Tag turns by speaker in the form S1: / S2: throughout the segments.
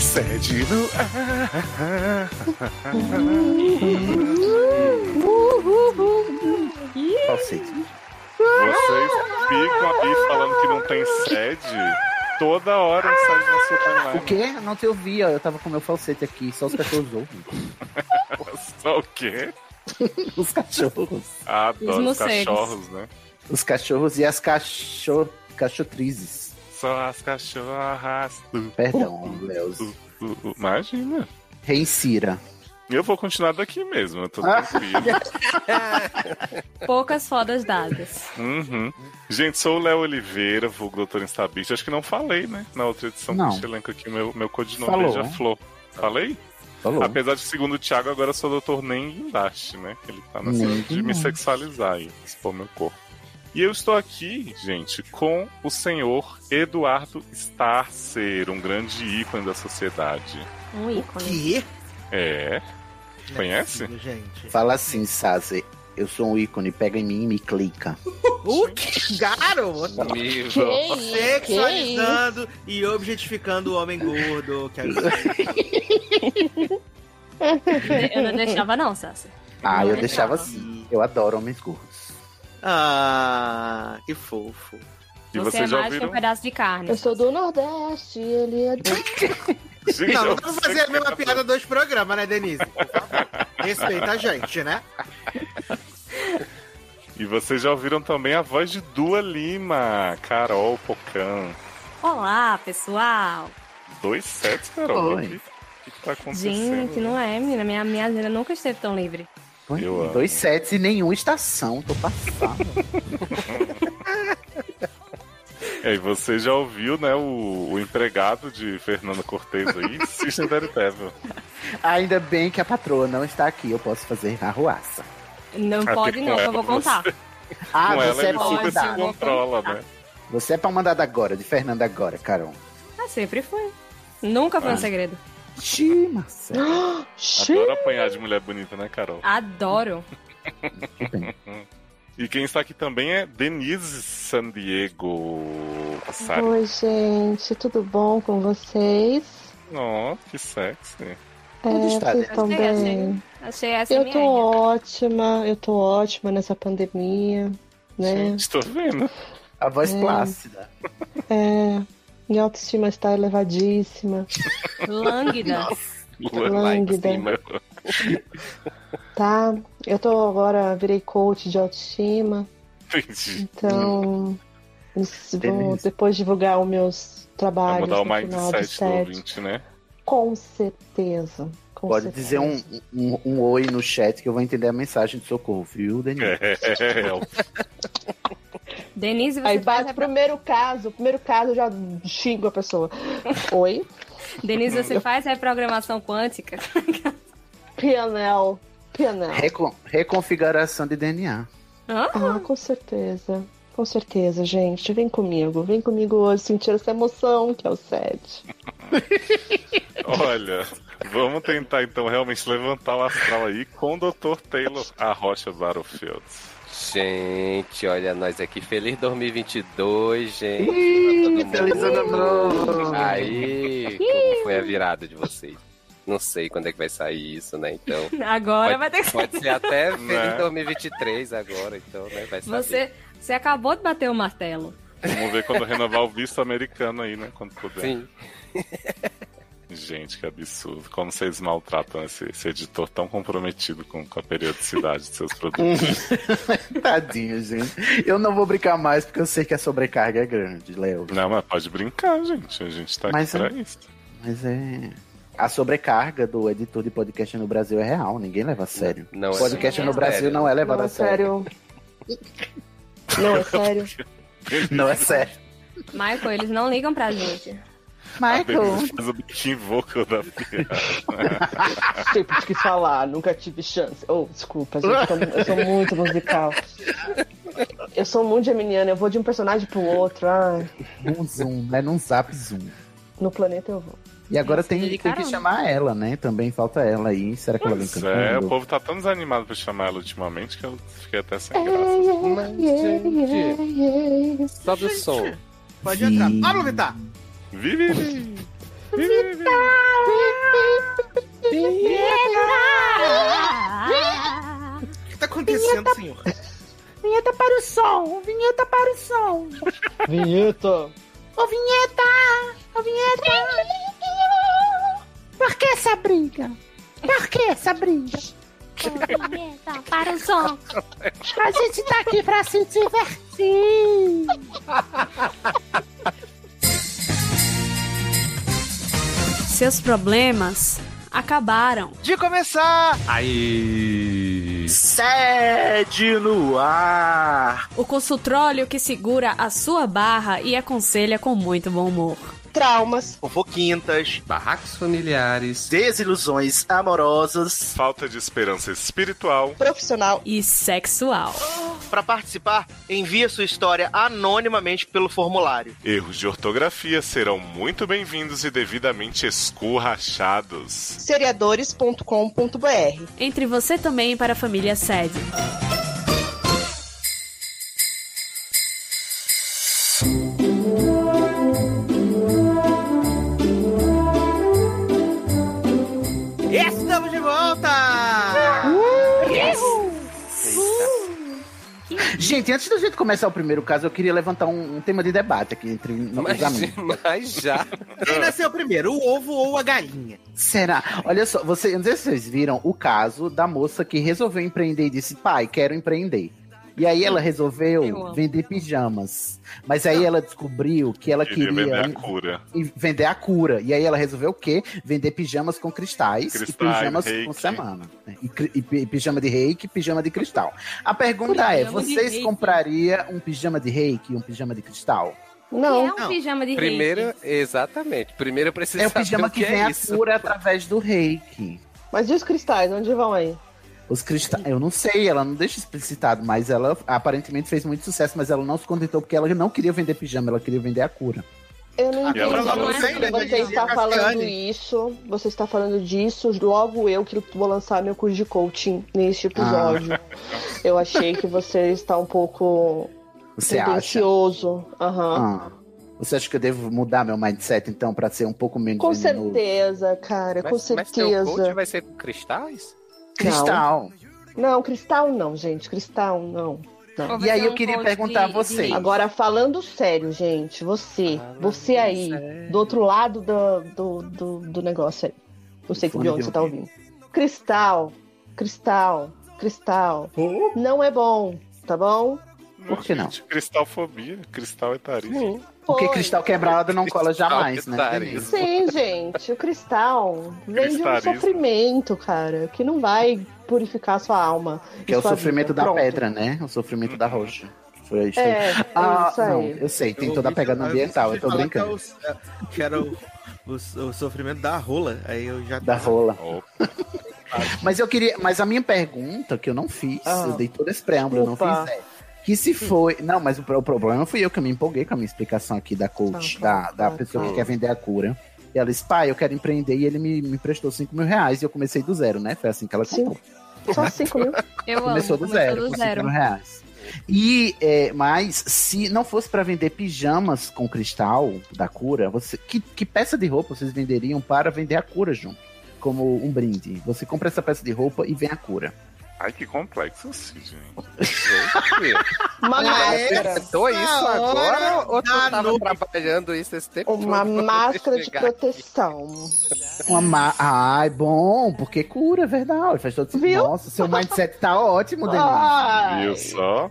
S1: sede no ar.
S2: Falsete.
S1: Vocês ficam aí falando que não tem sede. Toda hora um sai na sua timeline.
S2: O quê? Não te ouvia, eu tava com meu falsete aqui, só os cachorros ouvem.
S1: Só o quê?
S2: Os cachorros.
S1: Ah, adoro os
S3: morcegos.
S1: cachorros, né?
S2: Os cachorros e as cachorro... cachotrizes.
S1: Só as cachorras. Tu,
S2: Perdão, Leos.
S1: tu, tu, tu. Imagina.
S2: Reinsira.
S1: Eu vou continuar daqui mesmo, eu tô
S2: Ah.
S1: tranquilo.
S3: Poucas fodas dadas.
S1: Uhum. Gente, sou o Léo Oliveira, vulgo Doutor Instabista. Acho que não falei, né? Na outra edição
S2: Não.
S1: do Chilenco aqui, meu, meu codinome
S2: Falou.
S1: é Beija-Flor. Falei?
S2: Falou.
S1: Apesar de, segundo o Thiago, agora eu sou doutor Nem Guindaste, né? Ele tá na
S2: Nem
S1: cena de me
S2: Guindaste.
S1: sexualizar e expor meu corpo. E eu estou aqui, gente, com o senhor Eduardo Starcer, um grande ícone da sociedade.
S3: Um ícone.
S4: Que?
S1: É.
S4: Não é
S1: Conhece?
S4: possível, gente.
S2: Fala assim, Sazer. Eu sou um ícone, pega em mim e me clica.
S4: O que? Garota!
S3: é
S1: Nível.
S2: é
S5: é
S4: Sexualizando e objetificando o homem gordo. Que é...
S3: Eu não deixava, não, Sassi.
S2: Ah, eu
S3: Não,
S2: deixava
S3: não.
S2: assim. Eu adoro homens gordos.
S4: Ah, que fofo.
S1: E
S3: Você é
S1: vocês já
S3: mais que
S1: ouviram?
S3: um pedaço de carne.
S5: Eu sou do Nordeste, ele é do...
S1: Gente,
S4: Não,
S1: eu
S4: não vamos fazer a mesma piada dos programas, né, Denise? Por favor. Respeita a gente, né?
S1: E vocês já ouviram também a voz de Dua Lima, Carol Pocan.
S3: Olá, pessoal.
S1: Dois sets, Carol. O
S2: Oi.
S1: que, o que tá acontecendo?
S3: Gente, não é, menina. Minha, minha agenda nunca esteve tão livre.
S2: Põe
S1: Eu amo.
S2: Dois sets e nenhuma estação, tô passado.
S1: É, e você já ouviu, né, o, o empregado de Fernando Cortez aí, Sister Daredevil.
S2: Ainda bem que a patroa não está aqui, eu posso fazer arruaça.
S3: Não
S1: porque
S3: pode, não,
S1: com
S3: que eu vou
S1: Ah, ela você-
S3: contar.
S2: Ah,
S1: Com ela
S2: você é
S1: ele
S2: pra
S3: pode
S1: super se
S3: mandar.
S2: mandada.
S1: controla, né?
S2: Você é pra mandada agora, de Fernanda agora, Carol.
S3: Ah, sempre foi. Nunca
S1: Ah.
S3: foi um segredo.
S2: Xiii, Marcelo.
S5: Xiii.
S1: Adoro apanhar de mulher bonita, né, Carol?
S3: Adoro.
S1: E quem está aqui também é Denise San Diego. Sabe?
S5: Oi, gente, tudo bom com vocês?
S1: Oh, que sexy.
S5: É,
S2: Onde está,
S5: vocês
S2: né?
S5: estão
S3: Achei, achei.
S5: bem?
S3: Achei essa é
S5: Eu
S3: minha.
S5: tô
S3: ainda.
S5: ótima, eu tô ótima nessa pandemia, né?
S1: Estou vendo.
S2: A voz
S5: É.
S2: plácida.
S5: É, minha autoestima está elevadíssima,
S3: Lânguida.
S1: assim,
S5: Lânguida. tá? Eu tô agora, virei coach de autoestima,
S1: Entendi.
S5: então isso, vou
S2: Beleza.
S5: depois divulgar os meus
S1: Hum. Vai
S5: trabalhos
S1: mudar o
S5: no final do
S1: mindset do
S5: set.
S1: ouvinte, né?
S5: Com certeza. com
S2: Pode
S5: certeza.
S2: dizer um, um, um oi no chat que eu vou entender a mensagem de socorro, viu, Denise?
S1: É,
S3: Denise, você
S5: Aí
S3: faz
S5: vai
S3: a
S5: pro primeiro caso, o primeiro caso eu já xingo a pessoa. Oi?
S3: Denise, você faz reprogramação quântica?
S5: Pianel. Pianel.
S2: Recon- reconfiguração de DNA.
S3: Hã?
S5: Ah, com certeza. Com certeza, gente. Vem comigo. Vem comigo hoje sentir essa emoção que é o SED.
S1: Olha, vamos tentar então realmente levantar o astral aí com o Dr. Taylor Arrocha Battlefield.
S6: Gente, olha nós aqui. Feliz 2022, gente.
S2: Ih,
S6: Pra todo
S2: feliz
S6: mundo.
S2: ano novo!
S6: Aí, como foi a virada de vocês? Não sei quando é que vai sair isso, né? Então,
S3: Agora vai ter que
S6: pode ser até
S1: Né?
S6: feliz 2023 agora, então, né? Vai saber.
S3: Você, você acabou de bater o martelo.
S1: Vamos ver quando renovar o visto americano aí, né? Quando puder.
S6: Sim.
S1: Gente, que absurdo. Como vocês maltratam esse, esse editor tão comprometido com, com a periodicidade de seus produtos.
S2: Tadinho, gente. Eu não vou brincar mais porque eu sei que a sobrecarga é grande, Léo.
S1: Não, mas pode brincar, gente. A gente tá
S2: Mas
S1: aqui pra
S2: eu-
S1: isso.
S2: Mas é. A sobrecarga do editor de podcast no Brasil é real, ninguém leva a sério.
S6: Não, é
S2: podcast
S6: sério.
S2: no Brasil não é levado
S5: Não
S2: a
S5: é
S2: sério.
S5: sério. Não é sério.
S2: Não é sério.
S3: Michael, eles não ligam pra gente.
S1: A Denise Tá faz o bicking vocal da piada.
S5: Sempre que falar, nunca tive chance. Oh, desculpa, gente, eu, tô- eu sou muito musical. Eu sou muito geminiana, eu vou de um personagem pro outro. Ai,
S2: Num zoom, né? Num zap zoom.
S5: no planeta eu vou.
S2: E agora
S3: Nossa,
S2: tem,
S3: de
S2: tem que
S3: caramba.
S2: chamar ela, né? Também falta ela aí. Será que ela vem
S1: Pois é, o
S2: cantando?
S1: povo tá tão desanimado pra chamar ela ultimamente que eu fiquei até
S2: É.
S1: sem graça.
S6: Mas, gente,
S5: Gente.
S6: sobe o som.
S4: Pode entrar.
S2: Sim.
S4: Pablo Vittar!
S1: Vivi! Vivi!
S4: O que tá acontecendo, senhor?
S7: Vinheta para o som, vinheta para o som.
S5: Vinheta.
S7: Ô vinheta, ô vinheta. Por que essa briga? Por que essa briga?
S8: vinheta para o som.
S7: A gente tá aqui pra se divertir.
S3: Seus problemas acabaram.
S4: De começar!
S6: Aí.
S2: Sede no ar!
S3: O consultróleo que segura a sua barra e aconselha com muito bom humor.
S5: Traumas.
S2: Fofoquintas,
S6: Barracos familiares.
S2: desilusões amorosas.
S1: Falta de esperança espiritual.
S5: Profissional.
S3: E sexual.
S9: Para participar, envie sua história anonimamente pelo formulário.
S1: Erros de ortografia serão muito bem-vindos e devidamente escurrachados.
S5: Seriadores.com.br
S3: Entre você também para a família sede.
S4: Estamos de volta!
S2: Uh! Gente, antes da gente começar o primeiro caso, eu queria levantar um, um tema de debate aqui entre
S6: Mas,
S2: os amigos.
S6: mas já.
S4: Quem nasceu primeiro, o ovo ou a galinha?
S2: Será? Olha só, você, eu não sei se vocês viram o caso da moça que resolveu empreender e disse, pai, quero empreender. E aí ela
S3: Eu
S2: resolveu
S3: amo.
S2: vender pijamas. Mas aí ela descobriu que ela
S1: Queria
S2: queria
S1: vender a é cura.
S2: e vender a cura. E aí ela resolveu o quê? Vender pijamas com cristais,
S1: Cristais,
S2: e pijamas
S1: reiki.
S2: com semana. né? E, cri- e pi- e pijama de reiki e pijama de cristal. A pergunta
S3: Pijama
S2: é,
S3: de
S2: vocês
S3: reiki.
S2: comprariam um pijama de reiki e um pijama de cristal?
S5: Não.
S3: é um
S4: não.
S3: pijama de
S6: Primeiro,
S3: reiki.
S6: exatamente. Primeiro eu preciso
S2: é o
S6: saber
S2: pijama
S6: o
S2: que,
S6: que,
S2: vem
S6: é
S2: a
S6: isso.
S2: cura através do reiki.
S5: Mas e os cristais? Onde vão aí?
S2: Os cristais, eu não sei, ela não deixa explicitado, mas ela aparentemente fez muito sucesso, mas ela não se contentou porque ela não queria vender pijama, ela queria vender a cura.
S5: Eu não
S1: E ela
S5: entendi.
S1: falou
S5: Você,
S1: sem, né,
S5: você
S4: Denise
S5: está falando
S4: Cassiane?
S5: isso, você está falando disso, logo eu que vou lançar meu curso de coaching
S2: Ah.
S5: neste episódio. Eu achei que você está um pouco
S2: Você acha?
S5: tendencioso.
S2: Ah,
S5: Aham.
S2: você acha que eu devo mudar meu mindset então pra ser um pouco menos
S5: Com
S2: venenoso?
S5: certeza, cara, com
S6: Mas, mas teu coach né?
S5: certeza.
S6: vai ser com cristais?
S2: Cristal.
S5: Não, cristal não, gente, cristal não.
S3: Vou
S2: E aí
S3: fazer
S2: eu queria
S3: post
S2: perguntar a
S3: é um de-
S2: vocês.
S3: de-
S5: Agora, falando sério, gente, você,
S6: Ah,
S5: você aí, do outro lado do, do, do, do negócio aí. Não sei de
S2: Fone
S5: onde
S2: de
S5: você tá ouvindo. Cristal, cristal, cristal. Não é bom, tá bom?
S2: Por que não?
S1: Gente, Cristalfobia, cristal é etarismo.
S2: Porque
S5: Foi.
S2: Hum. cristal quebrado não cola
S6: Cristal
S2: jamais, né?
S6: quebrado.
S2: Denise?
S5: Sim, gente, o cristal vem de um
S1: Cristarismo.
S5: sofrimento, cara, que não vai purificar sua alma. e
S2: Que é o
S5: sua
S2: sofrimento
S5: vida.
S2: da
S5: Pronto.
S2: pedra, né? O sofrimento da rocha. Foi isso. aí.
S5: É, é
S2: ah,
S5: isso
S2: não,
S5: aí.
S2: eu sei, tem toda a
S4: ouvi-
S2: pegada
S4: eu
S2: ambiental, eu
S4: ouvi
S2: tô
S4: falar que é
S2: brincando.
S4: o- Que era o, o- o sofrimento da rola. Aí eu já.
S2: Da rola.
S1: Opa.
S2: Mas eu queria. Mas a minha pergunta, que eu não fiz,
S5: Ah.
S2: eu dei todo esse preâmbulo, eu não
S5: Opa. Hum.
S2: fiz. É, que se foi. Não, mas o, pro- o problema fui eu que eu me empolguei com a minha explicação aqui da coach,
S5: Tá, tá,
S2: da, da
S5: tá,
S2: pessoa
S6: tá.
S2: que quer vender a cura. E ela disse, pai, eu quero empreender, e ele me, me prestou 5 mil reais e eu comecei do zero, né? Foi assim que ela
S5: Sim.
S2: contou.
S5: Só cinco mil.
S3: Eu amo,
S2: Começou do zero, com 5 mil reais. E, é, mas, se não fosse pra vender pijamas com cristal da cura, você, que, que peça de roupa vocês venderiam para vender a cura junto? Como um brinde. Você compra essa peça de roupa e vem a cura.
S1: Ai, que complexo assim, gente.
S6: Gente,
S5: Uma máscara.
S6: acertou isso
S4: Essa
S6: agora
S4: hora
S6: ou tu
S4: da
S6: tava
S4: noite.
S6: trabalhando isso esse tempo?
S5: Uma
S6: todo pra
S5: máscara de
S6: chegar?
S5: proteção.
S2: Uma ma... Ai, bom, porque cura, é verdade. Faz todo
S5: Viu? Ah.
S2: Nossa, seu mindset tá ótimo, Denise.
S5: Ai.
S1: Viu só?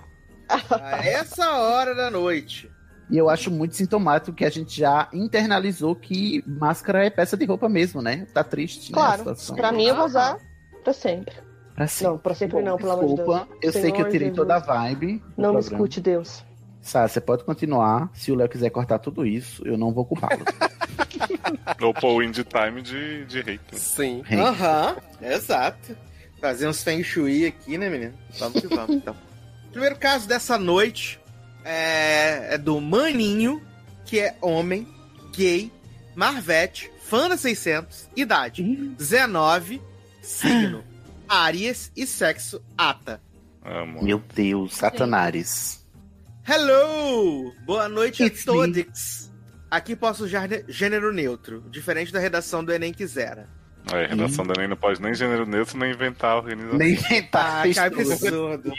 S2: Ah,
S4: A
S2: é.
S4: essa hora da noite.
S2: E eu acho muito sintomático que a gente já internalizou que máscara é peça de roupa mesmo, né? Tá triste, né? a
S5: Claro,
S2: situação.
S5: pra mim eu vou usar pra sempre.
S2: Pra sempre.
S5: Não, pra sempre
S2: Bom,
S5: não, pelo amor de Deus.
S2: Desculpa, eu sei que eu
S5: Senhor
S2: tirei
S5: Jesus.
S2: toda a vibe. do
S5: Não
S2: programa.
S5: me escute, Deus.
S2: Sá, você pode continuar. Se o Léo quiser cortar tudo isso, eu não vou culpá-lo.
S1: Ou pô, o Indie Time de, de hater.
S6: Sim.
S2: Hein?
S4: Aham, exato. Fazer uns feng shui aqui, né, menino? Vamos que vamos, então. Primeiro caso dessa noite é, é do Maninho, que é homem, gay, Marvete, fã da 600, idade 19, signo, Áries e sexo ata.
S1: Amo.
S2: Meu Deus, Satanares.
S4: Hello! Boa noite
S2: It's
S4: a todos! Aqui posso usar ne- gênero neutro, diferente da redação do Enem Quisera.
S1: É, redação da Enem não pode nem gênero neutro, nem inventar organização.
S2: Nem tentar.
S4: Ah,
S2: fez
S4: cai pro
S2: tudo.
S4: surdo.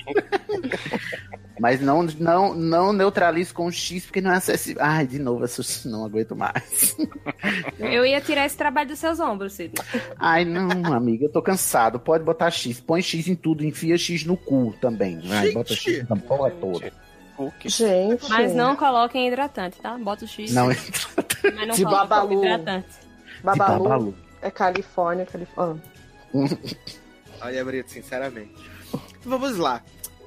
S2: Mas não, não, não neutralize com X, porque não é acessível. Ai, de novo, essa- não aguento mais.
S3: Eu ia tirar esse trabalho dos seus ombros, Cid.
S2: Ai, não, amiga, eu tô cansado. Pode botar X. Põe X em tudo, enfia X no cu também. Ai,
S4: Gente.
S2: bota X na porra toda.
S5: Gente.
S3: Mas não coloquem hidratante, tá? Bota o X,
S2: Não, é
S3: mas não
S5: de
S3: coloquem
S5: babalu.
S3: hidratante.
S5: Babalu,
S2: babalu. Ah.
S5: é Califórnia, Califórnia.
S4: Olha, Brito, sinceramente. Vamos lá.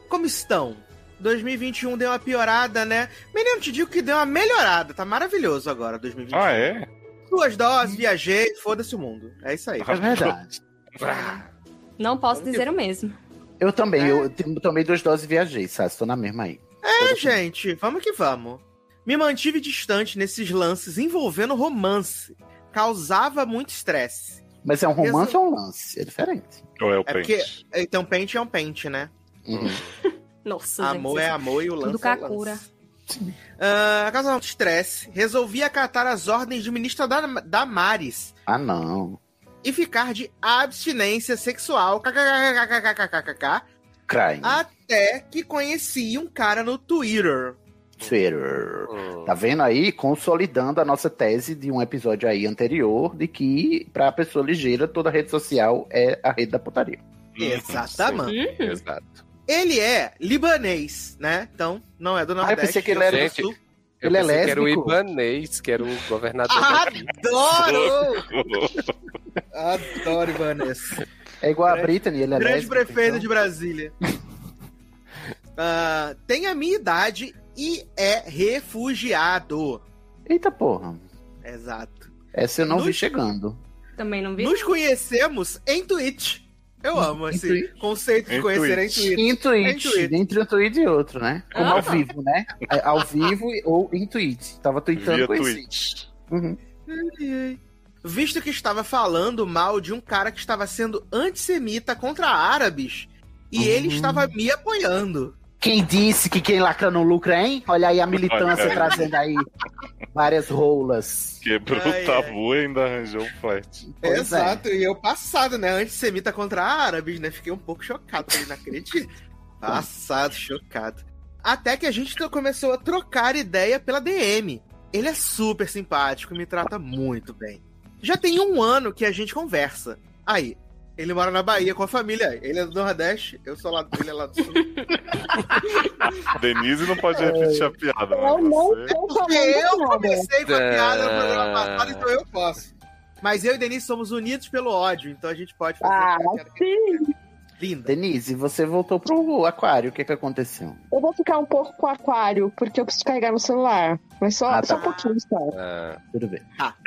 S4: Como estão? 2021 deu uma piorada, né? Menino, te digo que deu uma melhorada. Tá maravilhoso agora, 2021.
S1: Ah, é?
S4: Duas doses, viajei, foda-se o mundo. É isso aí.
S2: é verdade.
S3: Não posso dizer o mesmo.
S2: Eu também, eu t- tomei duas doses e viajei, sabe? Tô na mesma aí.
S4: É, gente, vamos que vamos. Me mantive distante nesses lances envolvendo romance. Causava muito estresse.
S2: Mas é um romance
S4: Exato.
S2: ou um lance? É diferente.
S1: Ou é o
S4: É
S1: pente?
S4: porque- Então, pente é um pente, né?
S2: Uhum.
S3: Nossa,
S4: Amor é
S3: gente.
S4: amor e o lance
S3: Tudo
S4: é o
S3: kakura.
S4: lance. Ah, causava muito estresse. Resolvi acatar as ordens do ministro da Damares
S2: Ah, não.
S4: e ficar de abstinência sexual kkkkkkkkk,
S2: Crime.
S4: Ah. até que conheci um cara no Twitter.
S2: Twitter.
S6: Hum.
S2: Tá vendo aí? Consolidando a nossa tese de um episódio aí anterior, de que pra pessoa ligeira, toda rede social é a rede da putaria.
S4: Exatamente.
S6: Sim, Exato.
S4: Ele é libanês, né? Então, não é do Nordeste.
S2: Ah, pensei que ele
S4: é do
S6: era-
S4: Sul.
S6: Eu
S2: Ele é
S6: pensei que era o
S2: lésbico?
S6: Ibanês, que era o governador.
S4: Ah!
S6: daqui.
S4: Adoro! Adoro libanês.
S2: É igual a
S4: Grande-
S2: Britney, ele é
S4: Grande
S2: lésbico,
S4: prefeito
S2: então.
S4: de Brasília. Ah, tem a minha idade e é refugiado.
S2: Eita porra.
S4: Exato.
S2: Essa eu não
S4: No-
S2: vi chegando.
S3: Também não vi?
S4: Nos conhecemos em Twitch. Eu amo
S2: Em
S4: esse
S2: Twitch?
S4: conceito de
S1: Em
S4: conhecer
S1: Twitch.
S4: em Twitch.
S2: Em Twitch,
S4: Em Twitch.
S2: entre um tweet e outro, né? Como
S3: Ah.
S2: ao vivo, né? É, ao vivo e- ou em tweet. Tava tweetando
S1: Via
S2: com esse.
S1: Twitch.
S2: Uhum.
S4: Visto que estava falando mal de um cara que estava sendo antissemita contra árabes.
S2: Uhum.
S4: E ele estava me apoiando.
S2: Quem disse que quem lacra não lucra, hein? Olha aí a militância
S1: Olha aí.
S2: trazendo aí várias rolas.
S1: Quebrou
S4: Ai,
S1: o tabu e ainda arranjou um flat.
S2: Pois é.
S4: Exato, e eu passado, né? Antissemita contra árabes, né? Fiquei um pouco chocado, falei, não acredito. Passado, chocado. Até que a gente to- começou a trocar ideia pela DM. Ele é super simpático e me trata muito bem. Já tem um ano que a gente conversa. Aí, ele mora na Bahia com a família. Ele é do Nordeste, eu sou lá, ele é lá do Sul.
S1: Denise não pode repetir a piada,
S7: Eu
S1: mas
S7: não
S1: você...
S7: tô
S4: Porque eu
S7: falando nada.
S4: comecei com a piada no
S2: É.
S4: programa
S6: Ah.
S4: passado, então eu posso. Mas eu e Denise somos unidos pelo ódio, então a gente pode fazer
S7: Ah,
S4: a piada que
S7: sim.
S4: linda.
S2: Denise, você voltou pro aquário. O que que aconteceu?
S5: Eu vou ficar um pouco com o aquário, porque eu preciso carregar meu celular. Mas só,
S2: Ah, tá.
S5: só um pouquinho, só.
S6: Ah,
S2: Tudo bem.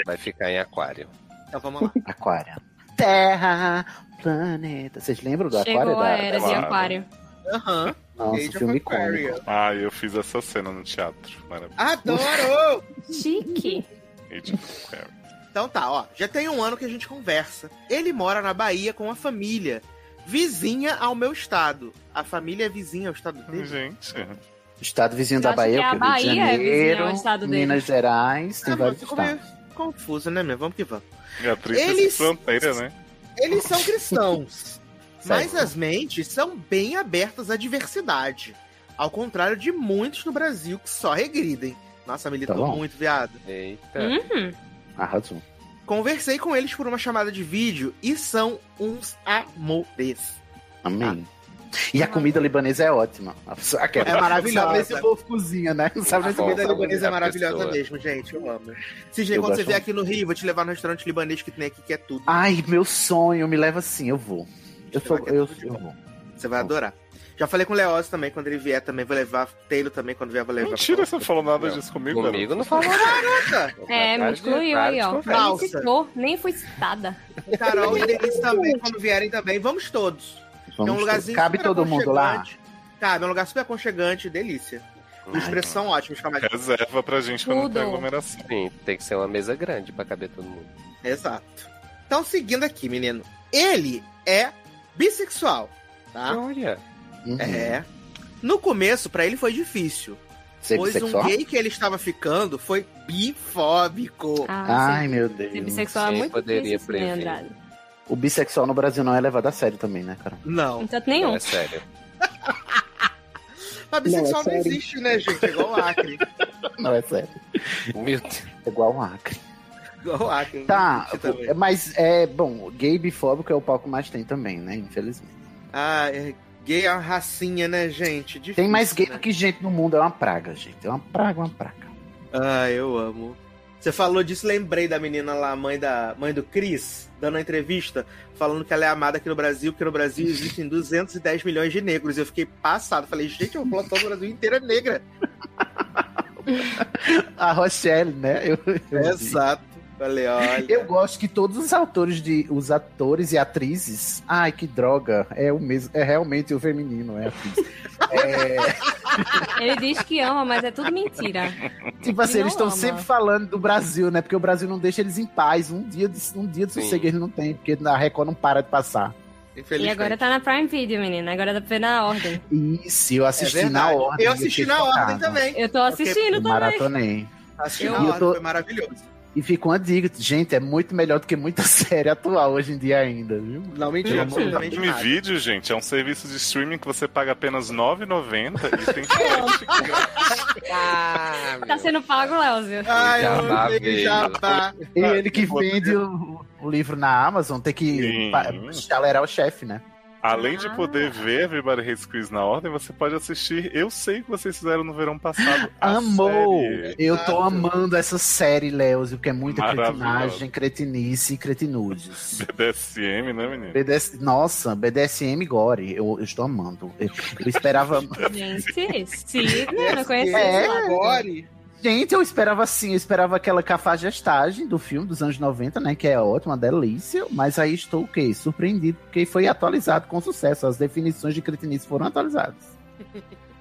S6: vai ficar em aquário.
S4: Então vamos lá.
S2: Aquário. Terra, planeta. Vocês lembram do aquário?
S3: Chegou a
S2: da-
S3: era de
S1: Claro.
S3: aquário.
S4: Aham.
S2: Nossa,
S4: Age of
S2: filme
S4: Aquarius.
S2: icônico.
S1: Ah, eu fiz essa cena no teatro. Maravilha.
S4: Adoro!
S3: Chique.
S1: Age of Aquarius.
S4: então tá, ó. Já tem um ano que a gente conversa. Ele mora na Bahia com a família. Vizinha ao meu estado. A família é vizinha ao estado
S1: Hum,
S4: dele.
S1: Gente,
S2: Estado vizinho
S3: Eu
S2: da
S3: acho
S2: Bahia,
S3: que a
S2: o quê? Rio de
S3: Bahia é vizinho ao
S2: Janeiro,
S3: estado dele.
S2: Minas Gerais, tem
S4: Ah, mas
S2: vários
S4: ficou meio
S2: estados.
S4: confuso, né, meu? Vamos que vamos.
S1: e a atriz
S4: Eles-
S1: de fronteira, né?
S4: Eles são cristãos. mas
S2: Certo.
S4: as mentes são bem abertas à diversidade. Ao contrário de muitos no Brasil que só regridem. Nossa, militou
S2: Tá bom.
S4: muito, viado.
S6: Eita.
S3: Uhum.
S2: Arrasou.
S4: Conversei com eles por uma chamada de vídeo e são uns amores.
S2: Amém. E a comida libanesa é ótima. Aquela.
S4: Ah. É maravilhosa.
S2: Não sabe nem se o povo cozinha, né? Não sabe nem se o
S6: Bom,
S4: Comida
S2: povo
S4: libanesa é
S6: a
S4: maravilhosa
S6: pessoa.
S4: mesmo, gente. Eu amo. Sidney,
S2: Eu
S4: quando você
S2: gosto Ah,
S4: vier aqui no Rio, vou te levar no restaurante libanês que tem aqui, que é tudo.
S2: Ai, meu sonho, me leva assim, eu vou. Eu
S4: Você
S2: sou.
S4: vai querer
S2: Eu,
S4: tudo de
S2: eu
S4: bom. É
S2: vou.
S4: Você vai adorar. Já falei com o Leoz também, quando ele vier também, vou levar. Taylor também, quando vier, vou levar.
S1: Mentira, você não falou nada
S6: Não.
S1: disso comigo, Ana.
S6: Comigo não falou nada.
S4: Nossa,
S3: É, me
S6: Para de-
S3: excluiu
S6: para
S3: aí,
S6: de
S3: ó.
S6: conversa.
S3: Nem citou, nem foi citada.
S4: Carol e Denise também, quando vierem também. Vamos todos. é um
S2: Vamos
S4: lugarzinho
S2: Cabe
S4: super
S2: todo mundo lá.
S4: aconchegante. Cabe, é um lugar super aconchegante, delícia. Os preços são ótimos, calma aí.
S1: Reserva pra gente quando tem
S3: Tudo.
S1: aglomeração.
S6: Sim, tem que ser uma mesa grande pra caber todo mundo.
S4: Exato. Então, seguindo aqui, menino. Ele é bissexual, tá?
S6: Olha.
S2: Uhum.
S4: É. No começo, pra ele foi difícil.
S2: Ser
S4: pois
S2: bissexual?
S4: um gay que ele estava ficando foi bifóbico.
S3: Ah,
S2: Ai,
S3: sim.
S2: meu
S3: Ser
S2: Deus.
S4: né?
S3: bissexual é
S6: Quem
S3: muito
S6: poderia
S3: difícil, né,
S6: prever?
S3: Andrade?
S2: O bissexual no Brasil não é levado a sério também, né, cara?
S4: Não.
S3: Então
S6: Não
S3: nenhum.
S6: é sério.
S4: Mas bissexual
S5: Não,
S4: não,
S5: é sério.
S4: existe, né, gente? É igual o Acre.
S2: Não é sério.
S6: Meu Deus.
S2: É igual o Acre.
S4: Igual o Acre.
S2: Tá,
S4: Existe também.
S2: é, mas é, bom, gay bifóbico é o palco mais tem também, né, infelizmente.
S4: Ah, é, gay é uma racinha, né, gente? Difícil,
S2: Tem mais gay
S4: né?
S2: do que gente no mundo, é uma praga, gente. É uma praga, uma praga.
S4: Ah, eu amo. Você falou disso, lembrei da menina lá, mãe da mãe do Cris, dando a entrevista, falando que ela é amada aqui no Brasil, porque no Brasil existem 210 milhões de negros. Eu fiquei passado, falei, gente, a população do Brasil inteira é negra.
S2: A Rochelle, né? Eu, eu, vi.
S4: Exato. Falei, olha.
S2: Eu gosto que todos os autores de os atores e atrizes. Ai, que droga! É o mesmo, é realmente o feminino, é a atriz. É,
S3: Ele diz que ama, mas é tudo mentira.
S2: tipo assim,
S3: Ele não
S2: eles estão
S3: ama.
S2: sempre falando do Brasil, né? Porque o Brasil não deixa eles em paz. Um dia de, um dia de
S6: Sim.
S2: sossego eles não têm, porque na Record não para de passar.
S3: E
S4: Infelizmente.
S3: agora tá na Prime Video, menina. Agora dá pra ver na ordem.
S2: E se eu
S4: É
S2: assisti
S4: verdade.
S2: na ordem.
S4: Eu assisti
S2: fiquei
S4: na ordem
S2: chocado.
S4: também.
S3: Eu tô assistindo
S2: Eu
S3: também.
S2: maratonei.
S4: Assisti
S3: Eu-
S4: na
S2: E eu
S4: ordem,
S2: tô-
S4: foi maravilhoso.
S2: E fica uma dica, gente, é muito melhor do que muita série atual hoje em dia ainda, viu?
S4: Não menti absolutamente
S1: Prime
S4: nada.
S1: Video, gente, é um serviço de streaming que você paga apenas R$ 9,90 e tem frete grátis.
S6: Ah,
S3: Tá sendo pago, Léozio.
S4: Ai, eu
S6: Jabá
S4: amei
S6: veio.
S4: jabá.
S2: E
S1: Ah,
S2: ele que vende o, o livro na Amazon tem que
S1: Sim.
S2: pa- chalerar o chefe, né?
S1: Além de
S3: Ah.
S1: poder ver Everybody Hates Chris na ordem, você pode assistir Eu Sei O Que Vocês Fizeram no Verão Passado. a
S2: Amou!
S1: série.
S2: Eu tô
S4: Exato.
S2: amando essa série, Leozio, porque é muita
S1: Maravilhosa.
S2: cretinagem, cretinice e cretinudes.
S1: BDSM, né, menino?
S2: BDS... Nossa, BDSM Gore, eu, eu estou amando. Eu, eu esperava.
S3: Gente, sim, não, não conhecia
S2: É.
S3: esse lado.
S4: Agora,
S2: Gente, eu esperava assim, eu esperava aquela cafajestagem do filme dos anos 90, né? Que é ótima, delícia. Mas aí estou o quê? Surpreendido, porque foi atualizado com sucesso. As definições de cretinice foram atualizadas.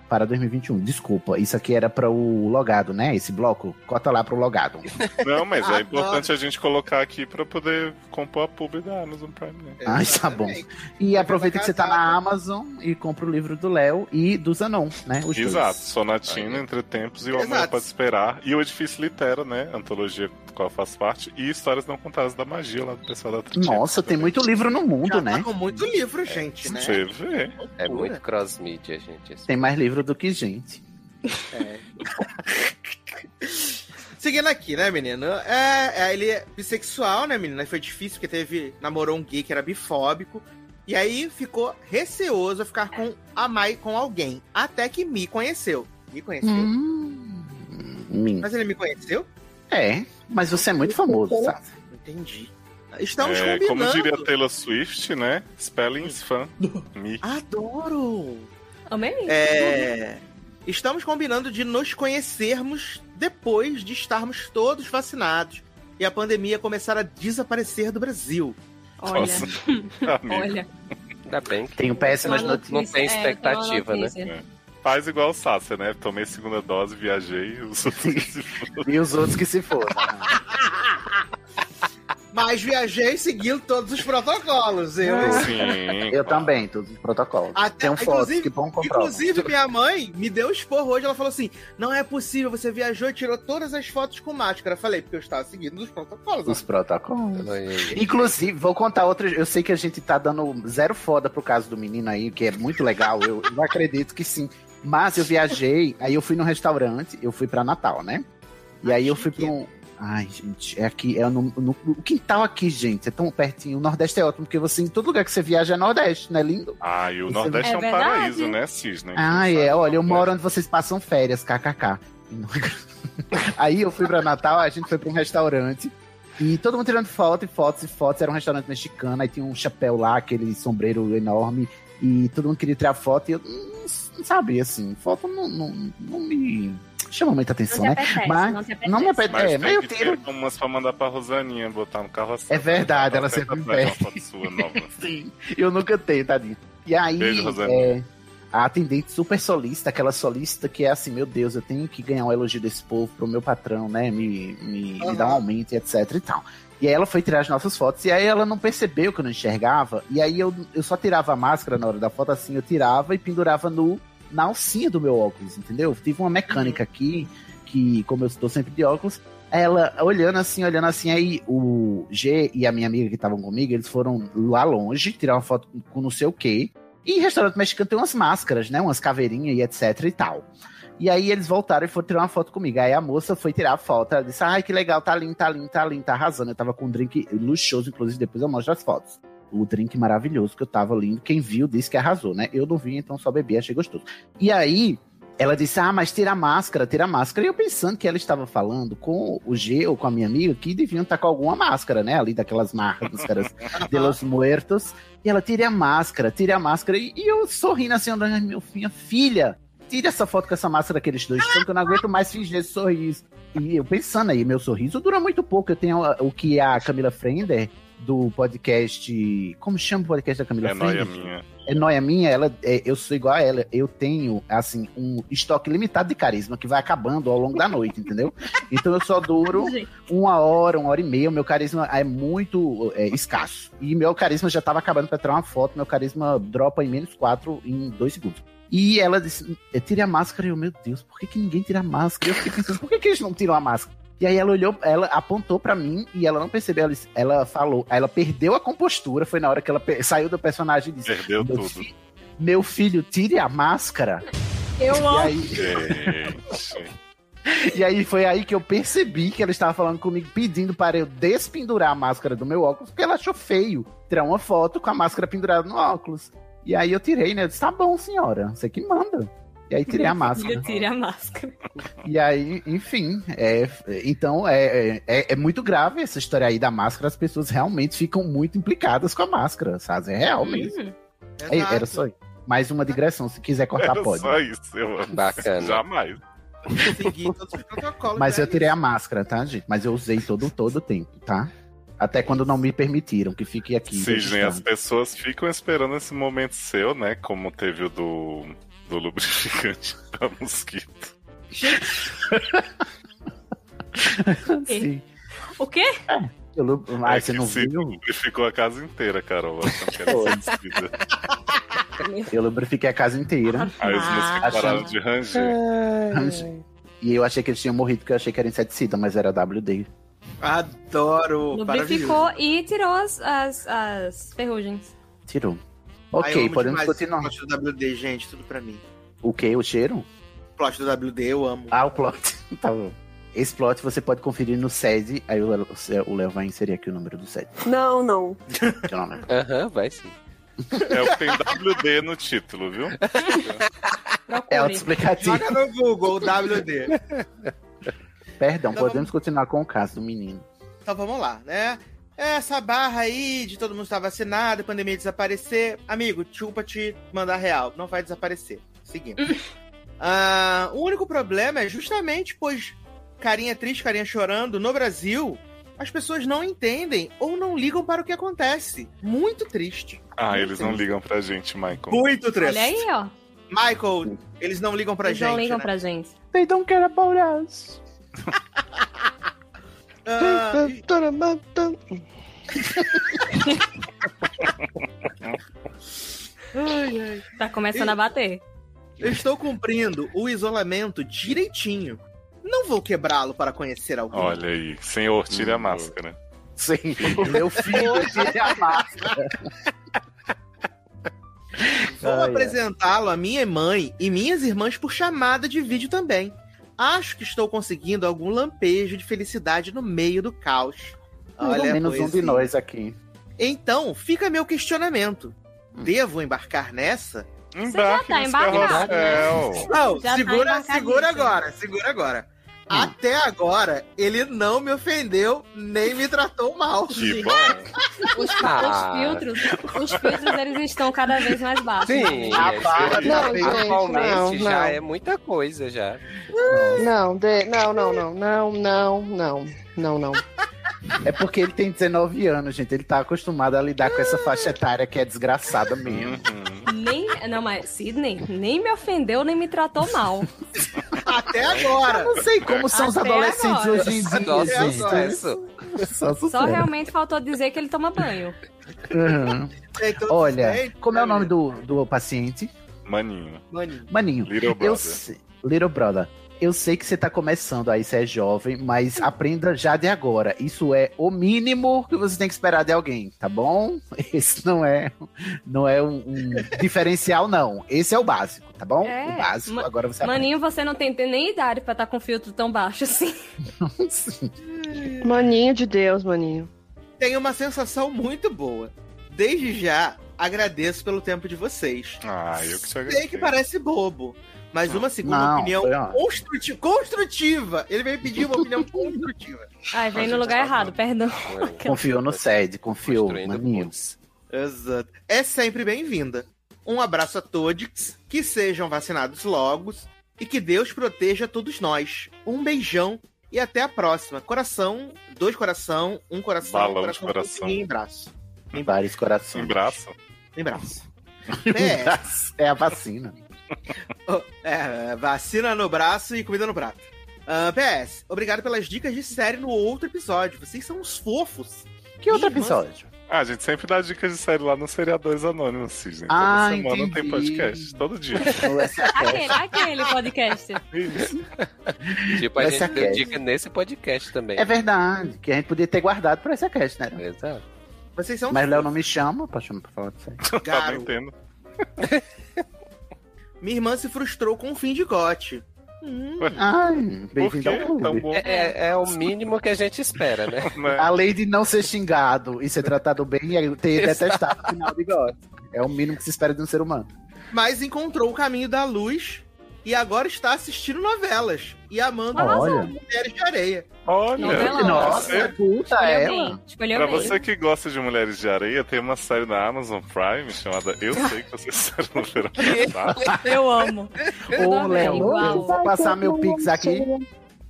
S2: Para 2021, desculpa. Isso aqui era para o logado, né? Esse bloco. Corta lá pro logado.
S1: Não, mas é
S4: Adoro.
S1: importante a gente colocar aqui pra poder compor a publi da Amazon Prime. Né?
S2: Ai, tá bom. E aproveita que você tá na
S4: casada.
S2: Amazon e compra o livro do Léo e do Zanon, né? Os dois.
S1: Exato, Sonatina, Entre Tempos e O Amor
S4: Exato.
S1: Pode Esperar. E o Edifício Litera, né? Antologia do qual eu faço parte. E Histórias Não Contadas da Magia, lá do pessoal da Tritina.
S2: Nossa, tem muito livro no mundo,
S4: já tá
S2: né?
S4: com muito livro, gente, né?
S1: Você vê.
S6: É muito cross-mídia, gente. esse-
S2: Tem mais livro do que gente.
S4: É. Seguindo aqui, né, menino? É, é, ele é bissexual, né, menino? Aí Foi difícil porque teve. Namorou um gay que era bifóbico. E aí ficou receoso a ficar com a Mai com alguém. Até que me conheceu. Me conheceu.
S2: Hum. Minha.
S4: Mas ele me conheceu?
S2: É, mas você é muito famoso, sabe?
S4: Não Entendi. Estamos
S1: É,
S4: combinando.
S1: como diria Taylor Swift, né? Spellings fan. Me.
S4: Adoro!
S3: Amei.
S4: É. Estamos combinando de nos conhecermos depois de estarmos todos vacinados e a pandemia começar a desaparecer do Brasil.
S3: Olha,
S1: Nossa, amigo.
S3: olha.
S6: Ainda bem que
S2: Tenho péssimas
S3: Uma
S2: notícias.
S6: não tem
S3: notícia- é, tá uma
S6: expectativa, né?
S3: notícia.
S1: Faz igual o Sácia, né? Tomei segunda dose, viajei. Os outros se foram.
S2: E os outros que se foram. né?
S4: Mas viajei seguindo todos os protocolos. Eu.
S1: É. Sim.
S2: Eu também, todos os protocolos.
S4: Até-
S2: Tem um fotos
S4: inclusive-
S2: que vão comprar.
S4: Inclusive, minha mãe me deu esporro hoje. Ela falou assim: não é possível, você viajou e tirou todas as fotos com máscara. Eu falei, porque eu estava seguindo os protocolos.
S2: Os protocolos.
S6: Oi.
S2: Inclusive, vou contar outra. Eu sei que a gente tá dando zero foda pro caso do menino aí, que é muito legal. Eu, eu acredito que sim. Mas eu viajei, aí eu fui num restaurante, eu fui pra Natal, né? E aí eu fui pra um. Ai, gente, é aqui, é no, no- o quintal aqui, gente, é tão pertinho. O Nordeste é ótimo, porque você, em todo lugar que você viaja é Nordeste, né? Lindo.
S1: Ah, e o Nordeste é,
S3: É
S1: um
S3: verdade.
S1: paraíso, né, Cisne?
S2: Ah, é. Olha, eu moro onde vocês passam férias, kkk. Aí eu fui pra Natal, a gente foi pra um restaurante. E todo mundo tirando foto e fotos e fotos. Era um restaurante mexicano, aí tinha um chapéu lá, aquele sombreiro enorme. E todo mundo queria tirar foto. E eu hum, não sabia, assim. Foto não, não, não me chama muita
S3: Não
S2: atenção,
S3: te
S2: né?
S3: apetece,
S2: Mas-
S3: não te apetece.
S2: Não me
S1: Mas
S2: apetece. É,
S1: tem
S2: mas eu
S1: que
S2: tiro.
S1: ter umas pra mandar pra Rosaninha botar no carro assim.
S2: É verdade, ela
S1: Tá
S2: sempre
S1: certa pra ela,
S2: pede.
S1: uma foto sua nova. É
S2: Sim, eu nunca tenho, tadinho. E aí,
S1: Beijo, Rosane.
S2: é, a atendente super solista, aquela solista que é assim, meu Deus, eu tenho que ganhar um elogio desse povo pro meu patrão, né? Me, me, me dar um aumento e etc e tal. E aí ela foi tirar as nossas fotos, e aí ela não percebeu que eu não enxergava, e aí eu, eu só tirava a máscara na hora da foto, assim, eu tirava e pendurava no, na alcinha do meu óculos, entendeu? Tive uma mecânica aqui, que como eu estou sempre de óculos, Ela olhando assim, olhando assim, aí o G e a minha amiga que estavam comigo, eles foram lá longe, tirar uma foto com não sei o quê. E restaurante mexicano tem umas máscaras, né? Umas caveirinhas e etc e tal. E aí eles voltaram e foram tirar uma foto comigo. Aí a moça foi tirar a foto. Ela disse: Ai, que legal, tá lindo, tá lindo, tá lindo, tá arrasando. Eu tava com um drink luxuoso, inclusive depois eu mostro as fotos. O drink maravilhoso que eu tava lindo. Quem viu disse que arrasou, né? Eu não vi, então só bebi, achei gostoso. E aí ela disse: Ah, mas tira a máscara, tira a máscara. E eu pensando que ela estava falando com o G ou com a minha amiga que deviam estar com alguma máscara, né? Ali daquelas máscaras
S1: Ah.
S2: de los muertos. E ela tira a máscara, tira a máscara. E, e eu sorrindo assim, andando, "Ai, meu, minha filha tira essa foto com essa máscara que eles dois estão, que eu não aguento mais fingir esse sorriso. E eu pensando aí, meu sorriso dura muito pouco. Eu tenho a- o que é a Camila Frender, do podcast. Como chama o podcast da Camila
S1: É nóia
S2: Frender?
S1: minha.
S2: é noia minha, ela, é, eu sou igual a ela. Eu tenho, assim, um estoque limitado de carisma que vai acabando ao longo da noite, entendeu? Então eu só duro uma hora, uma hora e meia. O meu carisma é muito é, escasso. E meu carisma já tava acabando pra tirar uma foto. Meu carisma dropa em menos quatro em dois segundos. E ela disse: "É, tire a máscara. E eu, meu Deus, por que, que ninguém tira a máscara? Eu fiquei pensando: por que, que eles não tiram a máscara? E aí ela olhou, ela apontou pra mim e ela não percebeu. Ela, disse- ela falou, ela perdeu a compostura. Foi na hora que ela pe- saiu do personagem e disse:
S1: Perdeu
S2: meu,
S1: tudo.
S2: fi- meu filho, tire a máscara.
S3: Eu
S2: E
S3: amo.
S2: aí,
S1: Gente.
S2: e aí foi aí que eu percebi que ela estava falando comigo, pedindo para eu despendurar a máscara do meu óculos, porque ela achou feio tirar uma foto com a máscara pendurada no óculos. E aí eu tirei, né? Eu disse, tá bom, senhora, você que manda. E aí tirei a máscara.
S3: Filho, tire a máscara.
S2: E aí, enfim, é, então é, é, é muito grave essa história aí da máscara. As pessoas realmente ficam muito implicadas com a máscara, sabe? É real mesmo.
S3: Hum,
S2: É, era só isso. Mais uma digressão, se quiser cortar,
S1: Era
S2: pode.
S1: só isso, eu amo.
S6: Bacana.
S1: Jamais.
S4: Seguir todos os protocolos.
S2: Mas
S4: né?
S2: eu tirei a máscara, tá, gente? Mas eu usei todo, todo o tempo, tá? Até quando não me permitiram que fique aqui.
S1: Sidney,
S2: registrando.
S1: as pessoas ficam esperando esse momento seu, né? Como teve o do, do lubrificante da mosquito.
S4: assim.
S2: Sim.
S3: O quê?
S2: Eu, lu- ah,
S1: É
S2: você
S1: que
S2: não
S1: se
S2: viu?
S1: lubrificou a casa inteira, Carol. achando que era mosquito.
S2: Eu lubrifiquei a casa inteira.
S1: Aí os mosquitos
S2: Achando-
S1: pararam de ranger.
S2: E eu achei que eles tinham morrido, porque eu achei que era inseticida, mas era WD.
S4: Adoro. maravilhoso.
S3: Lubrificou e tirou as, as, as ferrugens.
S2: Tirou.
S4: Ai, eu
S2: Ok,
S4: amo
S2: podemos
S4: demais
S2: continuar.
S4: O plot do WD, gente, tudo pra mim.
S2: O que? O cheiro?
S4: O plot do WD eu amo.
S2: Ah, o plot. tá bom. Esse plot você pode conferir no SED. Aí o o Léo vai inserir aqui o número do SED.
S10: Não, não.
S2: que eu não lembro.
S6: Aham, vai sim.
S1: É o que tem WD no título, viu?
S2: É
S3: Procure.
S2: auto-explicativo.
S4: Joga no Google o WD.
S2: Perdão,
S4: Então
S2: podemos continuar com o caso do menino.
S4: Então vamos lá, né? Essa barra aí de todo mundo estar vacinado, a pandemia desaparecer. Amigo, desculpa te mandar real. Não vai desaparecer. Seguindo.
S3: Uhum.
S4: Ah, o único problema é justamente, pois, carinha triste, carinha chorando, no Brasil, as pessoas não entendem ou não ligam para o que acontece. Muito triste.
S1: Ah, eles não ligam pra gente, Michael.
S4: Muito triste.
S3: Olha aí, ó.
S4: Michael, eles não ligam pra
S3: Eles
S4: gente.
S3: não ligam
S4: né?
S3: pra gente.
S10: They don't care about us.
S4: Ah,
S3: Tá começando a bater.
S4: Ah, Eu estou cumprindo o isolamento direitinho. Não vou quebrá-lo para conhecer alguém.
S1: Olha aí. Senhor, tire a máscara.
S2: Sim, meu filho tire
S3: é
S2: a máscara.
S4: vou
S2: Ai, ai.
S4: apresentá-lo à minha mãe e minhas irmãs por chamada de vídeo também. Acho que estou conseguindo algum lampejo de felicidade no meio do caos.
S2: Pelo
S4: a
S2: menos um de
S4: poesia.
S2: nós aqui.
S4: Então, fica meu questionamento.
S2: Hum.
S4: Devo embarcar nessa?
S1: Embarque
S3: tá
S1: nesse
S3: embarcado,
S1: carrossel.
S4: Não,
S3: Já tá
S4: segura,
S3: embarcadíssimo.
S4: segura agora, segura agora.
S2: Hum.
S4: Até agora, ele não me ofendeu nem me tratou mal.
S1: Que bom.
S3: Os,
S6: Ah.
S3: os filtros, os filtros, eles estão cada vez mais baixos.
S6: Sim,
S2: A
S6: é,
S2: barra
S6: sim.
S2: tá
S10: Não,
S2: bem-
S10: gente, não,
S6: atualmente já
S10: não.
S6: é muita coisa já.
S10: Não, de- não, não, não, não, não, não, não, não.
S2: É porque ele tem 19 anos, gente. Ele tá acostumado a lidar com essa faixa etária que é desgraçada mesmo.
S1: Uhum.
S3: Nem, não, mas Sidney nem me ofendeu, nem me tratou mal.
S4: Até agora.
S2: Não sei como são os
S3: Até
S2: adolescentes
S3: agora.
S2: hoje em dia,
S6: Nossa,
S2: gente.
S6: sucesso.
S2: Só sucesso.
S3: Só realmente faltou dizer que ele toma banho.
S2: Uhum.
S4: É, então,
S2: Olha, como é o nome do, do paciente?
S1: Maninho.
S4: Maninho.
S2: Maninho.
S1: Little
S2: Eu
S1: brother.
S2: sei, Little Brother. Eu sei que você tá começando aí, você é jovem, mas aprenda já de agora. Isso é o mínimo que você tem que esperar de alguém, tá bom? Esse não é, não é um, um diferencial, não. Esse é o básico, tá bom?
S3: É,
S2: o básico.
S3: ma-
S2: agora você aprende.
S3: Maninho, você não tem nem idade pra estar com filtro tão baixo assim.
S10: Maninho de Deus, maninho.
S4: Tem uma sensação muito boa. Desde já, agradeço pelo tempo de vocês.
S1: Ah, eu que te
S4: Sei que
S1: agradeço.
S4: parece bobo, mas uma segunda
S2: Não,
S4: opinião
S2: foi ótimo.
S4: construti- construtiva. Ele veio pedir uma opinião construtiva.
S3: Ai, vem no
S2: tá
S3: lugar errado, perdão. é
S2: Confiou no SED, confiou,
S6: Construindo
S2: maninho.
S6: pontes.
S4: Exato. É sempre bem-vinda. Um abraço a todos, que sejam vacinados logo e que Deus proteja todos nós. Um beijão e até a próxima. Coração, dois coração, um coração,
S1: Balão de
S4: coração,
S1: coração.
S4: em braço.
S2: Vários
S1: Em
S2: corações.
S1: braço.
S4: Em braço.
S2: É.
S4: É,
S2: a vacina.
S4: é, vacina no braço e comida no prato. Ah, PS, obrigado pelas dicas de série no outro episódio. Vocês são uns fofos.
S2: Que outro
S4: Ih, nossa.
S2: episódio?
S1: Ah, a gente sempre dá dicas de série lá no Seriadores Anônimos, Cisne. Toda
S2: Ah,
S1: semana tem
S2: entendi.
S1: podcast. Todo dia.
S2: Ou essa é Ah,
S3: Aquele, aquele podcast.
S1: Isso.
S6: Tipo, a
S2: Mas
S6: gente deu
S2: saquei.
S6: dica nesse podcast também.
S2: É verdade, que a gente podia ter guardado pra essa cast, né?
S6: Exato.
S4: Vocês são
S2: Mas Léo não me chama pra, chamar, pra falar disso aí.
S1: Eu tava
S4: Garoto.
S1: entendendo.
S4: Minha irmã se frustrou com o fim de gote. Hum,
S2: Ai,
S1: Por que
S2: bem-vindo ao
S1: tão
S2: clube.
S1: bom?
S6: É, é- é o mínimo que a gente espera, né?
S1: né?
S2: Além de não ser xingado e ser tratado bem e ter
S6: Exato.
S2: detestado no final de God. É o mínimo que se espera de um ser humano.
S4: mas encontrou o caminho da luz e agora está assistindo novelas e amando
S2: Olha.
S4: as mulheres de areia.
S1: Olha,
S3: Novela.
S2: Nossa, puta
S3: Escolheu
S2: é ela.
S3: bem, escolheu
S1: Pra
S3: bem.
S1: você que gosta de Mulheres de Areia, tem uma série na Amazon Prime chamada Eu Sei Que Vocês Serão Verão Passado.
S3: Eu amo.
S2: Ô,
S3: Não,
S2: Léo,
S3: não, não.
S2: eu vou passar meu Pix aqui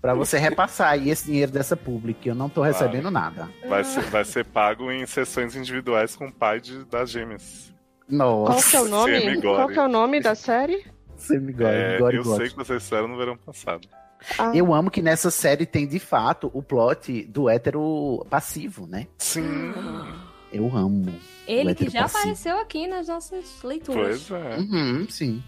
S2: pra você repassar aí esse dinheiro dessa pública, que eu não tô recebendo nada.
S1: Vai ser, vai ser pago em sessões individuais com o pai de, das gêmeas.
S10: Qual
S2: Nossa,
S10: que é o nome?
S1: Semigore.
S10: Qual que é o nome da série?
S2: você me gosta,
S1: É,
S2: gore,
S1: eu
S2: gosta.
S1: sei que vocês fizeram no verão passado.
S10: Ah,
S2: Eu amo que nessa série tem, de fato, o plot do hétero passivo, né?
S1: Sim,
S2: Eu amo.
S3: Ele que
S2: hétero
S3: já
S2: passivo.
S3: apareceu aqui nas nossas leituras.
S1: pois é.
S2: Uhum, sim.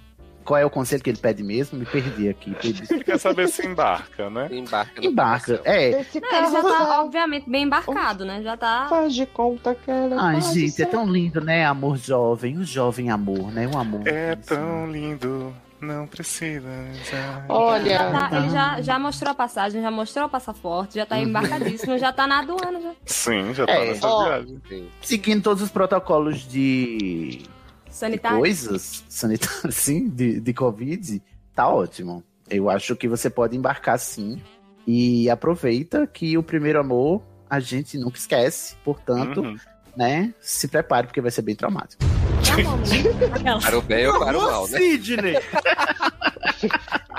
S2: Qual é o conselho que ele pede mesmo? Me perdi aqui. perdi.
S1: Quer saber se embarca, né?
S6: Embarca. no
S2: Embarca.
S6: coração.
S2: É.
S10: Esse
S3: Não, ele já
S10: carro
S3: tá, obviamente, bem embarcado, né? Já tá.
S10: Ah. faz de conta que ela
S2: Ai,
S10: faz
S2: gente, é
S10: isso.
S2: tão lindo, né? Amor jovem, um jovem amor, né? Um amor.
S1: É
S2: assim.
S1: tão lindo, não precisa. já.
S5: É.
S10: Olha,
S3: tá- ele já, já mostrou a passagem, já mostrou o passaporte, já tá
S2: Uhum.
S3: embarcadíssimo, já tá na aduana. Já.
S1: Sim, já tá
S2: É,
S1: nessa
S10: ó.
S1: viagem.
S2: Seguindo todos os protocolos de, de
S3: Sanitário.
S2: coisas sanitárias, sim, de, de Covid, tá ótimo. Eu acho que você pode embarcar sim. E aproveita que o primeiro amor a gente nunca esquece. Portanto,
S1: Uhum.
S2: né? Se prepare, porque vai ser bem traumático.
S6: Para o bem ou para o
S4: Ô,
S6: mal, né?
S4: Sidney!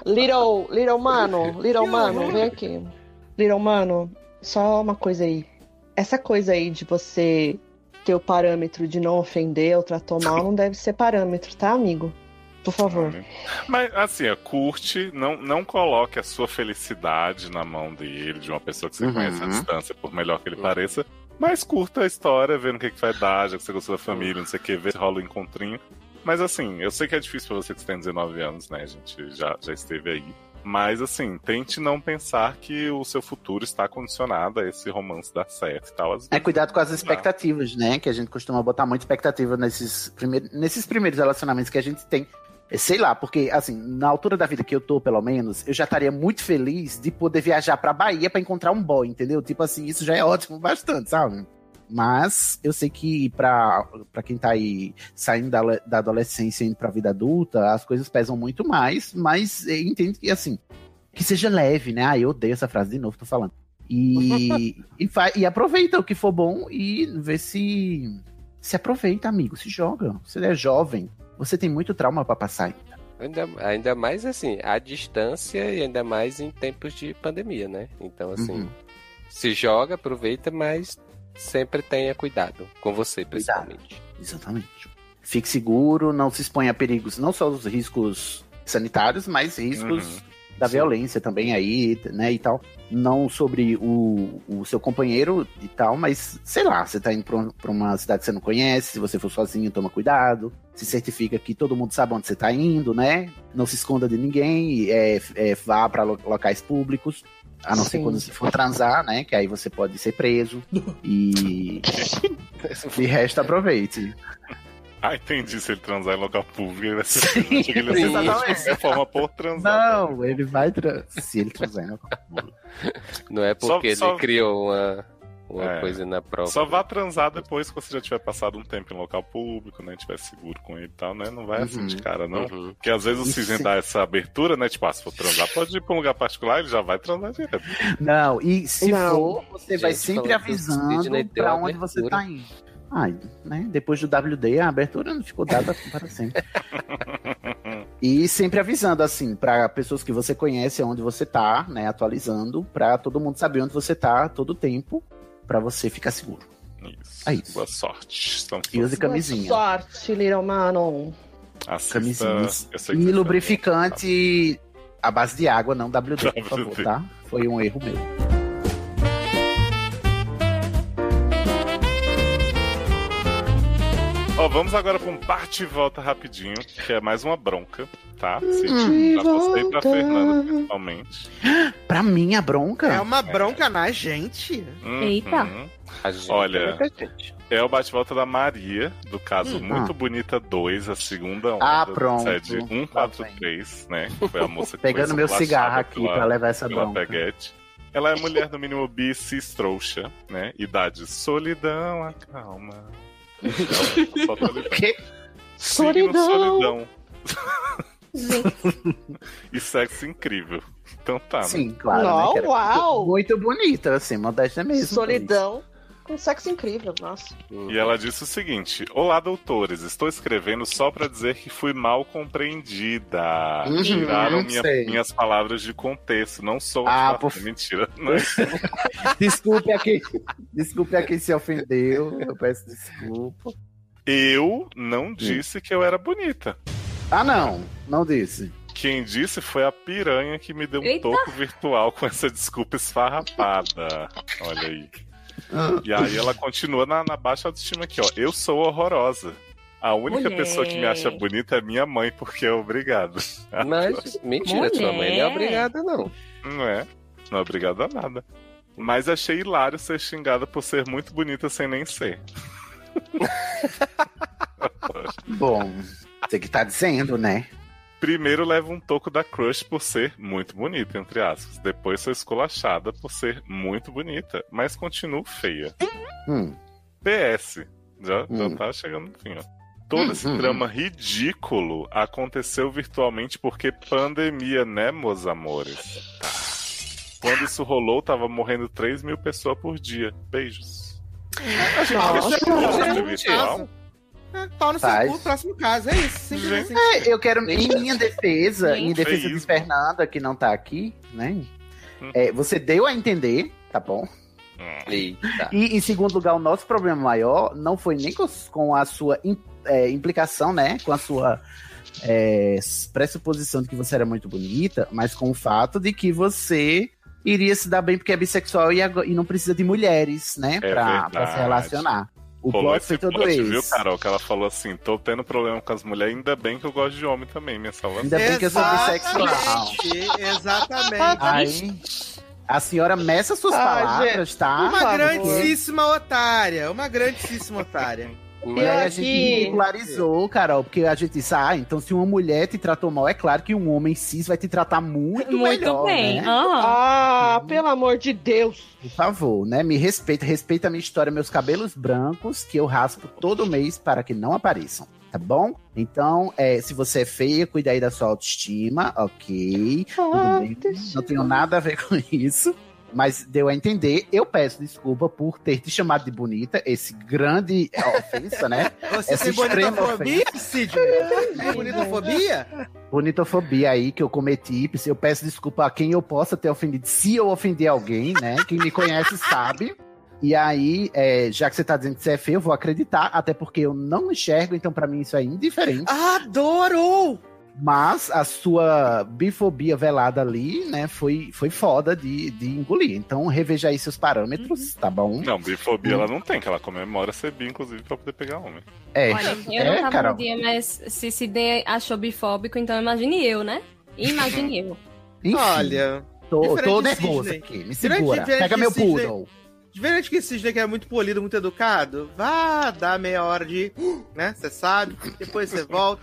S10: Little, little mano, little
S4: Que
S10: mano,
S4: horror.
S10: vem aqui. Little mano, só uma coisa aí. Essa coisa aí de você ter o parâmetro de não ofender ou tratou mal não deve ser parâmetro, tá, amigo? Por favor.
S1: Né? Mas assim, ó, curte, não, não coloque a sua felicidade na mão dele, de uma pessoa que você
S2: Uhum.
S1: conhece à distância, por melhor que ele pareça. Mas curta a história, vendo o que, que vai dar, já que você gostou da família, não sei o que, ver se rola o encontrinho. Mas assim, eu sei que é difícil pra você que tem 19 anos, né, gente? Já, já esteve aí. Mas assim, tente não pensar que o seu futuro está condicionado a esse romance dar certo e tal. Às
S2: É
S1: vezes
S2: cuidado com as
S1: não.
S2: expectativas, né? Que a gente costuma botar muita expectativa nesses, primeir- nesses primeiros relacionamentos que a gente tem. É, Sei lá, porque assim, na altura da vida que eu tô, pelo menos, eu já estaria muito feliz de poder viajar pra Bahia pra encontrar um boy, entendeu? Tipo assim, isso já é ótimo bastante, sabe? Mas eu sei que pra, pra quem tá aí saindo da, ale- da adolescência e indo pra vida adulta, as coisas pesam muito mais, mas eh, entendo que assim, que seja leve, né? Ah, eu odeio essa frase de novo, tô falando. E, e, fa- e aproveita o que for bom e vê se. Se aproveita, amigo, se joga. Você é jovem, você tem muito trauma pra passar ainda.
S6: Ainda, ainda mais assim, à distância e ainda mais em tempos de pandemia, né? Então, assim,
S2: Uhum.
S6: se joga, aproveita, mas sempre tenha cuidado com você,
S2: Cuidado.
S6: principalmente.
S2: Exatamente. Fique seguro, não se exponha a perigos, não só os riscos sanitários, mas riscos da violência também aí, né, e tal. Não sobre o, o seu companheiro e tal, mas sei lá, você tá indo pra, um- pra uma cidade que você não conhece, se você for sozinho, toma cuidado, se certifica que todo mundo sabe onde você tá indo, né? Não se esconda de ninguém, é, é, vá pra lo- locais públicos, a não ser
S5: Sim.
S2: quando você for transar, né? Que aí você pode ser preso. E. de resto, aproveite.
S1: Ah, entendi. Se ele transar em local público, ele vai ser. Achei que ele ia ser preso de
S2: exatamente.
S1: qualquer forma por transar. né?
S2: Não, ele vai. Tra... Se ele transar, não.
S6: Não é
S1: Só-
S6: porque
S1: só-
S6: ele criou uma, uma
S1: É.
S6: coisa na prova.
S1: Só vá transar depois que você já tiver passado um tempo em local público, né? Tiver seguro com ele e tal, né? Não vai assim de cara, não.
S6: Uhum.
S1: Porque às vezes o
S2: Isso.
S1: Cisne dá essa abertura, né? Tipo, ah, se for transar, pode ir pra um lugar particular, ele já vai transar direto.
S2: Não, e se
S5: Não.
S2: for, você vai
S6: Gente,
S2: sempre
S6: falando que o
S2: avisando
S6: Sidney deu
S2: pra
S6: a
S2: onde você
S6: abertura.
S2: tá indo. Ai, né? Depois do WD, a abertura não ficou dada para sempre. e sempre avisando, assim, pra pessoas que você conhece onde você tá, né? Atualizando, pra todo mundo saber onde você tá todo o tempo, pra você ficar seguro.
S1: Isso.
S2: É isso.
S1: Boa sorte. Estamos
S2: E use camisinha.
S5: Sorte, Little Manon.
S1: Assista-
S2: Camisinhas.
S1: eu sei que
S2: E
S1: você-
S2: lubrificante à base de água, não WD, por favor,
S1: WD.
S2: tá? Foi um erro meu.
S1: Ó, vamos agora pra um parte e volta rapidinho, que é mais uma bronca, tá? Sim, pra
S5: Hum.
S1: você e pra
S5: Volta.
S1: Fernanda, principalmente.
S2: Pra mim, a bronca.
S4: É uma bronca na gente.
S1: Uhum.
S3: Eita.
S6: A gente-
S1: Olha,
S4: gente.
S1: é o bate-volta da Maria, do caso
S4: Hum.
S1: Muito Bonita 2, a segunda onda.
S2: Ah,
S1: do
S2: pronto.
S1: Sede 143, né? Que Foi a moça que foi
S2: Pegando meu
S1: esculachada
S2: cigarro aqui
S1: pela-
S2: pra levar essa
S1: pela
S2: bronca.
S1: Peguete. Ela é mulher no mínimo bi, cis, trouxa, né? Idade, solidão, acalma. Não, só solidão.
S2: quê?
S1: Signo,
S5: Solidão.
S1: solidão.
S3: Gente,
S1: E sexo incrível. Então tá, né?
S2: Sim, claro.
S5: Não,
S2: né, que era
S5: uau!
S2: Muito bonita, assim, modéstia mesmo.
S5: Solidão com sexo incrível, nossa.
S1: E ela disse o seguinte: Olá, doutores, estou escrevendo só para dizer que fui mal compreendida.
S2: Uhum,
S1: Tiraram minha-
S2: sei.
S1: minhas palavras de contexto, não sou
S2: Ah,
S1: antivac-
S2: por-
S1: mentira. Não é
S2: Desculpe a quem, desculpe a quem se ofendeu. Eu peço desculpa.
S1: Eu
S2: Hum.
S1: não disse que eu era bonita.
S2: Ah, não. Não disse.
S1: Quem disse foi a piranha que me deu um
S3: Eita!
S1: toco virtual com essa desculpa esfarrapada. Olha aí. E aí ela continua na, na baixa autoestima aqui, ó. Eu sou horrorosa. A única
S3: Mulher.
S1: pessoa que me acha bonita é minha mãe, porque é obrigado.
S6: Mas, mentira, sua mãe não
S3: Mulher.
S6: é obrigada, não.
S1: Não é? Não é obrigado a nada. Mas achei hilário ser xingada por ser muito bonita sem nem ser.
S2: Bom, você que tá dizendo, né?
S1: Primeiro leva um toco da crush por ser muito bonita, entre aspas. Depois sou esculachada por ser muito bonita, mas continuo feia.
S2: Hum.
S1: PS. Já, já
S2: Hum.
S1: tá chegando no fim, ó. Todo esse
S2: Hum, hum,
S1: drama ridículo aconteceu virtualmente porque pandemia, né, meus amores? Quando isso rolou, tava morrendo 3 mil pessoas por dia. Beijos.
S5: Nossa.
S1: Isso é bom, né, virtual?
S4: É, pau no
S2: Faz.
S4: seu cu, próximo caso. É isso. Simplesmente assim.
S2: É, eu quero. Em minha defesa, em
S3: Gente.
S2: defesa de
S1: Feísmo.
S2: Fernanda, que não tá aqui, né?
S1: Hum.
S2: É, você deu a entender, tá bom?
S6: Eita.
S2: E em segundo lugar, o nosso problema maior não foi nem com, com a sua im- é, implicação, né? Com a sua é, s- pressuposição de que você era muito bonita, mas com o fato de que você iria se dar bem porque é bissexual e, ago- e não precisa de mulheres, né? pra, pra se
S1: É verdade.
S2: relacionar. O
S1: Rolou
S2: plot
S1: esse
S2: foi todo
S1: plot,
S2: esse.
S1: viu, Carol? Que ela falou assim: tô tendo problema com as mulheres, ainda bem que eu gosto de homem também, minha salvação.
S2: Ainda bem É que eu sou bissexual.
S4: Exatamente, Exatamente.
S2: Aí, a senhora meça suas
S5: Ai,
S2: palavras, tá?
S5: por
S4: Uma
S5: favor.
S4: grandíssima otária. Uma grandíssima otária.
S2: É, E aí a
S5: aqui-
S2: gente ridicularizou, Carol, porque a gente disse, ah, então se uma mulher te tratou mal, é claro que um homem cis vai te tratar muito,
S3: muito
S2: melhor,
S3: bem.
S2: né?
S3: aham.
S5: Ah, pelo amor de Deus!
S2: Por favor, né? Me respeita, respeita a minha história, meus cabelos brancos, que eu raspo todo mês para que não apareçam, tá bom? Então, é, se você é feia, cuida aí da sua autoestima, ok? Tudo bem. Não tenho nada a ver com isso. Mas deu a entender, eu peço desculpa por ter te chamado de bonita, esse grande é, ofensa, né?
S4: Você
S2: Essa
S4: tem
S2: extrema
S4: bonitofobia, Cid? É bonitofobia?
S2: bonitofobia aí que eu cometi. Eu peço desculpa a quem eu possa ter ofendido, se eu ofendi alguém, né? Quem me conhece sabe. E aí, é, já que você tá dizendo que você é feio, eu vou acreditar, até porque eu não enxergo, então pra mim isso é indiferente.
S4: Adorou!
S2: Mas a sua bifobia velada ali, né, foi, foi foda de, de engolir. Então reveja aí seus
S4: Uhum.
S2: parâmetros, tá bom?
S1: Não, bifobia ela não tem, que ela comemora ser bi, inclusive, pra poder pegar homem.
S2: É,
S3: Olha, eu não
S2: é,
S3: tava
S2: Carol.
S3: no dia, mas se se D achou bifóbico, então imagine eu, né? Imagine eu.
S2: Enfim,
S4: Olha.
S2: tô,
S4: diferente
S2: tô
S4: de
S2: nervoso
S4: Sidney.
S2: aqui, me
S4: Diferente-
S2: segura.
S4: diferente
S2: Pega
S4: de
S2: meu
S4: Sidney.
S2: poodle.
S4: Diferente que esse Disney que é muito polido, muito educado, vá dar meia hora de. né? Você sabe, depois você volta.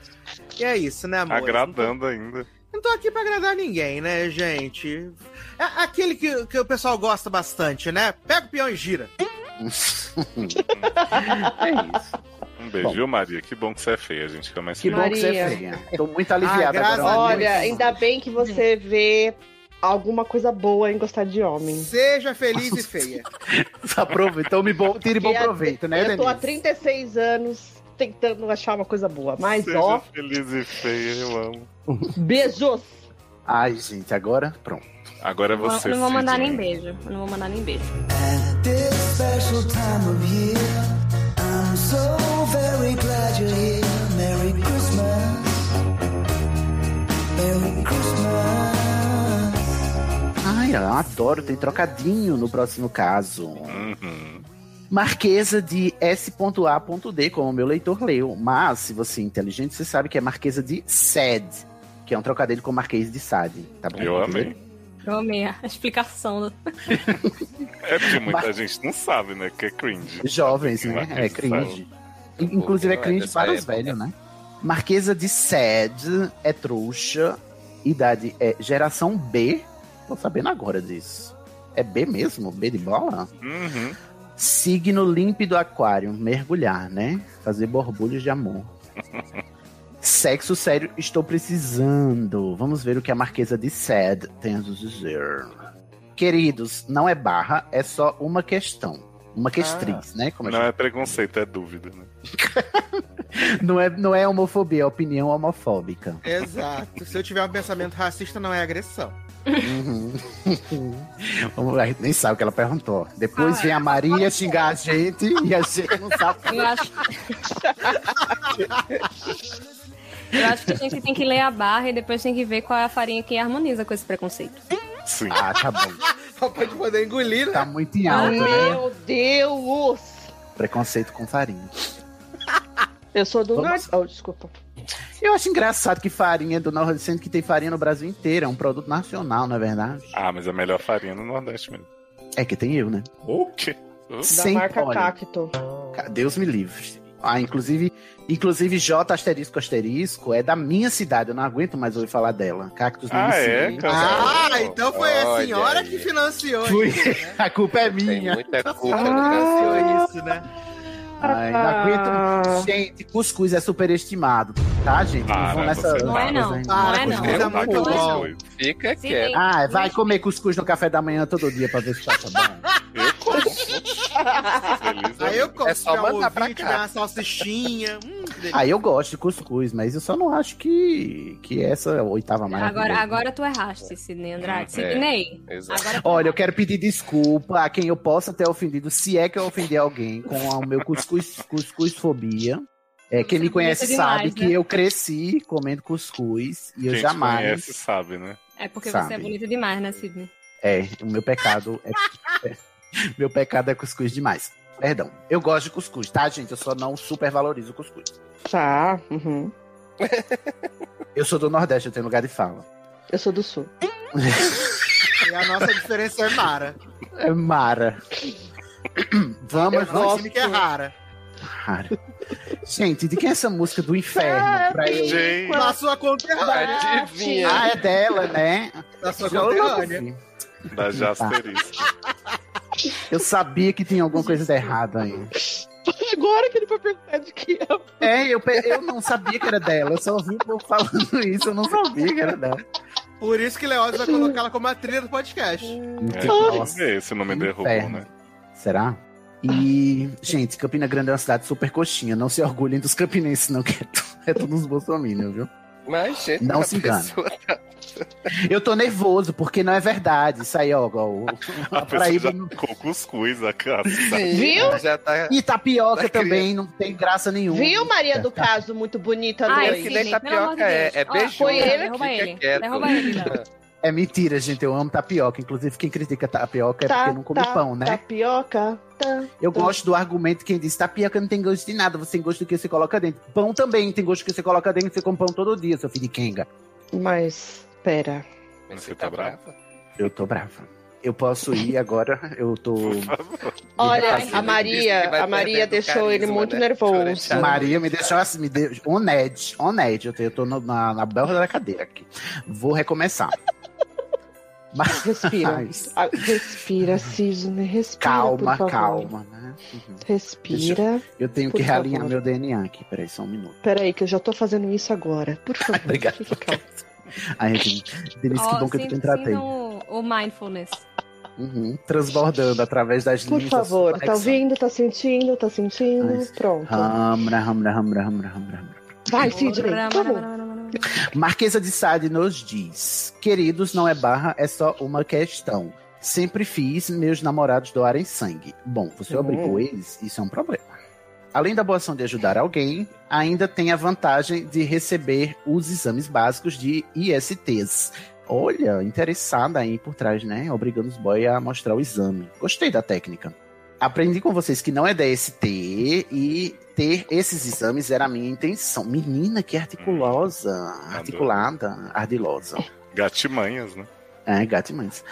S4: E é isso, né, amor?
S1: Agradando ainda.
S4: Não tô aqui pra agradar ninguém, né, gente? É aquele que, que o pessoal gosta bastante, né? Pega o peão e gira.
S2: É isso.
S1: Um beijo,
S2: Bom.
S1: viu, Maria? Que bom que você é feia, gente. Que é mais
S2: Que bom que você é
S5: Maria.
S2: feia. Tô muito aliviada
S4: Ah, graças
S2: agora.
S4: a
S5: Olha,
S4: Deus.
S5: ainda bem que você vê alguma coisa boa em gostar de homem.
S4: Seja feliz e feia.
S2: Só aproveitou, me bom, tire bom
S5: Que a-
S2: proveito, né,
S5: eu tô há
S2: Denise?
S5: 36 anos tentando achar uma coisa boa. Mas,
S1: Seja
S5: ó,
S1: feliz e feia, eu amo.
S2: né?
S5: beijos!
S2: Ai, gente, agora pronto.
S1: Agora é
S3: Não vou-
S1: você,
S3: não vou mandar
S1: Sidney.
S3: nem beijo. Eu Não vou mandar nem beijo.
S2: Ai, eu adoro, tem trocadinho no próximo caso.
S1: Uhum.
S2: Marquesa de S.A.D, como o meu leitor leu. Mas, se você é inteligente, você sabe que é Marquesa de Sade, que é um trocadilho com Marquês de Sade, tá bom?
S1: Eu amei.
S3: Eu amei a explicação. do-
S1: É porque muita gente não sabe, né? Que é cringe.
S2: Jovens, né?
S1: Marquês
S2: É
S1: de
S2: cringe. Inclusive é
S6: Não é
S2: cringe
S6: dessa
S2: para os
S6: época.
S2: velhos, né? Marquesa de Sede é trouxa, idade é geração B. Tô sabendo agora disso. É B mesmo? B de bola?
S1: Uhum.
S2: Signo límpido aquário, mergulhar, né? Fazer borbulhos de amor. Sexo sério, estou precisando. Vamos ver o que a Marquesa de Sade tem a nos dizer. Queridos, não é barra, é só uma questão. Uma questris, né? Como a
S1: Não é preconceito, é dúvida, né?
S2: Não é, não é homofobia, é opinião homofóbica.
S4: Exato. Se eu tiver um pensamento racista, não é agressão.
S2: Uhum. Vamos lá, a gente nem sabe o que ela perguntou. Depois
S5: Ah,
S2: vem a Maria xingar a gente e a gente não sabe.
S3: Eu acho... eu acho que a gente tem que ler a barra e depois tem que ver qual é a farinha que harmoniza com esse preconceito.
S1: Sim.
S2: Ah, tá bom.
S4: Só pode poder engolir, né?
S2: Tá muito em alta, né?
S5: Meu Deus!
S2: Preconceito com farinha.
S5: Eu sou do
S2: Vamos-
S5: norte. Oh, desculpa.
S2: Eu acho engraçado que farinha do Nordeste, sendo que tem farinha no Brasil inteiro, é um produto nacional, não é verdade?
S1: Ah, mas a melhor farinha é no Nordeste mesmo.
S2: É que tem eu, né?
S1: O quê?
S5: Da
S2: Sem
S5: marca
S2: olha,
S5: Cacto.
S2: Ca- Deus me livre. Ah, inclusive, inclusive J asterisco asterisco é da minha cidade, eu não aguento mais ouvir falar dela. Cactus
S1: Ah, é,
S2: Messina.
S1: cara?
S4: Ah, então foi a
S6: Olha
S4: senhora
S6: aí.
S4: que financiou
S2: Fui.
S4: isso, né?
S2: A culpa é
S6: Tem
S2: minha.
S6: muita culpa no Brasil aí.
S4: Financiou isso, né?
S2: Ai, não aguento. Gente, cuscuz é superestimado, tá, gente?
S1: Ah,
S2: vão
S1: não,
S2: nessa-
S1: você
S3: Não é não.
S2: nessas-
S3: Não é
S4: Ah,
S3: não.
S4: cuscuz é
S1: Tá
S4: muito
S1: com
S4: bom.
S1: dois.
S6: Fica
S3: Sim,
S6: quieto.
S2: Ah, vai comer cuscuz no café da manhã todo dia pra ver se tá bom.
S1: Eu como. Feliz
S2: Ah,
S4: Aí eu compro
S6: É só
S4: tiver um
S6: mandar pra
S4: ouvinte,
S6: cá.
S4: né, uma salsichinha. Hum, que delícia.
S2: Ah, eu gosto de cuscuz, mas eu só não acho que, que essa oitava maravilha.
S3: Agora, agora tu erraste, Sidney Andrade.
S6: É.
S3: Sidney,
S6: Exato.
S3: agora tu
S2: Olha, eu quero pedir desculpa a quem eu possa ter ofendido, se é que eu ofendi alguém com o meu cuscuz, cuscuzfobia. É, quem me conhece
S3: Isso é demais,
S2: sabe que
S3: né?
S2: eu cresci comendo cuscuz e eu
S1: Quem te
S2: jamais.
S1: conhece sabe, né?
S3: É porque você
S2: Sabe.
S3: é bonita demais, né, Sidney?
S2: É, o meu pecado é. meu pecado é cuscuz demais. Perdão. Eu gosto de cuscuz, tá, gente? Eu só não supervalorizo o cuscuz.
S5: Tá. uhum.
S2: Eu sou do Nordeste, eu tenho lugar de fala.
S5: Eu sou do sul.
S4: E a nossa diferença é rara.
S2: É Mara. Vamos,
S4: Eu não
S2: vamos.
S4: time que é rara.
S2: Mara. Gente, de quem é essa música do inferno? Pra eu...
S1: Gente,
S4: Na sua conterrânea.
S6: Adivinha.
S2: Ah, é dela, né?
S4: Na sua é
S2: Eu não
S4: conterrânea.
S2: vi.
S1: da Jasteris.
S2: Eu sabia que tinha alguma coisa de errada aí.
S5: Agora que ele foi perguntar de que é.
S2: É, eu, pe- eu não sabia que era dela. Eu só ouvi o povo falando isso, eu não sabia que era dela.
S4: Por isso que Leoz vai colocar ela como a trilha do podcast.
S1: É, vamos
S2: Nossa. um
S1: ver esse nome derrubou,
S2: Inferno.
S1: né?
S2: Será? E, gente, Campina Grande é uma cidade super coxinha. Não se orgulhem dos campinenses, não, que é tudo, é tudo uns bolsominions, viu?
S6: Mas, gente,
S2: Não
S6: a
S2: se engane.
S6: pessoa tá-
S2: Eu tô nervoso, porque não é verdade. Isso aí, ó. ó,
S1: A
S2: ó
S1: pessoa tá
S2: Paraíba
S1: já com cuscuz a casa.
S6: Sim,
S5: Viu?
S6: Já tá...
S2: E tapioca
S6: Tá
S2: também, não tem graça nenhuma.
S5: Viu, Maria do Caso, muito bonita
S3: Ai,
S5: dois?
S6: é que nem
S3: Sidney, pelo amor de
S6: tapioca, é,
S3: Deus.
S6: é
S3: Ó,
S6: beijudo,
S5: foi ele,
S6: fica
S3: derruba ele,
S6: quieto.
S3: derruba ele, Léo.
S2: É mentira, gente. Eu amo tapioca. Inclusive, quem critica tapioca é
S5: Tá,
S2: porque não come pão, né?
S5: Tapioca. tá.
S2: Eu gosto do argumento que diz tapioca não tem gosto de nada, você tem gosto do que você coloca dentro. Pão também tem gosto do que você coloca dentro, você come pão todo dia, seu filho de Kenga.
S5: Mas, pera.
S6: Mas
S1: Você
S6: você
S1: tá
S6: tá brava?
S2: Eu tô brava. Eu posso ir agora, eu tô.
S5: Olha,
S6: Ele tá
S5: a
S6: sendo visto que vai
S5: Maria, a Maria
S6: perdendo
S5: deixou ele
S6: carisma,
S5: muito
S6: né?
S5: nervoso.
S6: Chorando.
S2: Maria me deixou assim, me deu. On edge, on edge. Eu tô, eu tô no- na, na belga da cadeira aqui. Vou recomeçar. Mas,
S5: Respira. Ah, Respira, Cisne, respira. por
S2: calma,
S5: favor.
S2: calma, né? Uhum.
S5: Respira.
S2: Eu tenho
S5: Por
S2: que realinhar
S5: favor.
S2: meu DNA aqui. Peraí, só um minuto.
S5: Peraí, que eu já tô fazendo isso agora. Por favor,
S6: Obrigado.
S5: fique calmo.
S2: Aí, Denise, Denise, que
S3: Ó,
S2: bom que eu
S3: sin-
S2: te contratei.
S3: sintam o, o mindfulness.
S2: Uhum, Transbordando através das
S5: Por
S2: linhas. da
S5: favor, tá
S2: sua
S5: ouvindo, tá sentindo, tá sentindo.
S2: Mas- ah,
S5: Pronto.
S2: Hamra, hamra, hamra, hamra, hamra, hamra.
S5: Vai, Sidney.
S3: Rama,
S2: tá
S5: Vamos.
S3: rama, rama, rama, rama.
S2: Marquesa de Sade nos diz: Queridos, não é barra, é só uma questão. Sempre fiz meus namorados doarem sangue. Bom, você
S5: Hum.
S2: obrigou eles, isso é um problema. Além da boa ação de ajudar alguém, ainda tem a vantagem de receber os exames básicos de ISTs. Olha, interessada aí por trás, né? Obrigando os boy a mostrar o exame. Gostei da técnica. Aprendi com vocês que não é DST e ter esses exames era a minha intenção. Menina, que articulosa, articulada, ardilosa.
S1: Gatimanhas, né?
S2: É, gato e mães.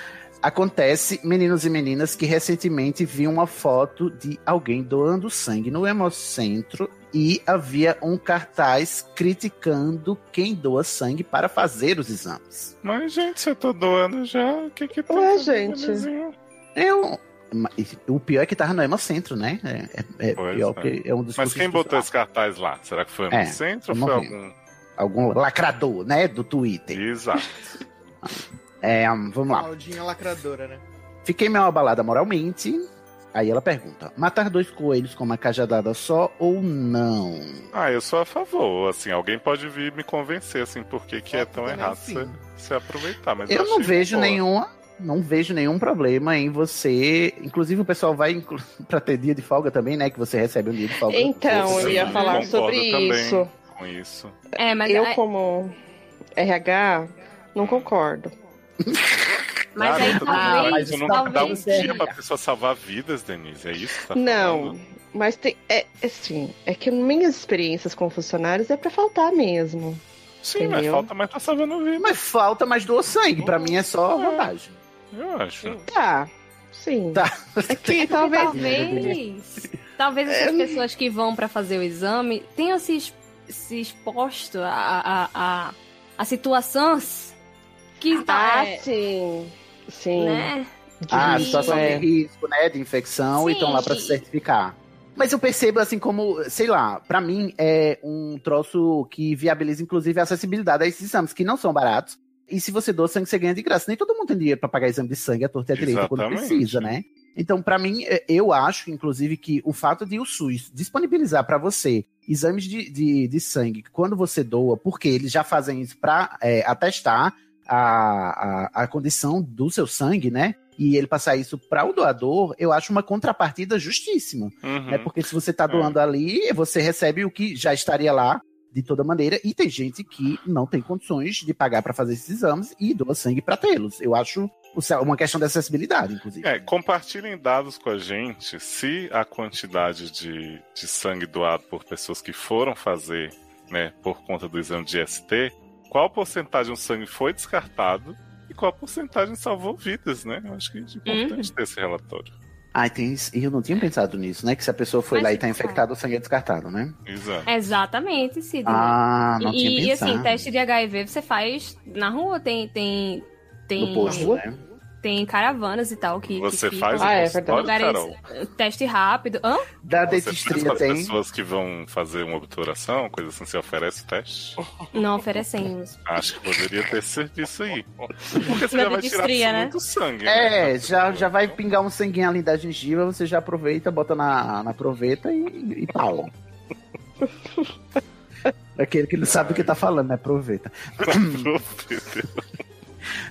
S2: Acontece, meninos e meninas, que recentemente vi uma foto de alguém doando sangue no Hemocentro e havia um cartaz criticando quem doa sangue para fazer os exames.
S1: Mas, gente, se eu tô doando já, o que que tá?
S5: Ué,
S1: fazendo,
S5: gente.
S1: belezinha?
S2: Eu. ma- O pior é que tava no Hemocentro, né? É- É, é
S1: Pois
S2: pior
S1: é.
S2: que é um dos
S1: Mas quem botou esse cartaz lá? Será que foi no
S2: É,
S1: centro ou
S2: eu não
S1: foi
S2: vi.
S1: algum...
S2: Algum lacrador, né? Do Twitter.
S1: Exato.
S2: É, hum, vamos lá.
S4: Claudinha lacradora, né?
S2: Fiquei meio abalada moralmente. Aí ela pergunta: matar dois coelhos com uma cajadada só ou não?
S1: Ah, eu sou a favor, assim, alguém pode vir me convencer, assim, por que que é tão
S4: Também
S1: errado
S4: sim.
S1: você
S5: né?
S1: se aproveitar, mas
S2: Eu não
S1: achei
S2: vejo
S1: boa.
S2: nenhuma, não vejo nenhum problema em você. Inclusive o pessoal vai inclu... para ter dia de folga também, né? Que você recebe um dia de folga.
S5: Então, eu ia
S1: Sim,
S5: falar
S1: concordo
S5: sobre
S1: também.
S5: isso.
S1: com isso.
S3: É, mas,
S5: Eu,
S3: é-
S5: como RH, não concordo.
S6: Tá
S3: mas aí
S1: Garota,
S3: talvez.
S1: mas isso não
S2: talvez
S1: dá um
S2: seja.
S1: dia pra pessoa salvar vidas, Denise, é isso que tá
S5: Não,
S1: falando?
S5: mas tem, é assim, é que minhas experiências com funcionários é pra faltar mesmo.
S1: Sim, mas
S5: Entendeu?
S1: falta, mas tá salvando vida,
S2: Mas falta mais do sangue, pra mim é só
S5: Ah,
S2: vantagem.
S1: eu acho.
S5: Tá, sim.
S2: Tá.
S5: É que talvez
S3: Talvez. Talvez essas
S6: É.
S3: pessoas que vão pra fazer o exame tenham se, es- se exposto a, a, a, a situações que tá,
S5: Ah,
S3: é,
S5: sim. Sim.
S3: né?
S2: Ah,
S3: Sim.
S2: situação de
S5: é.
S2: risco, né? De infecção e
S3: Sim.
S2: estão lá pra se certificar. Mas eu percebo assim como, sei lá, pra mim é um troço que viabiliza inclusive a acessibilidade a esses exames que não são baratos. E se você doa sangue, você ganha de graça. Nem todo mundo tem dinheiro pra pagar exame de sangue à torta e à direita quando
S1: Exatamente.
S2: precisa, né? Então, pra mim, é, eu acho, inclusive, que o fato de o SUS disponibilizar pra você exames de, de, de sangue quando você doa, porque eles já fazem isso pra é, atestar a, a, a condição do seu sangue, né? E ele passar isso para o doador, eu acho uma contrapartida justíssima.
S1: Uhum.
S2: Né? Porque se você tá doando ali, você recebe o que já estaria lá de toda maneira. E tem gente que não tem condições de pagar para fazer esses exames e doa sangue para tê-los. Eu acho o céu- uma questão de acessibilidade, inclusive.
S1: É, compartilhem dados com a gente se a quantidade de, de sangue doado por pessoas que foram fazer, né, por conta do exame de ST, qual porcentagem do sangue foi descartado e qual porcentagem salvou vidas, né? Eu acho que é importante ter esse relatório.
S2: Ah, tem isso. E eu não tinha pensado nisso, né? Que se a pessoa foi
S3: É. Mas então
S2: lá e
S3: se
S2: tá
S3: for.
S2: infectada, o sangue é descartado, né?
S1: Exato.
S3: Exatamente, Sidney.
S2: Ah, não tinha
S3: e, e,
S2: pensado.
S3: assim, teste de HIV você faz na rua, tem. tem, tem
S2: No posto, né?
S3: Tem caravanas e tal que. que
S1: Você
S3: ficam.
S1: faz
S5: Ah, é
S1: um consultório,
S3: verdade.
S1: Carol?
S3: Teste rápido. Hã?
S2: Da
S1: Você faz com
S2: dentistria
S1: as
S2: tem.
S1: pessoas que vão fazer uma obturação, coisa assim, você oferece o teste?
S3: Não oferecemos.
S1: Acho que poderia ter esse serviço aí. Porque você
S3: Na
S1: já vai tirar
S3: dentistria, né?
S1: muito sangue. né,
S2: É,
S1: da
S2: já,
S1: pessoa,
S2: já vai
S1: então.
S2: pingar um sanguinho ali da gengiva, você já aproveita, bota na, na proveta e, e pau. Aquele que ele sabe o que tá falando, né? Aproveita.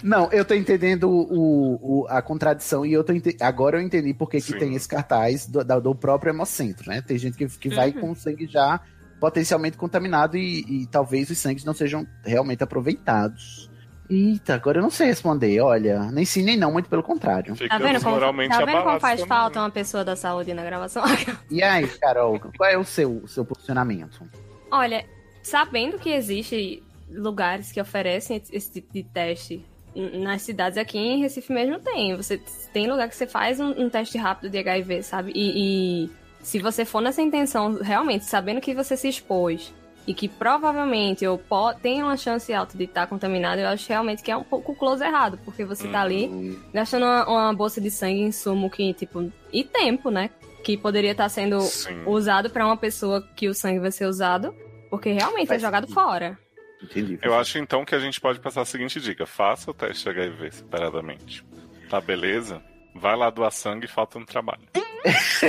S2: Não, eu tô entendendo o, o- a contradição e eu tô ente- agora eu entendi por que que
S1: Sim.
S2: tem esse cartaz do, da- do próprio hemocentro, né? Tem gente que, que vai
S1: Uhum.
S2: com o sangue já potencialmente contaminado e, e talvez os sangues não sejam realmente aproveitados. Eita, agora eu não sei responder, olha. Nem sim, nem não, muito pelo contrário.
S3: Tá vendo como, tá vendo como faz
S1: né?
S3: falta uma pessoa da saúde na gravação?
S2: E aí, Carol, qual é o seu, seu posicionamento?
S3: Olha, sabendo que existem lugares que oferecem esse tipo de teste n- nas cidades aqui em Recife mesmo tem. Você tem lugar que você faz um, um teste rápido de HIV, sabe? E, e se você for nessa intenção, realmente, sabendo que você se expôs e que provavelmente eu po- tem uma chance alta de estar contaminado, eu acho realmente que é um pouco close errado, porque você tá ali gastando uma, uma bolsa de sangue em sumo que, tipo, e tempo, né? Que poderia estar sendo
S1: Sim.
S2: Uhum.
S3: usado pra uma pessoa que o sangue vai ser usado, porque realmente é jogado fora.
S2: Entendi.
S1: Eu acho então que a gente pode passar a seguinte dica: faça o teste de HIV separadamente. Tá beleza? Vai lá doar sangue e falta no trabalho.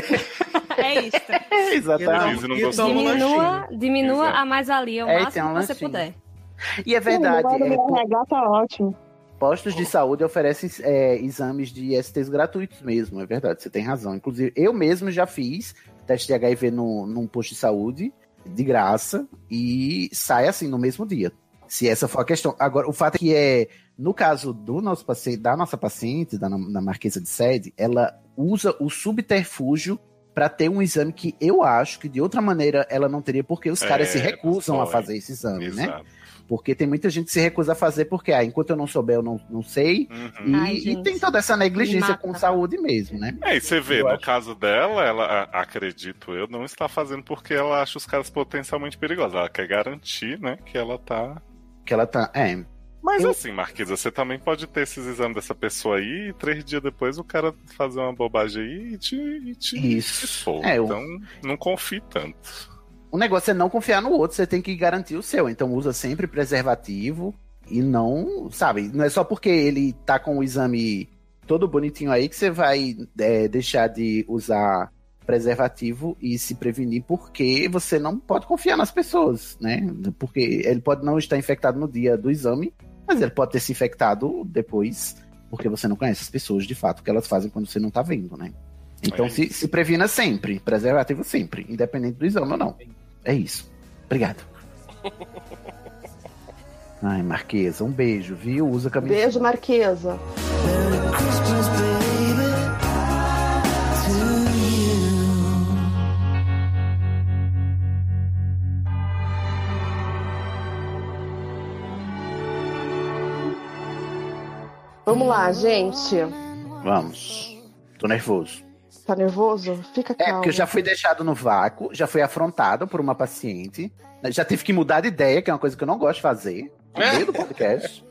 S3: É isso.
S1: Exatamente. Tá. Não gostou.
S3: Diminua, diminua
S1: Exato.
S3: a mais-valia o
S2: um É, tem
S3: máximo
S2: um
S3: que você
S2: lanchinho.
S3: puder.
S2: E é verdade.
S10: Sim,
S7: né?
S2: é
S10: meu
S2: por-
S10: RH tá ótimo.
S2: Postos de saúde oferecem é, exames de STs gratuitos mesmo, é verdade, você tem razão. Inclusive, eu mesmo já fiz teste de HIV no, num posto de saúde, de graça, e sai assim no mesmo dia. Se essa for a questão. Agora, o fato é que é, no caso do nosso paciente, da nossa paciente, da, na- da Marquesa de Sede, ela usa o subterfúgio para ter um exame que eu acho que de outra maneira ela não teria, porque os
S1: É,
S2: caras se recusam
S1: pessoal,
S2: a
S1: é.
S2: fazer esse exame, né?
S1: Exato.
S2: Porque tem muita gente que se recusa a fazer porque, ah, enquanto eu não souber, eu não, não sei.
S1: Uhum.
S2: E,
S3: Ai,
S2: e
S3: gente.
S2: tem toda essa negligência
S3: Mata.
S2: com saúde mesmo, né?
S1: É, e você vê,
S2: Eu
S1: no
S2: acho.
S1: caso dela, ela, a- acredito eu, não está fazendo porque ela acha os caras potencialmente perigosos. Ela quer garantir, né, que ela tá.
S2: Que ela tá. É.
S1: Mas assim, Marquesa, você também pode ter esses exames dessa pessoa aí e três dias depois o cara fazer uma bobagem aí e te, e te,
S2: Isso.
S1: te expor.
S2: É, eu-
S1: então, não confie tanto.
S2: O negócio é não confiar no outro, você tem que garantir o seu. Então usa sempre preservativo e não, sabe, não é só porque ele tá com o exame todo bonitinho aí que você vai é, deixar de usar preservativo e se prevenir porque você não pode confiar nas pessoas, né? Porque ele pode não estar infectado no dia do exame, mas ele pode ter se infectado depois, porque você não conhece as pessoas de fato, o que elas fazem quando você não tá vendo, né? Então
S1: É
S2: se, se previna sempre, preservativo sempre, independente do exame ou não. É isso. Obrigado. Ai, Marquesa, um beijo, viu? Usa camisa.
S5: Beijo, Marquesa. Vamos lá, gente.
S2: Vamos. Tô nervoso.
S5: Tá nervoso? Fica
S2: É,
S5: calmo.
S2: porque eu já fui deixado no vácuo, já fui afrontado por uma paciente, já tive que mudar de ideia, que é uma coisa que eu não gosto de fazer, no meio do podcast.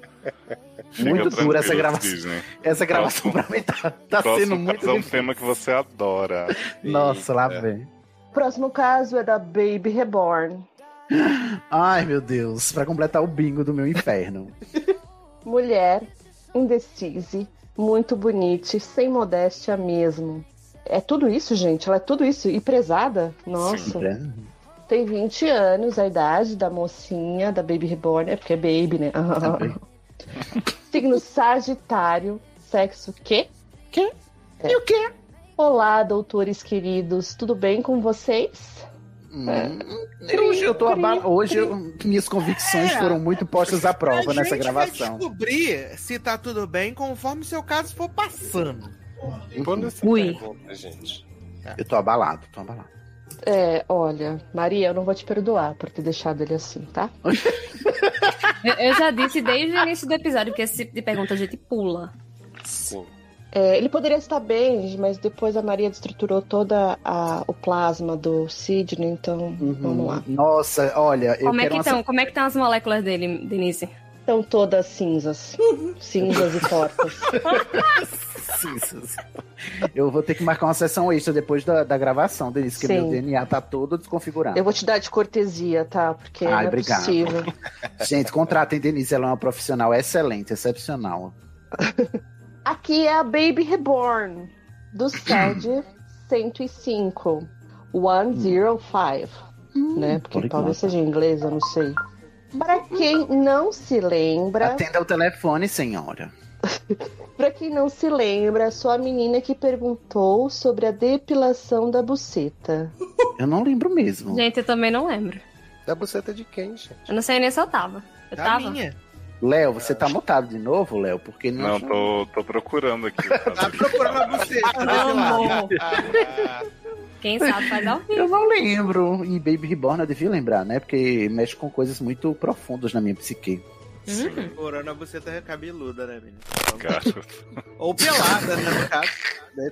S1: Fica
S2: Muito
S1: tranquilo,
S2: dura essa gravação.
S1: Disney.
S2: Essa gravação
S1: Próximo-
S2: pra mim tá, tá
S1: Próximo
S2: sendo muito
S1: caso é um
S2: difícil.
S1: tema que você adora.
S2: Nossa, lá vem.
S5: O próximo caso é da Baby Reborn.
S2: Ai, meu Deus, pra completar o bingo do meu inferno.
S5: Mulher, indecise, muito bonita, sem modéstia mesmo. É tudo isso, gente. Ela é tudo isso. E prezada. Nossa.
S2: Né?
S5: Tem 20 anos a idade da mocinha, da Baby Reborn. É porque é Baby, né?
S2: Tá
S5: Signo Sagitário. Sexo quê?
S2: Quê?
S5: É.
S2: E o quê?
S5: Olá, doutores queridos. Tudo bem com vocês?
S2: Hum, hoje eu tô abala... Hoje eu- minhas convicções
S4: É.
S2: foram muito postas à prova
S4: a gente
S2: nessa gravação.
S4: vai descobrir se tá tudo bem conforme seu caso for passando.
S6: Quando essa
S3: Ui.
S6: pergunta, gente?
S2: Eu tô abalado, tô abalado.
S5: É, olha, Maria, eu não vou te perdoar por ter deixado ele assim, tá?
S3: Eu, eu já disse desde o início do episódio que esse tipo de pergunta a gente pula.
S6: Sim.
S5: É, ele poderia estar bem, mas depois a Maria destruturou toda a- o plasma do Sidney, então vamos lá.
S2: Nossa, olha, eu
S3: Uhum. Como é,
S2: quero
S3: que
S2: uma
S3: estão, como é que estão as moléculas dele, Denise?
S5: Estão todas cinzas. cinzas e tortas.
S2: Cinzas. Eu vou ter que marcar uma sessão extra depois da, da gravação, Denise, porque
S5: Sim.
S2: meu DNA tá todo desconfigurado.
S5: Eu vou te dar de cortesia, tá? Porque
S2: Ai,
S5: não é
S2: obrigado.
S5: possível.
S2: Gente, contratem Denise, ela é uma profissional excelente, excepcional.
S5: Aqui é a Baby Reborn, do SED 105. 105.
S2: Hum.
S10: né? Porque talvez seja inglesa, não sei. Para quem não se lembra.
S2: Atenda o telefone, senhora.
S10: Pra quem não se lembra, sou a menina que perguntou sobre a depilação da buceta.
S2: Eu não lembro mesmo.
S3: Gente, eu também não lembro.
S6: Da É buceta de quem, gente?
S3: Eu não sei nem se eu tava. Eu
S4: tá,
S9: Da
S3: tava?
S9: minha.
S2: Léo, você tá mutado de novo, Léo? Porque
S1: Não,
S2: não.
S1: tô, tô procurando aqui.
S4: Tá procurando a buceta. né,
S2: Ah,
S3: Amor. Quem sabe faz ao
S2: Eu
S3: vivo.
S2: não lembro. E Baby Reborn eu devia lembrar, né? Porque mexe com coisas muito profundas na minha psique.
S3: Hum,
S4: Procurando a buceta cabeluda, né, menino?
S1: Garoto.
S4: Ou pelada, né, no caso.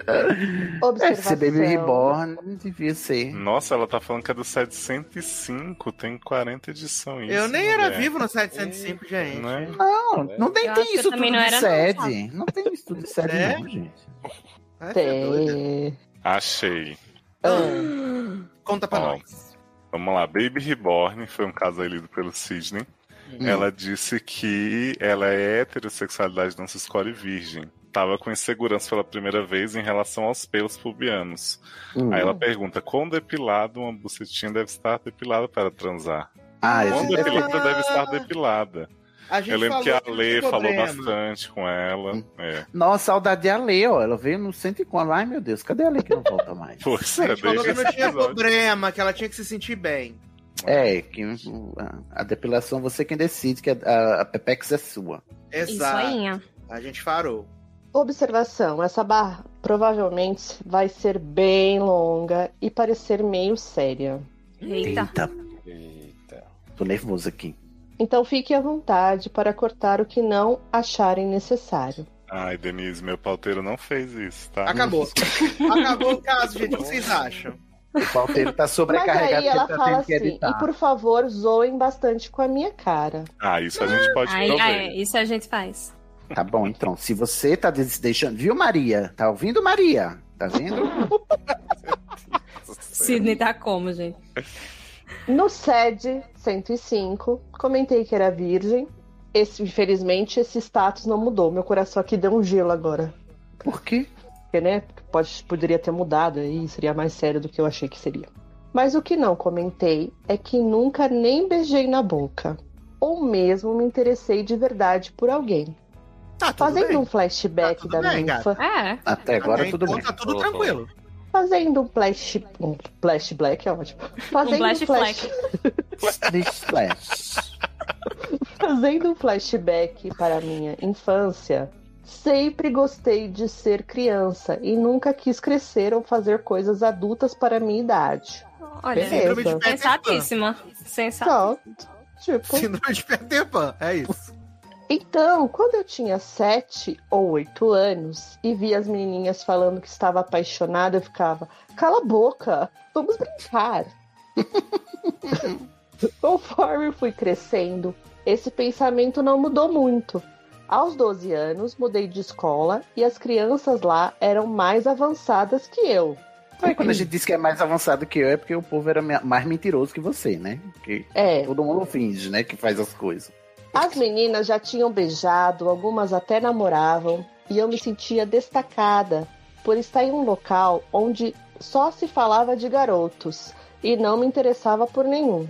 S2: É,
S5: Observação.
S2: ser Baby Reborn devia ser.
S1: Nossa, ela tá falando que é do 705, tem 40 edições.
S4: Eu nem era
S1: mulher.
S4: vivo no 705, gente.
S1: Né?
S2: Não, não tem,
S3: Eu
S2: tem
S3: acho que eu
S2: isso tudo
S3: também não
S2: de
S3: era, não,
S2: sede. Não, tem isso tudo de sede,
S4: É?
S2: não, gente.
S4: Ai,
S5: é
S4: tá
S2: é
S4: doida.
S5: Tem.
S1: Achei.
S5: Ah,
S4: Conta pra
S1: Ó,
S4: nós.
S1: Vamos lá, Baby Reborn foi um caso aí lido pelo Sidney. Ela disse que ela é heterossexualidade não se escolhe virgem. Tava com insegurança pela primeira vez em relação aos pelos pubianos. Aí
S2: Ah,
S1: ela pergunta: quão depilado uma bucetinha deve estar depilada para transar?
S2: Ah,
S1: Quão
S2: esse...
S1: depilada deve estar depilada?
S4: A gente
S1: Eu lembro que a
S4: falou
S1: Lê
S4: desse
S1: falou
S4: problema.
S1: bastante com ela. É.
S2: Nossa, saudade de Alê, ó. Ela veio no cento e quando. Ai, meu Deus, cadê a Alê que não volta mais?
S1: Pois
S4: A
S1: é,
S4: gente falou
S1: desde
S4: que não
S1: esse
S4: tinha
S1: episódio.
S4: problema, que ela tinha que se sentir bem.
S2: É, que a depilação você quem decide, que a, a Pepex é sua.
S3: isso
S4: Exato.
S3: aí. ó.
S4: A gente farou.
S5: Observação: essa barra provavelmente vai ser bem longa e parecer meio séria.
S3: Eita.
S6: Eita.
S2: tô nervoso aqui.
S5: Então fique à vontade para cortar o que não acharem necessário.
S1: Ai, Denise, meu pauteiro não fez isso, tá?
S4: Acabou. Acabou o caso, gente. O que vocês acham?
S2: O pauteiro tá
S5: Mas aí
S2: sobrecarregado
S5: ela
S2: porque tá
S5: fala
S2: tendo que
S5: assim:
S2: editar.
S5: e por favor, zoem bastante com a minha cara.
S1: Ah, isso a gente pode
S3: Aí,
S1: prover.
S3: é, isso a gente faz.
S2: Tá bom, então. Se você tá des- deixando. Viu, Maria? Tá ouvindo, Maria? Tá vendo?
S3: Sidney tá como, gente?
S5: No SED 105, comentei que era virgem. Esse, infelizmente, esse status não mudou. Meu coração aqui deu um gelo agora.
S2: Por quê?
S5: Porque, né? Pode, poderia ter mudado aí, seria mais sério do que eu achei que seria. Mas o que não comentei é que nunca nem beijei na boca. Ou mesmo me interessei de verdade por alguém.
S4: Tá, tudo
S5: Fazendo
S4: bem.
S5: um flashback
S4: Tá tudo
S5: da
S4: bem,
S5: ninfa.
S3: É.
S2: Até agora
S4: Até
S2: tudo
S4: então
S2: bem.
S4: Tá tudo
S6: Uhum.
S4: tranquilo.
S5: Fazendo um flash. Um flashback é ótimo. Fazendo
S3: Um flash
S2: Splish, splash.
S5: Fazendo um flashback para a minha infância, sempre gostei de ser criança e nunca quis crescer ou fazer coisas adultas para a minha idade.
S3: Olha,
S5: Beleza.
S4: Síndrome
S1: é
S4: de Peter Pan.
S3: sensatíssima. Sensato.
S5: Pronto. Tipo,
S4: Síndrome de Peter Pan. É isso.
S5: então, quando eu tinha 7 ou 8 anos e via as menininhas falando que estava apaixonada, eu ficava, cala a boca, vamos brincar. Conforme fui crescendo, esse pensamento não mudou muito. Aos 12 anos, mudei de escola e as crianças lá eram mais avançadas que eu.
S2: Aí quando a gente diz que é mais avançado que eu, é porque o povo era me- mais mentiroso que você, né? Porque
S5: É,
S2: todo mundo finge, né? Que faz as coisas.
S5: As meninas já tinham beijado, algumas até namoravam, e eu me sentia destacada por estar em um local onde só se falava de garotos e não me interessava por nenhum.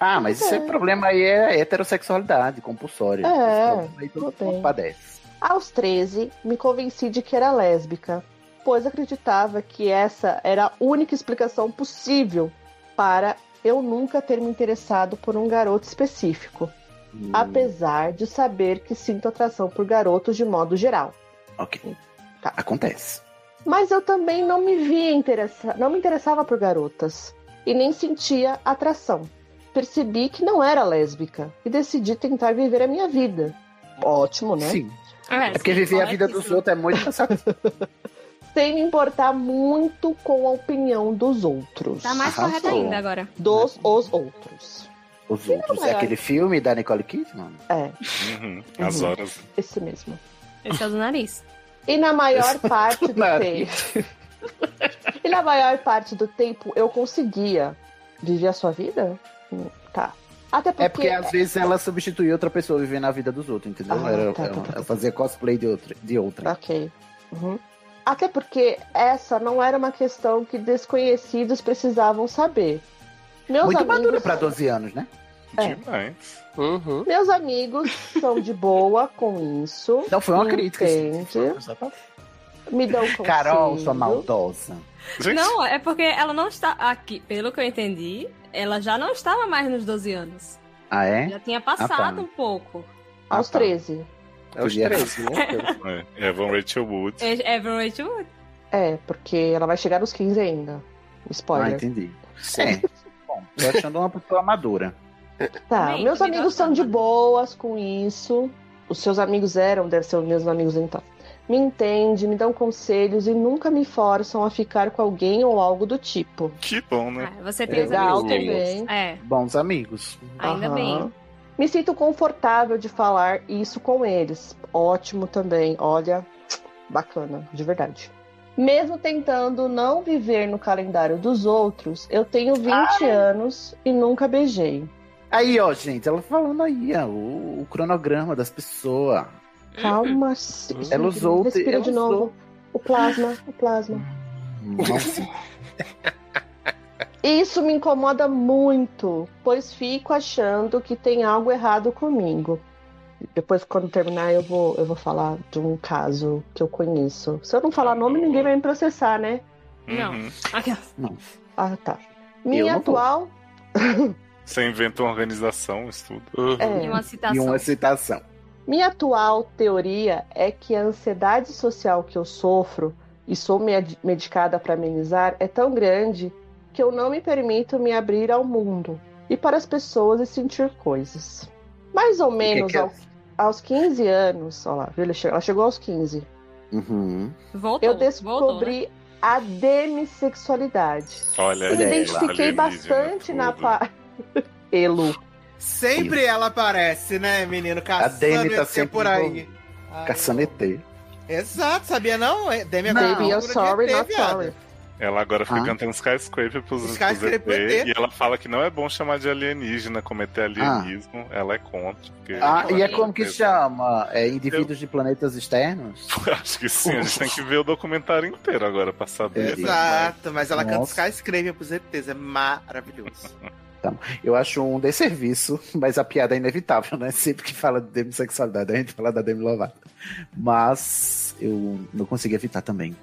S2: Ah, mas esse
S5: É.
S2: problema aí é heterossexualidade compulsória.
S5: É,
S2: Esse problema aí todo
S5: tudo
S2: mundo
S5: bem.
S2: padece.
S5: Aos 13, me convenci de que era lésbica, pois acreditava que essa era a única explicação possível para eu nunca ter me interessado por um garoto específico,
S2: Hum,
S5: apesar de saber que sinto atração por garotos de modo geral.
S2: Ok. Tá, acontece.
S5: Mas eu também não me via interessa... não me interessava por garotas e nem sentia atração. Percebi que não era lésbica e decidi tentar viver a minha vida. Ótimo, né?
S2: Sim.
S3: É,
S2: É porque viver a vida dos outros é muito cansativo.
S5: Sem me importar muito com a opinião dos outros. Ah,
S3: Tá mais
S2: Arrasou.
S3: correto ainda agora.
S5: Dos os outros.
S2: Os outros.
S5: maior.
S2: É aquele filme da Nicole Kidman?
S5: É,
S1: Uhum. As
S5: Uhum.
S1: horas.
S5: esse mesmo.
S3: Esse é o do nariz.
S5: E na maior parte do
S2: nariz.
S5: tempo. e na maior parte do tempo eu conseguia viver a sua vida? Hum, Tá. Até porque.
S2: É porque às vezes ela substituía outra pessoa vivendo a vida dos outros, entendeu?
S5: Ah,
S2: era,
S5: tá,
S2: era-
S5: tá, tá,
S2: ela fazia cosplay de outra. De outra.
S5: Ok. Uhum. Até porque essa não era uma questão que desconhecidos precisavam saber. Meus
S2: Muito
S5: amigos-
S2: maduro pra 12 anos, né?
S5: É.
S1: Demais.
S5: Meus amigos são de boa com isso.
S2: Então foi uma
S5: Me
S2: crítica.
S5: Entende? Me dão conselho.
S2: Carol, sua maldosa.
S3: Não, é porque ela não está aqui. Pelo que eu entendi, ela já não estava mais nos 12 anos.
S2: Ah, é?
S3: Já tinha passado
S2: Ah, tá.
S3: um pouco.
S5: Aos 13.
S2: Aos
S5: 13,
S1: né? É, Evan Rachel Wood.
S3: É, Evan Rachel Wood.
S5: É, porque ela vai chegar nos 15 ainda.
S2: Ah,
S5: Spoiler.
S2: entendi. É. Bom, tô achando uma pessoa madura.
S5: Tá,
S3: Também,
S5: meus
S3: também
S5: amigos são de boas com isso. Os seus amigos eram, devem ser os meus amigos então. Me entende, me dão conselhos e nunca me forçam a ficar com alguém ou algo do tipo.
S1: Que bom, né?
S3: Você tem os
S5: Legal
S3: amigos
S5: também.
S3: bons. É,
S2: Bons amigos.
S3: ainda
S5: Aham.
S3: bem.
S5: Me sinto confortável de falar isso com eles. Ótimo também. Olha, bacana, de verdade. Mesmo tentando não viver no calendário dos outros, eu tenho 20 anos e nunca beijei.
S2: Aí, ó, gente, ela falando aí, ó, o, o cronograma das pessoas.
S5: Calma, Cícero,
S2: Ela usou o te-
S5: Respira
S2: ela
S5: de
S2: usou.
S5: novo. O plasma, o plasma.
S2: Nossa.
S5: Isso me incomoda muito, pois fico achando que tem algo errado comigo. Depois, quando terminar, eu vou, eu vou falar de um caso que eu conheço. Se eu não falar nome, ninguém vai me processar, né?
S3: Não.
S1: Uhum.
S3: Aquelas-
S2: Não.
S5: Ah, tá. Minha
S2: não tô.
S5: atual.
S1: Você inventa uma organização, um estudo.
S5: é
S3: E uma citação.
S2: É. E um assim, uma citação.
S5: Minha atual teoria é que a ansiedade social que eu sofro e sou med- medicada para amenizar é tão grande que eu não me permito me abrir ao mundo e para as pessoas e sentir coisas. Mais ou menos
S2: que é?
S5: ao- aos 15 anos, olha lá, viu? Ele che- ela chegou aos 15,
S2: Uhum.
S3: Voltou.
S5: eu
S3: voltou, né?
S5: descobri a demissexualidade.
S1: Olha é
S5: Eu me
S2: Olha aí,
S5: identifiquei
S1: alienígena,
S5: bastante na
S1: tudo.
S5: parte. Elu.
S4: Sempre ela aparece, né, menino?
S2: A Demi
S4: Caçando
S2: tá
S4: ET
S2: sempre
S4: por aí.
S2: Caçando ET.
S4: Exato, sabia não? É- Demi é
S2: Não.
S4: procura
S5: Baby, I'm
S4: de
S5: sorry,
S4: ET,
S5: not
S4: viado.
S5: sorry.
S1: Ela agora fica
S2: Ah.
S1: cantando skyscraper pros, pros
S4: Skyscraper
S1: ET,
S4: ET.
S1: E ela fala que não é bom chamar de alienígena, cometer alienismo. Ela é contra. Porque
S2: Ah, e é como que
S1: Ela-
S2: chama? É indivíduos de planetas externos?
S1: Acho que sim, a gente tem que ver o documentário inteiro agora pra saber.
S2: É,
S4: Exato, mas ela canta
S2: Nossa.
S4: Skyscraper pros ETs, é maravilhoso.
S2: Eu acho um desserviço, mas a piada é inevitável, né? Sempre que fala de demissexualidade, a gente fala da Demi Lovato. Mas eu não consegui evitar também.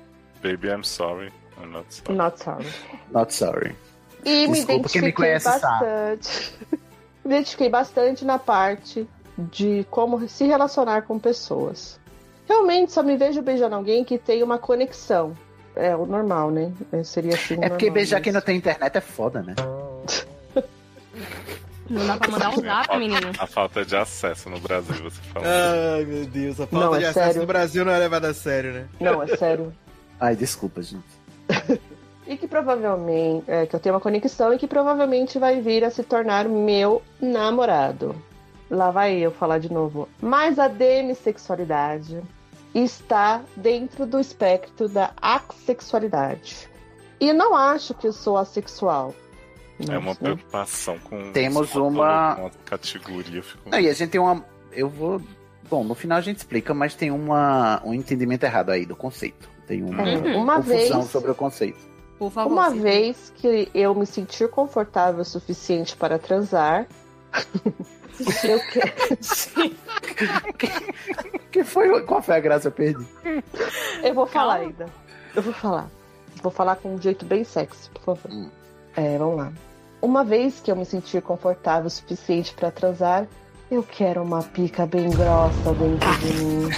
S1: Baby, I'm sorry. I'm not sorry.
S5: Not sorry.
S2: Not sorry.
S5: E me
S2: Desculpa, quem
S5: identifiquei
S2: me conhece sabe.
S5: bastante. me identifiquei bastante na parte de como se relacionar com pessoas. Realmente só me vejo beijando alguém que tem uma conexão. É o normal, né? É, Seria assim.
S2: É porque
S5: normal,
S2: beijar
S5: mas-
S2: quem não tem internet é foda, né?
S3: Não dá pra mandar um zap, menino.
S1: A falta de acesso no Brasil, você fala.
S4: Ai, meu Deus, a falta
S5: Não, é
S4: de acesso
S5: sério.
S4: no Brasil não é levada a sério, né?
S5: Não, é sério.
S2: Ai, desculpa, gente.
S5: E que provavelmente. É, que eu tenho uma conexão e que provavelmente vai vir a se tornar meu namorado. Lá vai eu falar de novo. Mas a demissexualidade está dentro do espectro da assexualidade. E não acho que eu sou assexual.
S1: é uma
S5: Nossa.
S1: preocupação com.
S2: Temos
S1: com
S2: uma-
S1: uma categoria. eu Fico...
S2: Não, e a gente tem uma. Eu vou. Bom, no final a gente explica, mas tem uma, um entendimento errado aí do conceito. Tem um, uma
S3: É,
S2: confusão
S5: uma vez-
S2: sobre o conceito.
S3: Por favor.
S5: Uma
S3: Cid.
S5: vez que eu me sentir confortável o suficiente para transar, eu quero.
S2: Que foi, qual foi a graça que eu perdi?
S5: Eu vou falar
S3: Calma.
S5: ainda. Eu vou falar. Vou falar com um jeito bem sexy, por favor.
S2: Hum.
S5: É, vamos lá. Uma vez que eu me sentir confortável o suficiente pra transar, eu quero uma pica bem grossa dentro de mim.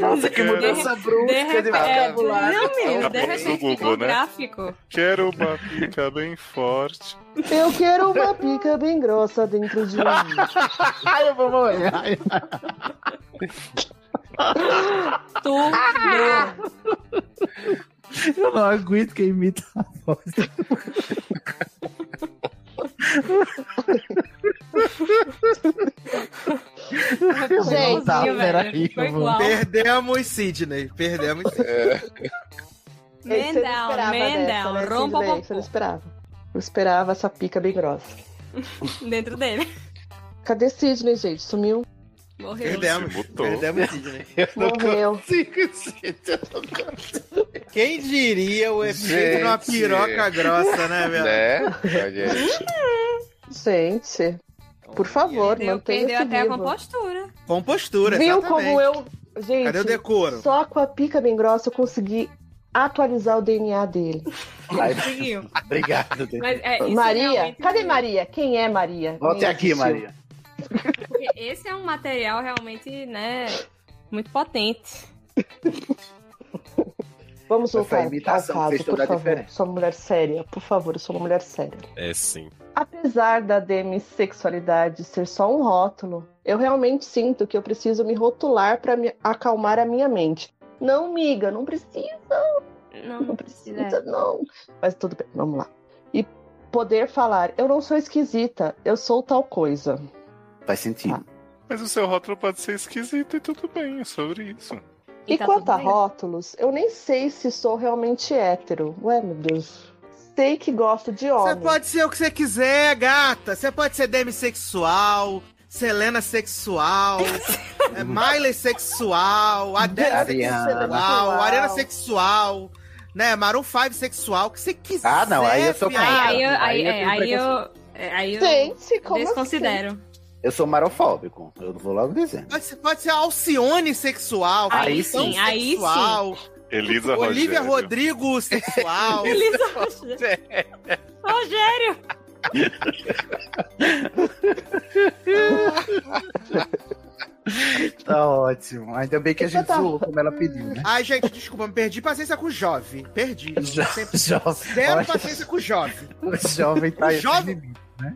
S2: Nossa, que mudança
S3: De
S2: brusca de
S3: repente. é,
S2: vocabulário.
S3: Não, menino, de
S1: Acabou
S3: repente
S1: no Tá
S3: ficou
S1: Google, né?
S3: gráfico.
S1: Quero uma pica bem forte.
S5: Eu quero uma pica bem grossa dentro de mim.
S2: Ai, eu vou morrer.
S3: Tu não.
S2: Eu não aguento quem imita a voz. Eu vou
S5: Gente,
S2: voltar,
S3: velho,
S2: peraí,
S3: ficou
S2: eu vou-
S3: igual.
S4: Perdemos Sidney, perdemos Sidney.
S5: Esse eu não
S3: Mendel,
S5: esperava dessa,
S3: Mendel,
S5: né,
S3: rompa um
S5: Sidney? Esse eu não
S3: popô.
S5: esperava. Eu esperava essa pica bem grossa.
S3: Dentro dele.
S5: Cadê Sidney, gente? Sumiu?
S3: Morreu.
S4: Perdemos,
S1: Se mutou.
S4: perdemos Sidney.
S5: Morreu.
S4: Quem diria o efeito de uma
S6: Gente.
S4: piroca grossa, né, velho?
S6: Né? Olha aí.
S5: Gente, por favor,
S3: Perdeu,
S5: mantenha
S3: perdeu
S5: esse
S3: até a
S5: livro.
S3: compostura.
S4: Compostura,
S5: Viu
S4: exatamente.
S5: como eu... Gente,
S4: Cadê o decoro?
S5: só com a pica bem grossa eu consegui atualizar o DNA dele.
S2: Ai,
S3: Conseguiu.
S2: obrigado, Deus.
S3: Mas é, isso
S5: Maria,
S3: realmente-
S5: cadê Maria? Quem é Maria?
S2: Volte
S5: Quem
S2: aqui,
S5: assistiu?
S2: Maria.
S3: Porque Esse é um material realmente, né, muito potente.
S5: Vamos
S2: Essa
S5: voltar ao
S2: imitação
S5: caso,
S2: fez
S5: por
S2: toda a
S5: favor.
S2: diferença.
S5: Sou uma mulher séria, por favor, eu sou uma mulher séria.
S11: É sim.
S5: Apesar da demissexualidade ser só um rótulo, eu realmente sinto que eu preciso me rotular para me acalmar a minha mente. Não, miga, não precisa,
S3: Não, não
S5: não
S3: precisa.
S5: precisa, não. Mas tudo bem, vamos lá. E poder falar, eu não sou esquisita, eu sou tal coisa.
S2: Faz sentido.
S1: Mas o seu rótulo pode ser esquisito e tudo bem, é sobre isso.
S5: E,
S3: tá
S5: quanto
S3: tudo
S5: a
S3: bem.
S5: rótulos, eu nem sei se sou realmente hétero. Ué, meu Deus. Sei que gosto de
S4: Você
S5: homem.
S4: pode ser o que você quiser, gata. Você pode ser demissexual, Selena sexual, é, Miley sexual, Adele
S2: Ariana.
S4: sexual, Ariana sexual, né? Maroon 5 sexual, o que você quiser.
S2: Ah, não, aí eu sou
S4: viado.
S2: contra.
S3: Aí eu, aí,
S2: Aí eu
S3: é,
S2: tenho
S3: aí eu, é, aí eu
S5: Gente, como assim?
S3: desconsidero.
S2: Eu sou marofóbico. Eu vou logo dizendo.
S4: Pode ser, pode ser Alcione sexual,
S2: Aí
S4: Capitão
S3: sim, aí
S4: sexual,
S1: Elisa
S4: Olivia
S1: Rogério.
S4: Rodrigo sexual.
S3: Elisa Rogério. Rogério!
S2: Tá ótimo. Ainda bem que a gente
S5: Então tá.
S2: zoou como ela pediu, né?
S4: Ai, gente, desculpa, me perdi paciência com o jovem. Perdi.
S2: Jo-
S4: Sempre-
S2: jovem.
S4: Zero
S2: Olha,
S4: paciência com o jovem.
S2: o jovem tá aí.
S4: Jovem.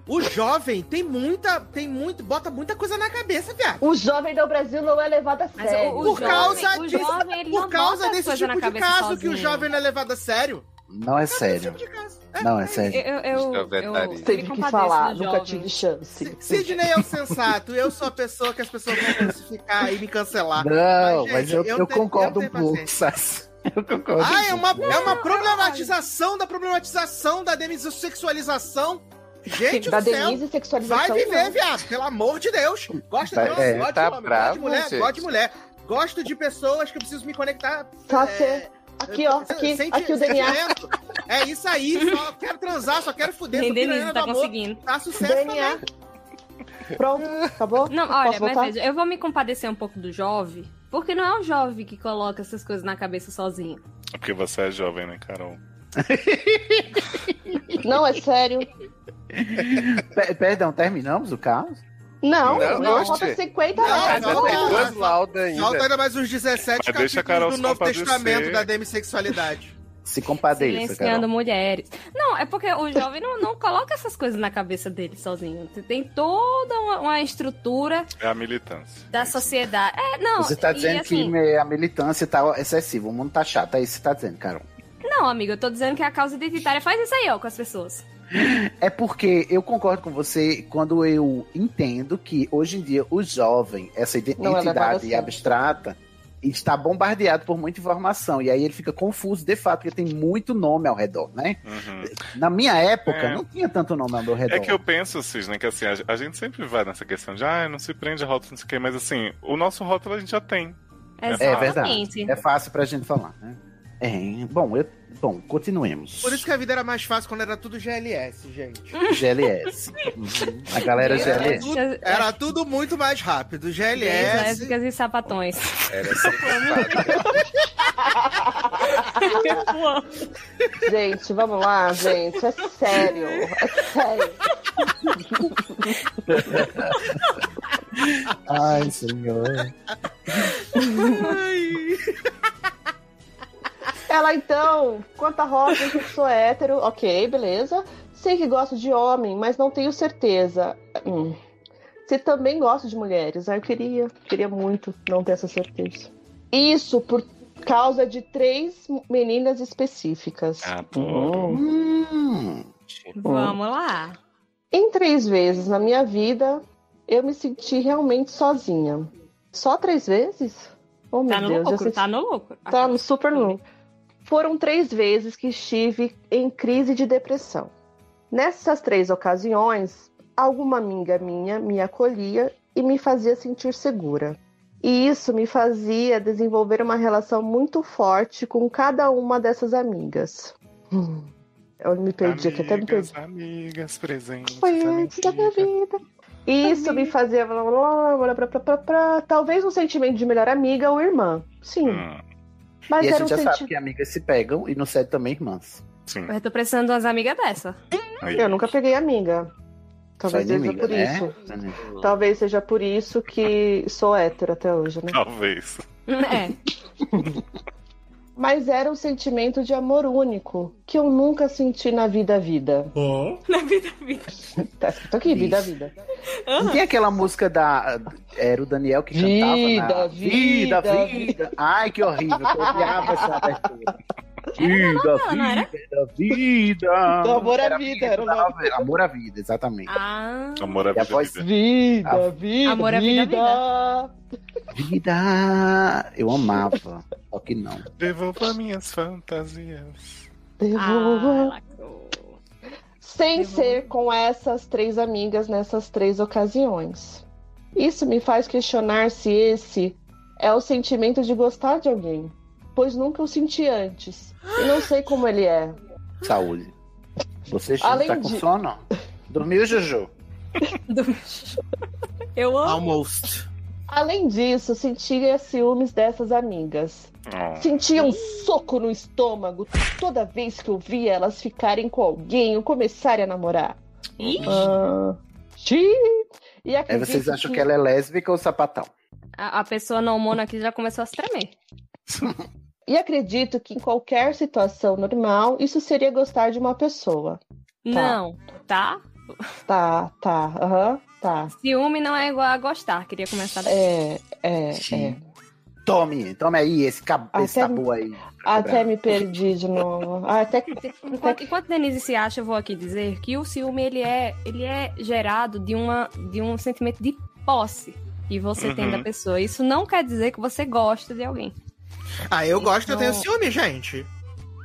S4: O jovem tem muita, tem muito, bota muita coisa na cabeça, viado.
S5: O jovem do Brasil não é levado a
S3: Mas
S5: sério.
S3: o, o
S4: Por
S3: jovem,
S4: causa
S3: o
S4: disso-
S3: jovem, ele não
S4: Por causa
S3: bota as
S4: desse
S3: coisas na
S4: tipo de
S3: cabeça
S4: caso que
S3: sozinho.
S4: o jovem não é levado a sério.
S2: Não é
S4: Esse
S2: sério.
S4: tipo de caso.
S2: Não é sério.
S3: Eu, eu,
S6: É
S3: eu,
S6: verdade.
S3: eu me
S5: Teve que
S3: compadeço
S5: falar,
S3: do
S5: nunca
S3: jovem.
S5: tive chance.
S4: Si- Sidney é o sensato. Eu sou a pessoa que as pessoas vão crucificar e me cancelar.
S2: Não,
S4: gente,
S2: mas eu,
S4: eu
S2: eu
S4: não tenho-
S2: concordo
S4: eu
S2: um
S4: não tenho
S2: pouco, Sassi. Eu concordo.
S4: Ah, é
S2: um
S4: uma,
S2: pouco.
S4: é uma problematização da problematização da demissexualização. Gente
S5: Da
S4: do céu,
S5: Denise sexualização.
S4: vai viver,
S5: não.
S4: viado, pelo amor de Deus. Gosta de
S2: Tá-
S4: homem,
S2: é,
S4: gosto
S6: tá
S4: de homem, gosto de
S6: bravo,
S4: mulher,
S6: gente.
S4: gosto de mulher. Gosto de pessoas que eu preciso me conectar
S5: Só
S4: É,
S5: ser. Aqui, ó.
S4: Sem-
S5: Aqui,
S4: sem-
S5: aqui o
S4: sem
S5: DNA.
S4: talento. É isso aí, só quero transar, só quero fuder.
S3: Nem
S4: sou piranha
S3: Denise
S4: do
S3: tá
S4: amor,
S3: conseguindo.
S4: tá sucesso
S5: DNA.
S4: também.
S5: Pronto, acabou?
S3: Não, olha,
S5: Posso
S3: mas
S5: voltar?
S3: veja, eu vou me compadecer um pouco do jovem, porque não é o jovem que coloca essas coisas na cabeça sozinho.
S1: É Porque você é jovem, né, Carol?
S5: Não, é sério.
S2: Pe- Perdão, terminamos o caos?
S5: Não,
S6: Não,
S5: não,
S6: oxe.
S5: falta 50
S4: Não,
S5: horas.
S4: não,
S6: Ainda tem
S5: Vamos tá lá.
S6: duas laudas
S4: Falta
S6: ainda.
S4: ainda mais uns 17
S1: Mas né? É, deixa a Carol
S4: capítulos do
S1: se
S4: Novo
S1: compadecer.
S4: Testamento da demissexualidade.
S2: Se compadeça,
S3: Silenciando
S2: Carol.
S3: mulheres. Não, é porque o jovem não, não coloca essas coisas na cabeça dele sozinho. Tem toda uma, uma estrutura
S1: É a militância.
S3: da sociedade. É, não,
S2: Você tá
S3: e
S2: dizendo
S3: assim,
S2: que me- a militância tá excessiva, o mundo tá chato, é isso que você tá dizendo, Carol.
S3: Não, amigo, eu tô dizendo que a causa identitária faz isso aí, ó, com as pessoas.
S2: É porque eu concordo com você quando eu entendo que hoje em dia o jovem, essa
S5: Não é levado a
S2: identidade
S5: sério.
S2: abstrata, está bombardeado por muita informação. E aí ele fica confuso, de fato, porque tem muito nome ao redor, né?
S1: Uhum.
S2: Na minha época,
S1: É.
S2: não tinha tanto nome ao meu redor.
S1: É que eu penso, Cisne, que assim, a- a gente sempre vai nessa questão de, ah, não se prende a rótulo, não sei o quê, mas assim, o nosso rótulo a gente já tem.
S2: É verdade.
S3: Exatamente.
S2: É fácil pra gente falar, né? É, bom, eu, bom, continuemos.
S4: Por isso que a vida era mais fácil quando era tudo GLS, gente.
S2: GLS. Uhum. A galera
S3: Isso,
S4: Era
S2: GLS.
S3: GLS.
S4: tudo, era tudo muito mais rápido.
S3: Gays,
S4: GLS.
S3: lésbicas e sapatões.
S6: Era safado.
S5: Gente, vamos lá, gente. É sério. É sério.
S2: Ai, senhor.
S5: Ela então, quanto a Robin, que eu sou hétero, ok, beleza. Sei que gosto de homem, mas não tenho certeza. Hum. Se também gosto de mulheres, ah, eu queria, queria muito não ter essa certeza. Isso por causa de três meninas específicas.
S2: Ah,
S1: Adoro.
S5: Hum.
S2: Hum.
S3: Vamos lá.
S5: Em três vezes na minha vida, eu me senti realmente sozinha. Só três vezes? Oh, meu
S3: Tá no
S5: Deus, eu
S3: lucro,
S5: senti-
S3: tá no lucro.
S5: Tá no super nu. Foram três vezes que estive em crise de depressão. Nessas três ocasiões, alguma amiga minha me acolhia e me fazia sentir segura. E isso me fazia desenvolver uma relação muito forte com cada uma dessas amigas. Hum, Eu me perdi aqui, até me perdi.
S1: Amigas, amigas presentes.
S5: Foi antes da minha vida. E Isso me fazia. blá, blá, blá, blá, blá, blá, blá, blá, Talvez um sentimento de melhor amiga ou irmã. Sim.
S1: Hum. Ah,
S5: Mas
S2: e a
S5: era
S2: gente
S5: um
S2: já
S5: sentimento.
S2: sabe que amigas se pegam e no set também irmãs.
S1: Sim.
S3: Eu tô precisando de umas amigas dessa.
S5: Eu nunca peguei amiga. Talvez
S2: Só
S5: seja
S2: inimiga,
S5: por
S2: né?
S5: isso.
S2: Só inimiga.
S5: Talvez seja por isso que sou hétero até hoje, né?
S1: Talvez.
S3: É.
S5: Mas era um sentimento de amor único que eu nunca senti na vida vida.
S3: Na vida, vida.
S5: Tá escrito aqui, vida
S2: Isso.
S5: vida.
S2: Não tem aquela música da. Era o Daniel que cantava. na-
S5: Vida,
S2: vida,
S5: vida,
S2: vida. Ai, que horrível. que Eu odiava essa abertura.
S3: novela, não era?
S2: Vida, vida, vida.
S10: Do amor à
S2: Era
S10: vida, era o
S2: da
S10: nome.
S2: novela. Amor à vida, exatamente.
S3: Ah.
S1: Amor à
S2: E a
S1: vida.
S2: voz-
S1: vida.
S2: é
S10: Vida, vida,
S3: Amor à vida,
S10: vida.
S2: Vida. Eu amava. Só que não.
S1: Devolva minhas fantasias.
S5: Devolva.
S3: Ah, lacrou.
S5: sem
S3: Devolva.
S5: ser com essas três amigas nessas três ocasiões. Isso me faz questionar se esse é o sentimento de gostar de alguém, pois nunca o senti antes. E não sei como ele é.
S2: Saúde. Você já
S5: Além
S2: tá com
S5: de-
S2: sono? Dormiu, Juju?
S3: Eu amo.
S4: Almost.
S5: Além disso, sentia ciúmes dessas amigas.
S2: Ah.
S1: Oh.
S5: Sentia um soco no estômago toda vez que eu via elas ficarem com alguém ou começarem a namorar.
S3: Ih,
S5: Ah, xiii. e
S2: Aí
S5: acredito
S2: vocês acham que ela é lésbica ou sapatão?
S3: a, a pessoa não mono aqui já começou a se tremer.
S5: E acredito que em qualquer situação normal, isso seria gostar de uma pessoa.
S3: Não, tá?
S5: Tá, tá, aham, tá.
S3: Ciúme não é igual a gostar. Queria começar daí.
S5: É, é, é.
S2: Tome, tome aí esse, cab... esse
S5: Até-
S2: tabu aí. tá.
S5: Até me perdi de novo. Ah, até que
S3: Enquanto, enquanto Denise se acha, eu vou aqui dizer que o ciúme ele é, ele é gerado de, uma, de um sentimento de posse que você tem
S1: Uhum.
S3: da pessoa. Isso não quer dizer que você gosta de alguém.
S4: Ah, eu gosto, eu tenho
S3: Então-
S4: ciúme, gente.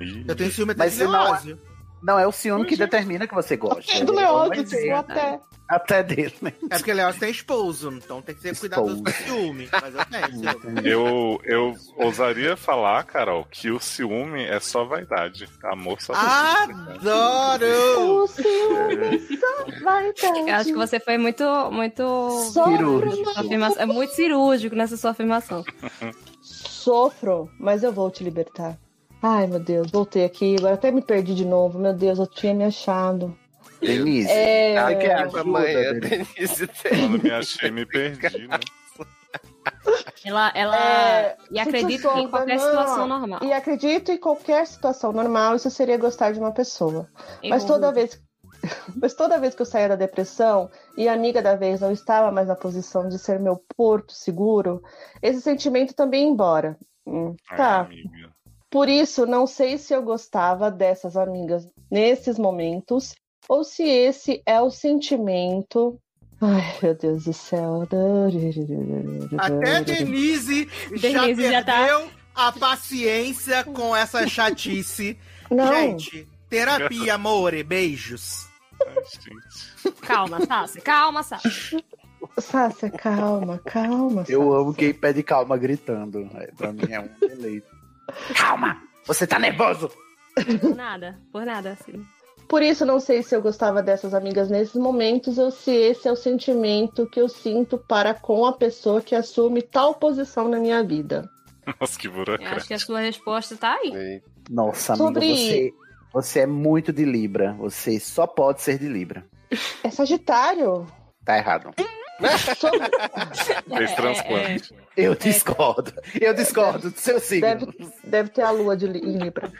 S1: Ih,
S4: Eu tenho ciúme até
S2: Mas
S4: de
S2: se não-
S4: Leózio.
S2: Não, é o ciúme que determina que você gosta.
S5: do
S2: Ele
S5: Leózio,
S2: vai
S5: tipo,
S2: ter
S5: até.
S2: Até dele, né?
S4: É porque Leózio tem esposo, então tem que ser cuidadoso com ciúme. Mas eu tenho ciúme.
S1: Eu, eu ousaria falar, Carol, que o ciúme é só vaidade. Amor só
S5: Ah!
S4: Adoro!
S5: O ciúme só vai ter.
S3: Eu acho que você foi muito. muito
S5: Sofro,
S2: Cirúrgico.
S5: mas-
S3: afirma- é muito cirúrgico nessa sua afirmação.
S5: Sofro, mas eu vou te libertar. Ai, meu Deus, voltei aqui. Agora até me perdi de novo. Meu Deus, eu tinha me achado.
S2: Denise.
S5: É,
S2: Você quer
S6: Ai,
S2: ajuda,
S6: amanhã,
S2: Denise?
S6: Denise.
S1: Quando me achei, me perdi, né?
S3: Ela. ela
S5: É,
S3: e acredita
S5: sensação,
S3: em qualquer
S5: não.
S3: situação normal.
S5: E acredito em qualquer situação normal, isso seria gostar de uma pessoa. Mas
S3: Eu-
S5: toda vez mas toda vez que eu saía da depressão e a amiga da vez não estava mais na posição de ser meu porto seguro, esse sentimento também ia embora. Hum,
S1: Ai,
S5: Tá.
S1: amiga.
S5: Por isso, não sei se eu gostava dessas amigas nesses momentos ou se esse é o sentimento. Ai, meu Deus do céu.
S4: Até Denise, já
S3: Denise
S4: perdeu
S3: já tá-
S4: a paciência com essa chatice.
S5: Não,
S4: Gente, terapia, amore, beijos.
S1: Ai, gente.
S3: Calma, Sassi. Calma, Sassi.
S5: Sácia, calma, calma.
S2: Eu
S5: Sácia.
S2: amo quem pede calma gritando. É, Pra mim é um deleite. Calma! Você tá nervoso!
S3: Por nada. Por nada, assim.
S5: Por isso, não sei se eu gostava dessas amigas nesses momentos ou se esse é o sentimento que eu sinto para com a pessoa que assume tal posição na minha vida.
S1: Nossa, que
S3: Eu
S1: burocrata.
S3: acho que a sua resposta tá aí.
S2: Nossa, amiga,
S5: Sobre-
S2: você, você é muito de Libra. Você só pode ser de Libra.
S5: É Sagitário?
S2: Tá errado.
S5: Sobre- É.
S1: Fez transplante.
S2: Eu discordo. Eu discordo do seu signo.
S5: deve, deve ter a lua de, li- em Libra.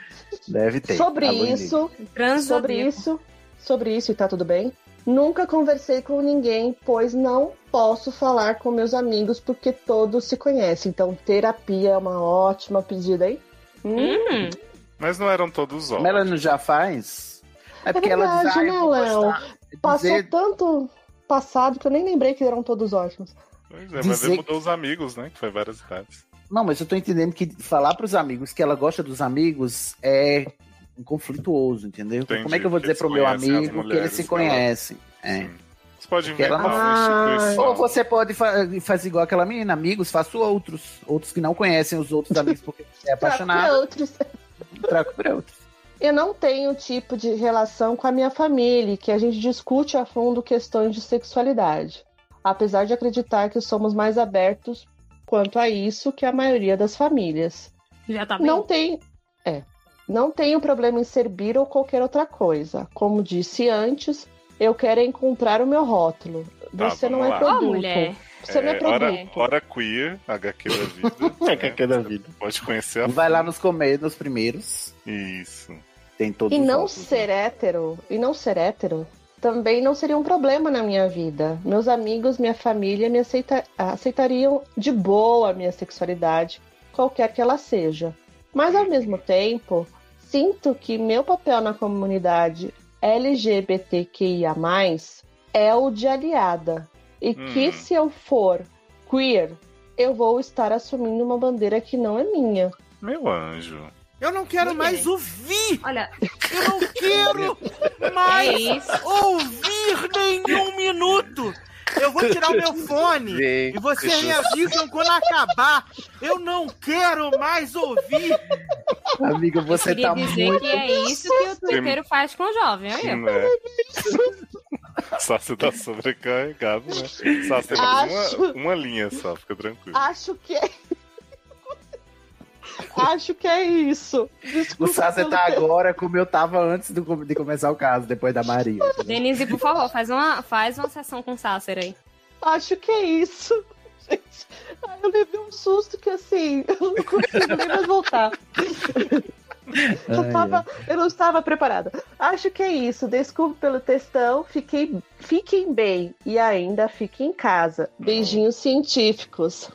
S2: Deve ter.
S5: Sobre
S2: Tá bom, Denise.
S5: isso,
S3: Trans
S5: sobre isso, sobre isso, e tá tudo bem? Nunca conversei com ninguém, pois não posso falar com meus amigos porque todos se conhecem. Então, terapia é uma ótima pedida, hein? Hum?
S3: Hum,
S1: Mas não eram todos
S2: Como
S1: homens.
S2: Ela não já faz? É porque ela diz,
S5: verdade,
S2: ah, eu vou
S5: né, Léo?
S2: gostar.
S5: Passou
S2: Dizer-
S5: tanto passado que eu nem lembrei que eram todos ótimos.
S1: Pois é, mas ele
S2: dizer-
S1: mudou os amigos, né? Que foi várias idades.
S2: Não, mas eu tô entendendo que falar pros amigos que ela gosta dos amigos é conflituoso, entendeu?
S1: Entendi,
S2: Como é que eu vou
S1: porque
S2: dizer pro
S1: eles
S2: meu
S1: conhecem as
S2: amigo que eles
S1: mulheres
S2: se
S1: dela.
S2: conhecem? É.
S1: Sim. Você pode
S2: Porque ela
S1: inventar
S2: não-
S1: uma
S5: Ah,
S1: instituição.
S2: Ou você pode fa- fazer igual aquela menina, amigos, faço outros. Outros que não conhecem os outros amigos porque você é
S5: Troco por
S2: apaixonado,
S5: outros.
S2: troco por outros.
S5: Eu não tenho tipo de relação com a minha família, que a gente discute a fundo questões de sexualidade. Apesar de acreditar que somos mais abertos quanto a isso que a maioria das famílias.
S3: Já tá bem.
S5: Não tem. É. Não tenho problema em ser bi ou qualquer outra coisa. Como disse antes, eu quero é encontrar o meu rótulo.
S1: Tá,
S5: Você não
S1: vamos
S5: é
S1: lá.
S5: produto.
S3: Ô, mulher.
S5: Você não é
S1: hora,
S5: produto.
S1: hora queer, HQ da vida. HQ da vida. Pode conhecer a
S2: Vai lá nos comer, nos primeiros.
S1: Isso.
S2: Tem todos
S5: E
S2: os
S5: não
S2: outros, né?
S5: ser hétero, e não ser hétero, também não seria um problema na minha vida. Meus amigos, minha família me aceita- aceitariam de boa a minha sexualidade, qualquer que ela seja. Mas ao mesmo tempo, sinto que meu papel na comunidade LGBTQIA+, é o de aliada. E que
S1: Hum.
S5: se eu for queer, eu vou estar assumindo uma bandeira que não é minha.
S1: Meu anjo.
S4: Eu não quero
S3: Muito
S4: mais
S3: bem.
S4: ouvir!
S3: Olha,
S4: Eu não quero
S3: é
S4: mais
S3: isso.
S5: tá
S4: ouvir nenhum minuto! Eu vou tirar o meu fone
S6: Gente
S4: e vocês me
S6: do
S4: avisam quando acabar! Eu não quero mais ouvir!
S2: Amigo, você
S3: Queria
S2: tá
S3: dizer
S2: muito.
S3: que é isso que o Twitter faz com o jovem,
S5: Ah, é?
S3: olha.
S1: Né? é? Só você tá sobrecarregado, né? Só você tem mais
S5: Acho-
S1: uma, uma linha só, fica tranquilo.
S5: Acho que é. Acho que é isso.
S2: O
S5: Desculpa.
S2: Sassi
S5: pelo
S2: tá
S5: tempo.
S2: agora como eu tava antes do- de começar o caso, depois da Maria. entendeu?
S3: Denise, por favor, faz uma, faz uma sessão com o Sácer aí.
S5: Acho que é isso. Gente, ai, eu levei um susto que assim, eu não consigo nem mais voltar.
S2: Ai,
S5: Eu, tava- eu não estava preparada. Acho que é isso. Desculpe pelo textão. Fiquem, fiquem bem e ainda fiquem em casa. Beijinhos científicos.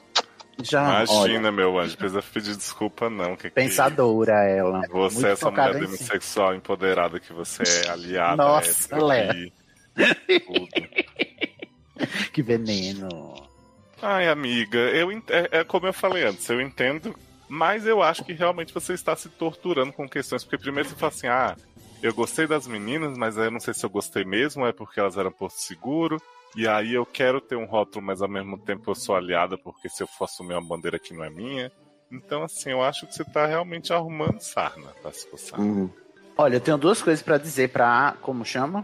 S2: Já,
S1: Imagina,
S2: Ah, olha,
S1: meu anjo, precisa pedir desculpa, não. Que, que-
S2: pensadora ela.
S1: Você
S2: muito
S1: é essa
S2: focada
S1: mulher
S2: em si.
S1: demissexual empoderada que você é aliada.
S2: Nossa,
S1: hétero,
S2: Lé.
S1: bi, tudo.
S2: Que veneno.
S1: Ai, amiga, eu ent- é, é como eu falei antes, eu entendo, mas eu acho que realmente você está se torturando com questões, porque primeiro você fala assim, ah, eu gostei das meninas, mas eu não sei se eu gostei mesmo, é porque elas eram Porto Seguro, e aí eu quero ter um rótulo, mas ao mesmo tempo eu sou aliada, porque se eu for assumir uma bandeira que não é minha. Então, assim, eu acho que você tá realmente arrumando sarna, tá se coçando.
S2: Olha, eu tenho duas coisas pra dizer pra. Como chama?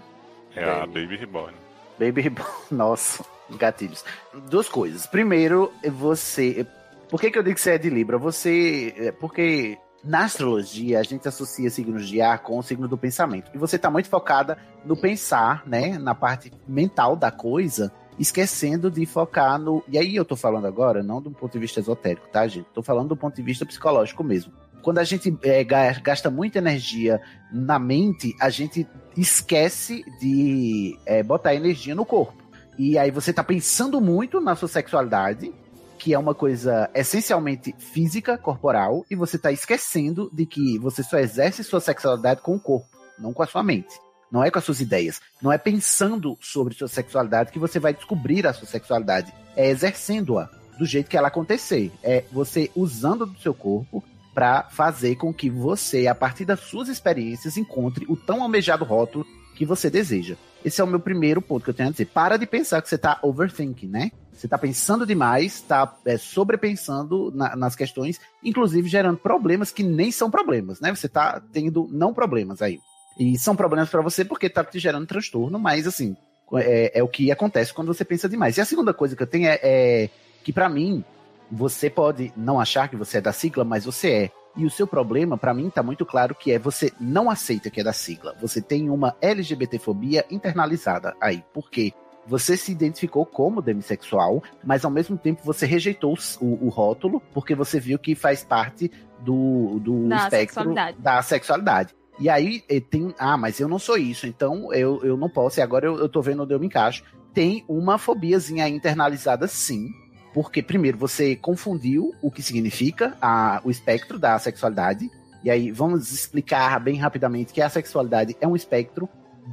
S1: É a Baby Reborn.
S2: Baby Reborn. Nossa, gatilhos. Duas coisas. Primeiro, você. Por que, que eu digo que você é de Libra? Você. é, Porque na astrologia a gente associa signos de ar com o signo do pensamento. E você tá muito focada no pensar, né? Na parte mental da coisa, esquecendo de focar no. E aí eu tô falando agora, não do ponto de vista esotérico, tá, gente? Tô falando do ponto de vista psicológico mesmo. Quando a gente é, ga- gasta muita energia na mente, a gente esquece de é, botar energia no corpo. E aí você tá pensando muito na sua sexualidade, que é uma coisa essencialmente física, corporal, e você tá esquecendo de que você só exerce sua sexualidade com o corpo, não com a sua mente. Não é com as suas ideias. Não é pensando sobre sua sexualidade que você vai descobrir a sua sexualidade. É exercendo-a do jeito que ela acontecer. É você usando do seu corpo para fazer com que você, a partir das suas experiências, encontre o tão almejado rótulo que você deseja. Esse é o meu primeiro ponto que eu tenho a dizer. Para de pensar que você está overthinking, né? Você está pensando demais, está é, sobrepensando na- nas questões, inclusive gerando problemas que nem são problemas, né? Você está tendo não problemas aí. E são problemas para você porque tá te gerando transtorno, mas assim, é, é o que acontece quando você pensa demais. E a segunda coisa que eu tenho é, é que, para mim, você pode não achar que você é da sigla, mas você é. E o seu problema, pra mim, tá muito claro que é você não aceita que é da sigla. Você tem uma LGBTfobia internalizada aí. Por quê? Você se identificou como demissexual, mas ao mesmo tempo você rejeitou os- o, o rótulo, porque você viu que faz parte do, do
S3: Da
S2: espectro
S3: sexualidade.
S2: da sexualidade. E aí eh, tem, ah, mas eu não sou isso, então eu, eu não posso, e agora eu, eu tô vendo onde eu me encaixo. Tem uma fobiazinha aí internalizada, sim, porque, primeiro, você confundiu o que significa a- o espectro da sexualidade. E aí, vamos explicar bem rapidamente que a sexualidade é um espectro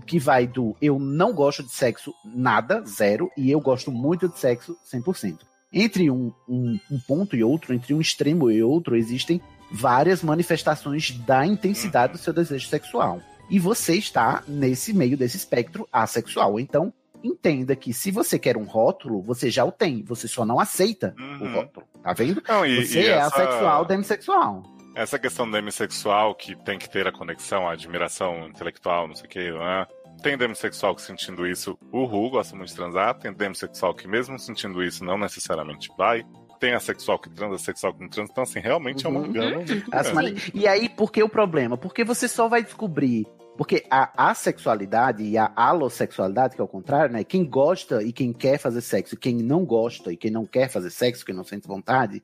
S2: que vai do eu não gosto de sexo nada, zero, e eu gosto muito de sexo, 100%. Entre um, um- um ponto e outro, entre um extremo e outro, existem várias manifestações da intensidade do seu desejo sexual. E você está nesse meio desse espectro assexual. Então, entenda que se você quer um rótulo, você já o tem, você só não aceita o rótulo, tá vendo?
S1: Não, Uhum. e-
S2: você
S1: e
S2: é
S1: essa-
S2: assexual, demissexual.
S1: Essa questão do demissexual, que tem que ter a conexão, a admiração intelectual, não sei o que, né? Tem demissexual que sentindo isso, uhul, gosta muito de transar. Tem demissexual que mesmo sentindo isso, não necessariamente vai. Tem assexual que transa, sexual que não transa. Então, assim, realmente é uma
S2: Uhum.
S1: gama muito
S2: As
S1: grande.
S2: mani- E aí, por que o problema? Porque você só vai descobrir. Porque a assexualidade e a alossexualidade, que é o contrário, né? Quem gosta e quem quer fazer sexo, quem não gosta e quem não quer fazer sexo, quem não sente vontade,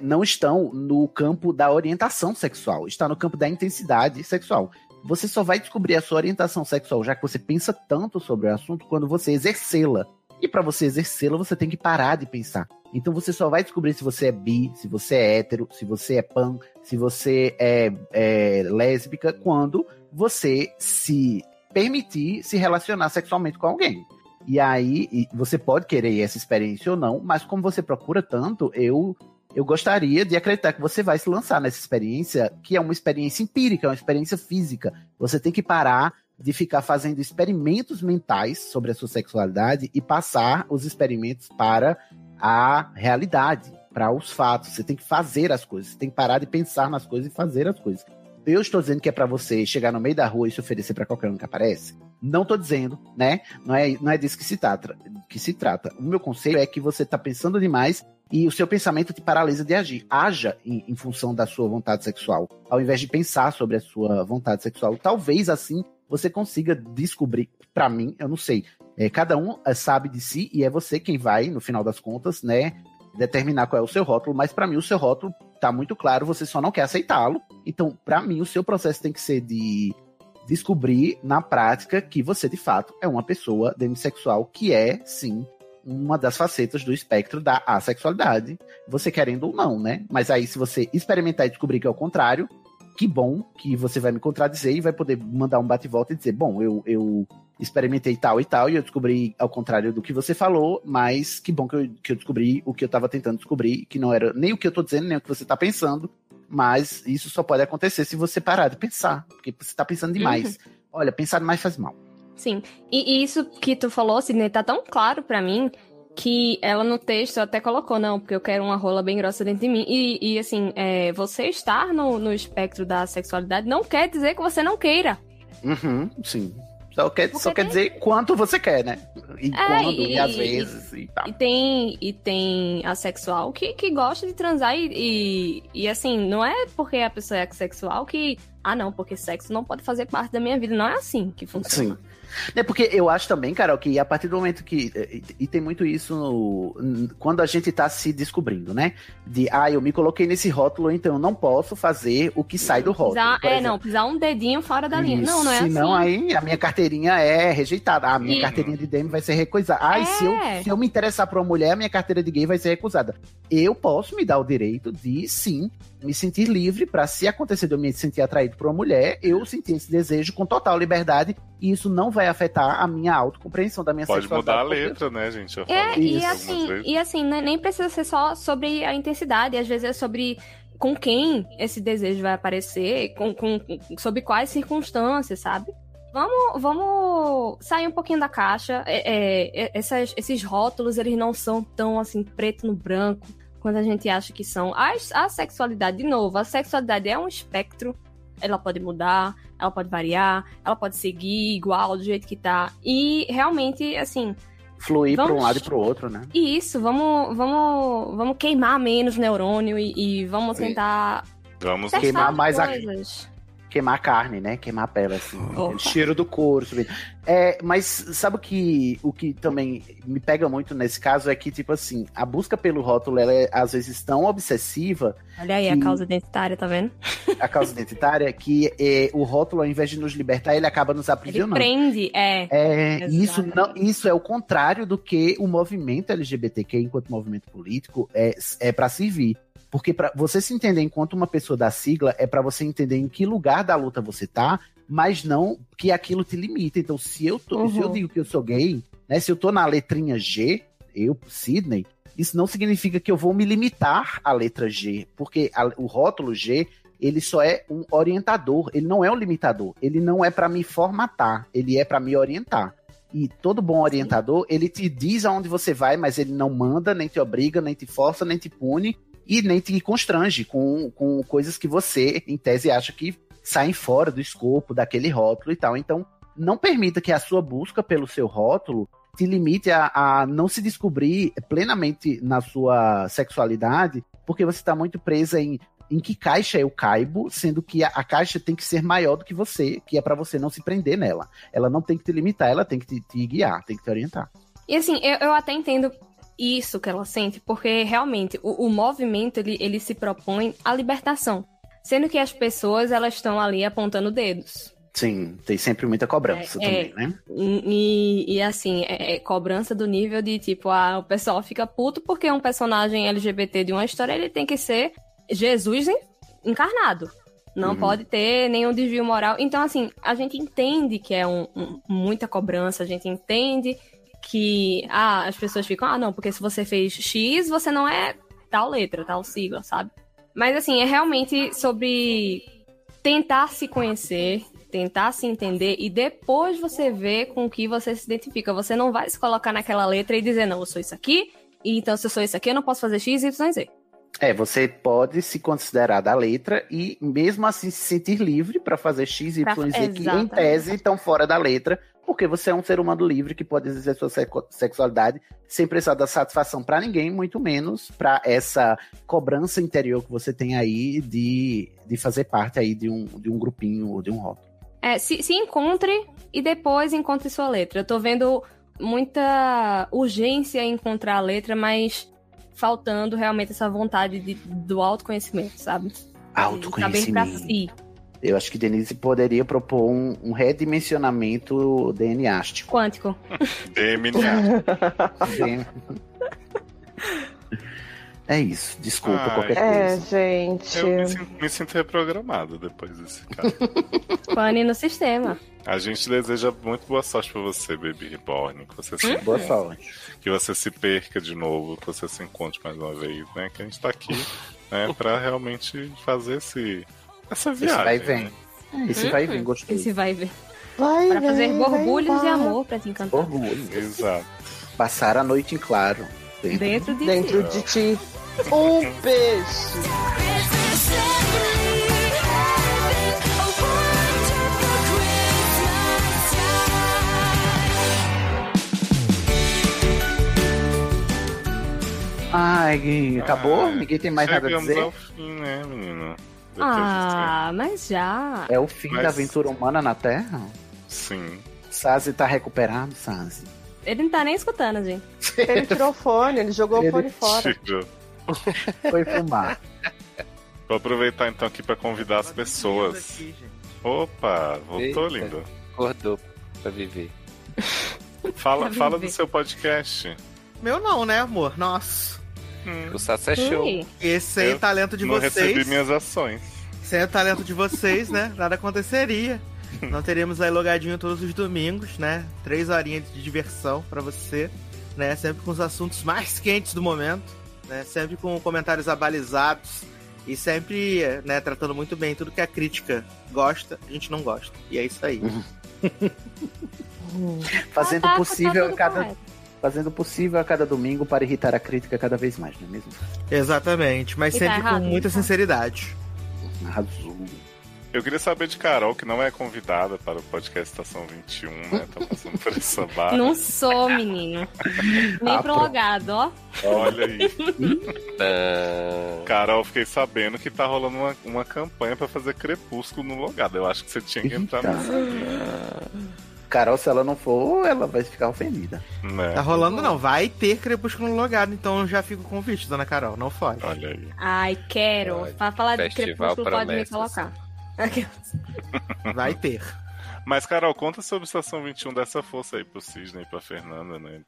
S2: não estão no campo da orientação sexual, está no campo da intensidade sexual. Você só vai descobrir a sua orientação sexual, já que você pensa tanto sobre o assunto, quando você exercê-la. E para você exercê-la, você tem que parar de pensar. Então você só vai descobrir se você é bi, se você é hétero, se você é pan, se você é, é lésbica, quando você se permitir se relacionar sexualmente com alguém. E aí, e você pode querer essa experiência ou não, mas como você procura tanto, eu eu gostaria de acreditar que você vai se lançar nessa experiência, que é uma experiência empírica, é uma experiência física. Você tem que parar de ficar fazendo experimentos mentais sobre a sua sexualidade e passar os experimentos para a realidade, para os fatos. Você tem que fazer as coisas, você tem que parar de pensar nas coisas e fazer as coisas. Eu estou dizendo que é para você chegar no meio da rua e se oferecer para qualquer um que aparece? Não tô dizendo, né? Não é, não é disso que se, trata, que se trata. O meu conselho é que você tá pensando demais e o seu pensamento te paralisa de agir. Haja em, em função da sua vontade sexual, ao invés de pensar sobre a sua vontade sexual. Talvez assim você consiga descobrir, para mim, eu não sei. É, cada um é, sabe de si e é você quem vai, no final das contas, né? determinar qual é o seu rótulo, mas pra mim o seu rótulo tá muito claro, você só não quer aceitá-lo. Então, pra mim, o seu processo tem que ser de descobrir na prática que você de fato é uma pessoa demissexual, que é sim uma das facetas do espectro da assexualidade, você querendo ou não, né? Mas aí se você experimentar e descobrir que é o contrário, que bom que você vai me contradizer e vai poder mandar um bate-volta e dizer, bom, eu, eu experimentei tal e tal e eu descobri ao contrário do que você falou, mas que bom que eu, que eu descobri o que eu tava tentando descobrir, que não era nem o que eu tô dizendo, nem o que você tá pensando, mas isso só pode acontecer se você parar de pensar, porque você tá pensando demais.
S3: Uhum.
S2: Olha, pensar demais faz mal.
S3: Sim. E, e isso que tu falou, Sidney, tá tão claro pra mim que ela no texto até colocou, não, porque eu quero uma rola bem grossa dentro de mim. E, e, assim, é, você estar no, no espectro da sexualidade não quer dizer que você não queira.
S2: Uhum, sim. Só quer, só quer dizer quanto você quer, né? E
S3: É,
S2: quando,
S3: e-
S2: e, às
S3: e-
S2: vezes, e tal.
S3: E tem, e tem assexual que, que gosta de transar e, e, e, assim, não é porque a pessoa é assexual que, ah não, porque sexo não pode fazer parte da minha vida. Não é assim que funciona.
S2: Sim. É porque eu acho também, Carol, que a partir do momento que. eh, E, e tem muito isso no- n- quando a gente tá se descobrindo, né? De, ah, eu me coloquei nesse rótulo, então eu não posso fazer o que sai do rótulo.
S3: Pisar,
S2: por
S3: é,
S2: exemplo.
S3: não, pisar um dedinho fora da linha.
S2: Isso,
S3: não, não é assim.
S2: Senão aí a minha carteirinha é rejeitada. A minha
S3: E-
S2: carteirinha de DM vai ser recusada. Ai,
S3: É.
S2: se, eu, se eu me interessar por uma mulher, minha carteira de gay vai ser recusada. Eu posso me dar o direito de, sim, me sentir livre para se acontecer de eu me sentir atraído por uma mulher, eu sentir esse desejo com total liberdade e isso não vai afetar a minha autocompreensão É da minha
S1: Pode
S2: sexualidade.
S1: mudar a letra, né, gente? Eu
S3: É,
S1: falo
S3: e
S1: isso algumas
S3: assim,
S1: vezes.
S3: e assim, né, nem precisa ser só sobre a intensidade, às vezes é sobre com quem esse desejo vai aparecer, com, com, com- sob quais circunstâncias, sabe? Vamos, vamos sair um pouquinho da caixa. É, é, é, essas- esses rótulos, eles não são tão assim, preto no branco, quanto a gente acha que são. A, a sexualidade, de novo, a sexualidade é um espectro. Ela pode mudar, ela pode variar, ela pode seguir igual, do jeito que tá. E realmente, assim,
S2: Fluir para um
S3: Vamos-
S2: lado e para o outro, né?
S3: e isso, vamos, vamos, vamos queimar menos neurônio e, e vamos
S2: Sim.
S3: tentar
S1: Vamos
S3: testar
S2: queimar
S3: as
S2: mais a-
S3: coisas.
S2: queimar a carne, né? Queimar a pele, assim.
S3: Opa.
S2: O cheiro do couro. subindo. É, mas sabe o que, o que também me pega muito nesse caso é que, tipo assim, a busca pelo rótulo, ela é, às vezes, tão obsessiva,
S3: Olha aí
S2: Sim.
S3: a causa identitária, tá vendo?
S2: a causa identitária, que é, o rótulo, ao invés de nos libertar, ele acaba nos
S3: Ele
S2: aprisionando.
S3: prende, é.
S2: É, e isso, não, isso é o contrário do que o movimento LGBTQ, enquanto movimento político, é, é para servir. Porque para você se entender enquanto uma pessoa da sigla, é para você entender em que lugar da luta você tá, mas não que aquilo te limita. Então, se eu, tô- se eu
S11: Uhum.
S2: digo que eu sou gay, né, se eu tô na letrinha G, eu, Sidney, isso não significa que eu vou me limitar à letra G, porque a- o rótulo G ele só é um orientador, ele não é um limitador, ele não é para me formatar, ele é para me orientar. E todo bom orientador, ele te diz aonde você vai, mas ele não manda, nem te obriga, nem te força, nem te pune e nem te constrange com, com coisas que você, em tese, acha que saem fora do escopo daquele rótulo e tal. Então, não permita que a sua busca pelo seu rótulo te limite a, a não se descobrir plenamente na sua sexualidade, porque você está muito presa em em que caixa eu caibo, sendo que a, a caixa tem que ser maior do que você, que é para você não se prender nela. Ela não tem que te limitar, ela tem que te, te guiar, tem que te orientar.
S3: E assim, eu, eu até entendo isso que ela sente, porque realmente o, o movimento ele, ele se propõe à libertação, sendo que as pessoas elas estão ali apontando dedos.
S2: Sim, tem sempre muita cobrança
S3: É,
S2: também,
S3: é.
S2: né?
S3: E, e, assim, é, é cobrança do nível de tipo, ah, o pessoal fica puto porque um personagem LGBT de uma história ele tem que ser Jesus en- encarnado. Não
S11: Uhum.
S3: pode ter nenhum desvio moral. Então, assim, a gente entende que é um- um- muita cobrança, a gente entende que ah, as pessoas ficam, ah, não, porque se você fez X, você não é tal letra, tal sigla, sabe? Mas, assim, é realmente sobre tentar se conhecer, tentar se entender e depois você vê com o que você se identifica. Você não vai se colocar naquela letra e dizer, não, eu sou isso aqui, e então se eu sou isso aqui, eu não posso fazer X, Y, e Z.
S2: É, você pode se considerar da letra e mesmo assim se sentir livre para fazer X, Y,
S3: Pra-
S2: Z que em
S3: Exatamente.
S2: tese estão fora da letra, porque você é um ser humano livre que pode exercer sua seco- sexualidade sem precisar dar satisfação para ninguém, muito menos para essa cobrança interior que você tem aí de, de fazer parte aí de um, de um grupinho ou de um rótulo.
S3: É, se, se encontre e depois encontre sua letra. Eu tô vendo muita urgência em encontrar a letra, mas faltando realmente essa vontade de- do autoconhecimento, sabe? Saber pra
S2: Autoconhecimento.
S3: si.
S2: Eu acho que Denise poderia propor um, um redimensionamento DNAstico.
S3: Quântico.
S2: Bem- É isso, desculpa
S1: Ai,
S2: qualquer
S1: É,
S2: coisa.
S10: gente.
S1: Eu me sin- me sinto reprogramado depois desse caso.
S3: Pane no sistema.
S1: A gente deseja muito boa sorte pra você, Baby Reborn. Que você se...
S3: Hum? Boa
S2: sorte.
S1: Que você se perca de novo, que você se encontre mais uma vez, né? Que a gente tá aqui, né, pra realmente fazer esse... essa
S2: Esse
S1: viagem.
S2: vai e vem. É,
S1: né?
S2: Esse vai e vem, gostei.
S3: Esse vai ver.
S10: Vai
S5: é,
S3: pra
S10: ver,
S3: fazer
S10: vai
S3: borbulhos de
S10: embora.
S3: amor pra te encantar.
S2: Orgulho.
S1: Exato.
S2: Passar a noite em claro. Dentro,
S3: Dentro de
S10: Dentro
S3: si.
S10: de ti. Um beijo.
S2: Ai, Gui, acabou?
S1: Ah,
S2: Ninguém tem mais nada a
S1: chegamos
S2: dizer?
S1: ao fim, né, menino?
S3: Ah, mas já.
S2: É o fim
S1: Mas-
S2: da aventura humana na Terra?
S1: Sim.
S2: Sazi tá recuperado, Sazi?
S3: Ele não tá nem escutando, gente.
S10: Ele tirou o fone, ele jogou o
S2: Ele
S10: fone fora.
S1: Tirou.
S2: Foi fumar.
S1: Vou aproveitar então aqui pra convidar as pessoas. Opa, voltou
S6: Eita.
S1: lindo.
S6: Acordou pra viver.
S1: Fala,
S6: Pra
S1: fala do
S6: viver.
S1: seu podcast.
S4: Meu não, né, amor? Nossa.
S6: O Sassi é show.
S4: Esse aí é o talento de
S1: não recebi
S4: vocês.
S1: minhas ações.
S4: Sem o talento de vocês, né? Nada aconteceria. Não teríamos aí logadinho todos os domingos, né? Três horinhas de diversão pra você, né? Sempre com os assuntos mais quentes do momento, né? Sempre com comentários abalizados e sempre, né, tratando muito bem tudo que a crítica gosta, a gente não gosta. E é isso aí.
S1: Uhum.
S2: Fazendo
S4: Ah,
S2: o
S4: tá, tá
S2: possível
S4: tudo
S2: a cada.
S4: correto.
S2: Fazendo o possível a cada domingo para irritar a crítica cada vez mais, não é mesmo?
S4: Exatamente, mas
S2: E tá
S4: sempre
S2: errado,
S4: com muita
S2: tá?
S4: sinceridade.
S2: Arrasou.
S1: Eu queria saber de Carol, que não é convidada para o podcast Estação 21, né? Tá passando por essa barra.
S3: Não sou, menino. Nem
S1: Ah,
S3: prolongado, ó.
S1: Olha aí.
S6: Ah.
S1: Carol, fiquei sabendo que tá rolando uma, uma campanha pra fazer crepúsculo no logado. Eu acho que você tinha que entrar
S2: Eita.
S1: nessa.
S2: Carol, se ela não for, ela vai ficar ofendida.
S1: É. né?
S4: Tá rolando não, vai ter Crepúsculo Logado, então já fica o convite, dona Carol, não foge.
S1: Olha aí.
S3: Ai, quero. Pra falar de
S1: Festival
S3: crepúsculo, pode me
S1: Promessas.
S3: colocar.
S4: Vai ter.
S1: Mas, Carol, conta sobre Estação 21, dessa força aí pro Cisne e pra Fernanda, né?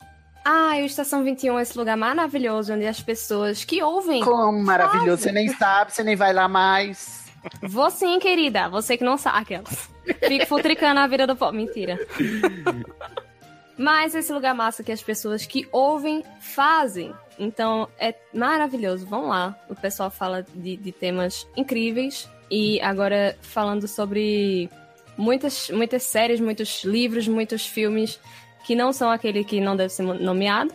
S3: Ah, e o Estação 21 é esse lugar maravilhoso onde as pessoas que ouvem.
S2: Como maravilhoso, você nem sabe, você nem vai lá mais.
S3: Vou sim, querida. Você que não sabe. Aquelas. Fico futricando a vida do povo. Mentira. Mas esse lugar massa que as pessoas que ouvem fazem. Então é maravilhoso. Vão lá. O pessoal fala de, de temas incríveis. E agora falando sobre muitas, muitas séries, muitos livros, muitos filmes. que não são aquele que não deve ser nomeado.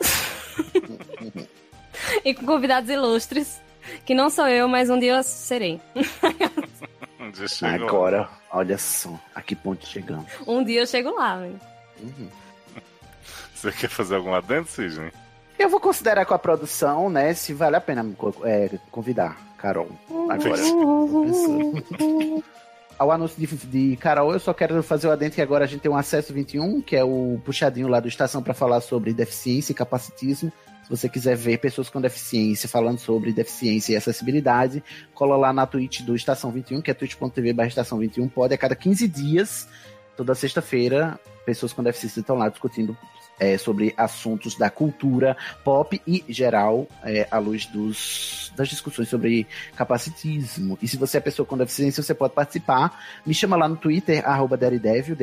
S3: e com convidados ilustres, que não sou eu, mas um dia eu serei.
S1: Um
S2: Agora, olha só, a que ponto chegamos.
S3: Um dia eu chego lá, velho.
S2: Uhum.
S1: Você quer fazer algum adendo, Sidney?
S2: Eu vou considerar com a produção, né, se vale a pena me co- é, convidar Carol. Agora. Tô pensando. Ao anúncio de, de Carol, eu só quero fazer o adendo que agora a gente tem um acesso 21, que é o puxadinho lá do Estação para falar sobre deficiência e capacitismo. Se você quiser ver pessoas com deficiência falando sobre deficiência e acessibilidade, cola lá na Twitch do Estação 21, que é twitch.tv barra Estação 21 pode. A cada 15 dias, toda sexta-feira, pessoas com deficiência estão lá discutindo é, sobre assuntos da cultura pop e geral, é, à luz dos, das discussões sobre capacitismo. E se você é pessoa com deficiência, você pode participar. Me chama lá no Twitter, arroba Deridevio,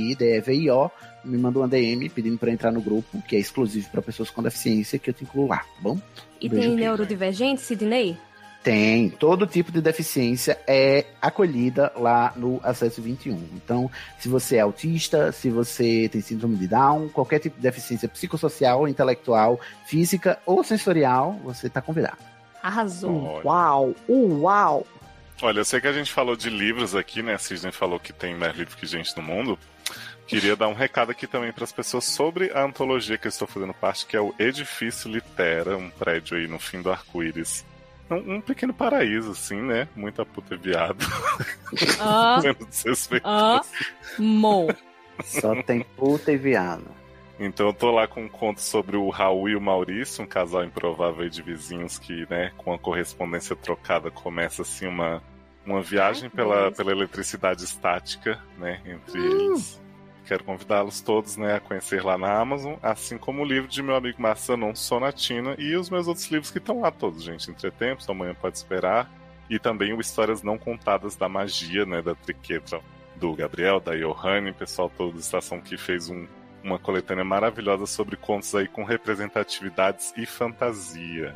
S2: D-E-R-I-D-E-V-I-O. Me manda uma DM pedindo pra entrar no grupo, que é exclusivo pra pessoas com deficiência, que eu te incluo lá, tá bom?
S3: E
S2: Beijo,
S3: tem
S2: Pi.
S3: neurodivergente, Sidney?
S2: Tem. Todo tipo de deficiência é acolhida lá no Acesso 21. Então, se você é autista, se você tem síndrome de Down, qualquer tipo de deficiência psicossocial, intelectual, física ou sensorial, você está convidado.
S3: Arrasou.
S10: Uau! Uau!
S1: Olha, eu sei que a gente falou de livros aqui, né? A Sidney falou que tem mais livro que gente no mundo. Queria dar um recado aqui também para as pessoas sobre a antologia que eu estou fazendo parte, que é o Edifício Litera, um prédio aí no fim do arco-íris. Um, um pequeno paraíso, assim, né? Muita puta e viado.
S3: Ó,
S1: Sendo desrespeitoso.
S3: ó, mo.
S2: Só tem puta e viado.
S1: Então eu tô lá com um conto sobre o Raul e o Maurício, um casal improvável de vizinhos que, né, com a correspondência trocada começa assim uma, uma viagem pela, pela eletricidade estática, né, entre eles. Quero convidá-los todos, né, a conhecer lá na Amazon, assim como o livro de meu amigo Marçanon Sonatina e os meus outros livros que estão lá todos, gente. Entretempos, Amanhã Pode Esperar, e também o Histórias Não Contadas da Magia, né, da Triquetra do Gabriel, da Johanne, pessoal todo da estação que fez um uma coletânea maravilhosa sobre contos aí com representatividades e fantasia.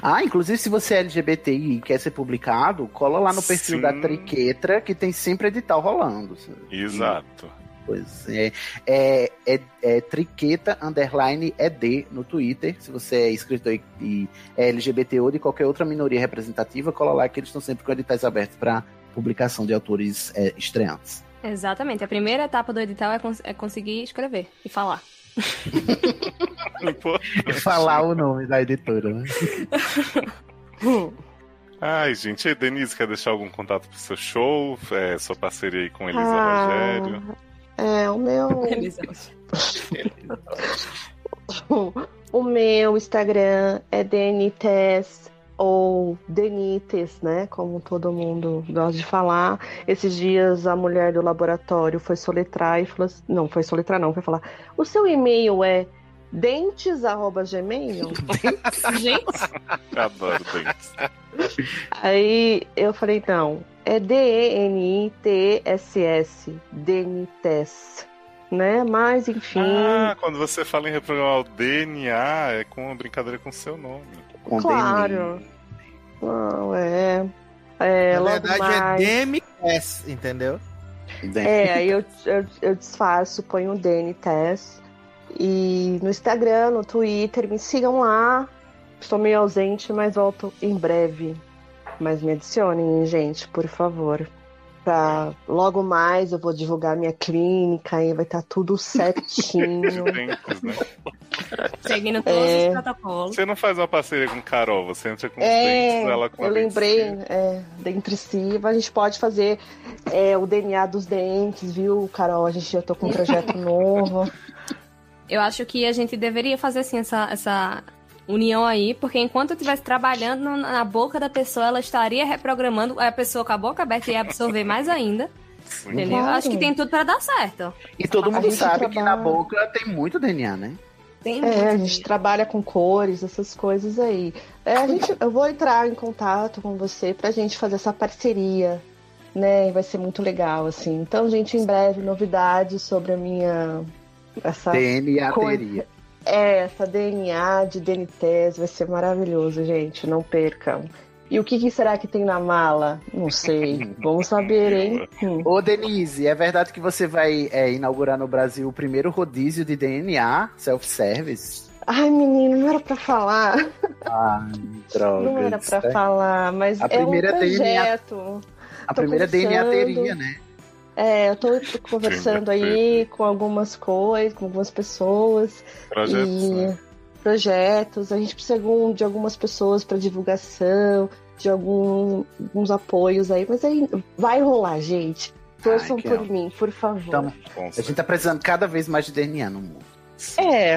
S2: Ah, inclusive, se você é LGBTI e quer ser publicado, cola lá no perfil
S1: Sim.
S2: da Triquetra, que tem sempre edital rolando.
S1: Exato.
S2: Pois é. É, é, é triqueta underline ED no Twitter. Se você é escritor e- e é LGBT ou de qualquer outra minoria representativa, cola lá que eles estão sempre com editais abertos para publicação de autores é, estreantes.
S3: Exatamente. A primeira etapa do edital é, cons- é conseguir escrever e falar.
S2: E Hum. falar o nome da editora, né?
S1: Ai, gente, e Denise, quer deixar algum contato pro seu show? É, sua parceria aí com Elisa
S10: Ah.
S1: Rogério?
S10: É, o meu.
S5: O meu Instagram é Denites ou Denites, né? Como todo mundo gosta de falar. Esses dias a mulher do laboratório foi soletrar e falou assim, não, foi soletrar não, foi falar. O seu e-mail é dentes@gmail?
S3: Gente,
S1: Adoro dentes.
S5: Aí eu falei não, é D E N I T S S, Denites, né? Mas enfim,
S1: Ah, quando você fala em reprogramar o DNA, é com uma brincadeira com o seu nome.
S2: Com
S5: claro. Não, é. É,
S4: Na
S5: logo
S4: verdade
S5: mais...
S4: é DMS, entendeu?
S2: Denise.
S5: É, aí eu, eu, eu disfarço, ponho o Dani Tess. E no Instagram, no Twitter, me sigam lá. Estou meio ausente, mas volto em breve. Mas me adicionem, gente, por favor. Pra logo mais eu vou divulgar minha clínica e vai estar tudo
S1: De
S5: certinho.
S1: dentes, né?
S3: seguindo todos
S5: É.
S3: os protocolos.
S1: Você não faz uma parceria com Carol, você entra com os
S5: É,
S1: dentes, ela com a
S5: eu lembrei,
S1: dentinha.
S5: é, dentre si, a gente pode fazer é, o DNA dos dentes, viu, Carol? A gente, eu tô com um projeto novo.
S3: Eu acho que a gente deveria fazer assim essa, essa união aí, porque enquanto eu estivesse trabalhando na- na boca da pessoa, ela estaria reprogramando a pessoa com a boca aberta e ia absorver mais ainda. Entendeu? Eu
S5: Claro.
S3: Acho que tem tudo pra dar certo.
S2: E todo
S5: A
S2: mundo
S5: gente
S2: sabe que na
S5: trabalha-
S2: boca tem muito DNA, né?
S3: Tem
S5: É, a
S3: muito
S5: gente trabalha com cores, essas coisas aí. É, a gente, eu vou entrar em contato com você pra gente fazer essa parceria, né? E vai ser muito legal, assim. Então, gente, em breve, novidades sobre a minha. Essa,
S2: DNA
S5: Coisa.
S2: teria.
S5: é, essa DNA de DNTs vai ser maravilhoso, gente. Não percam. E o que, que será que tem na mala? Não sei. Vamos saber, hein?
S2: Ô, Denise, é verdade que você vai é, inaugurar no Brasil o primeiro rodízio de DNA self-service?
S5: Ai, menino, não era pra falar.
S2: Ah, droga.
S5: Não era pra
S2: isso é-
S5: falar, mas
S2: A
S5: é um
S2: primeira DNA
S5: projeto.
S2: A
S5: Tô
S2: primeira DNA
S5: conversando.
S2: teria, né?
S5: É, eu tô conversando aí com algumas coisas, com algumas pessoas.
S1: Projetos, né?
S5: e- Projetos. A gente precisa algum- de algumas pessoas para divulgação, de algum- alguns apoios aí, mas aí vai rolar, gente. Torçam
S2: Ai, que
S5: por
S2: ótimo.
S5: mim, por favor.
S2: Então,
S1: né?
S2: a gente tá precisando cada vez mais de DNA no mundo.
S5: É,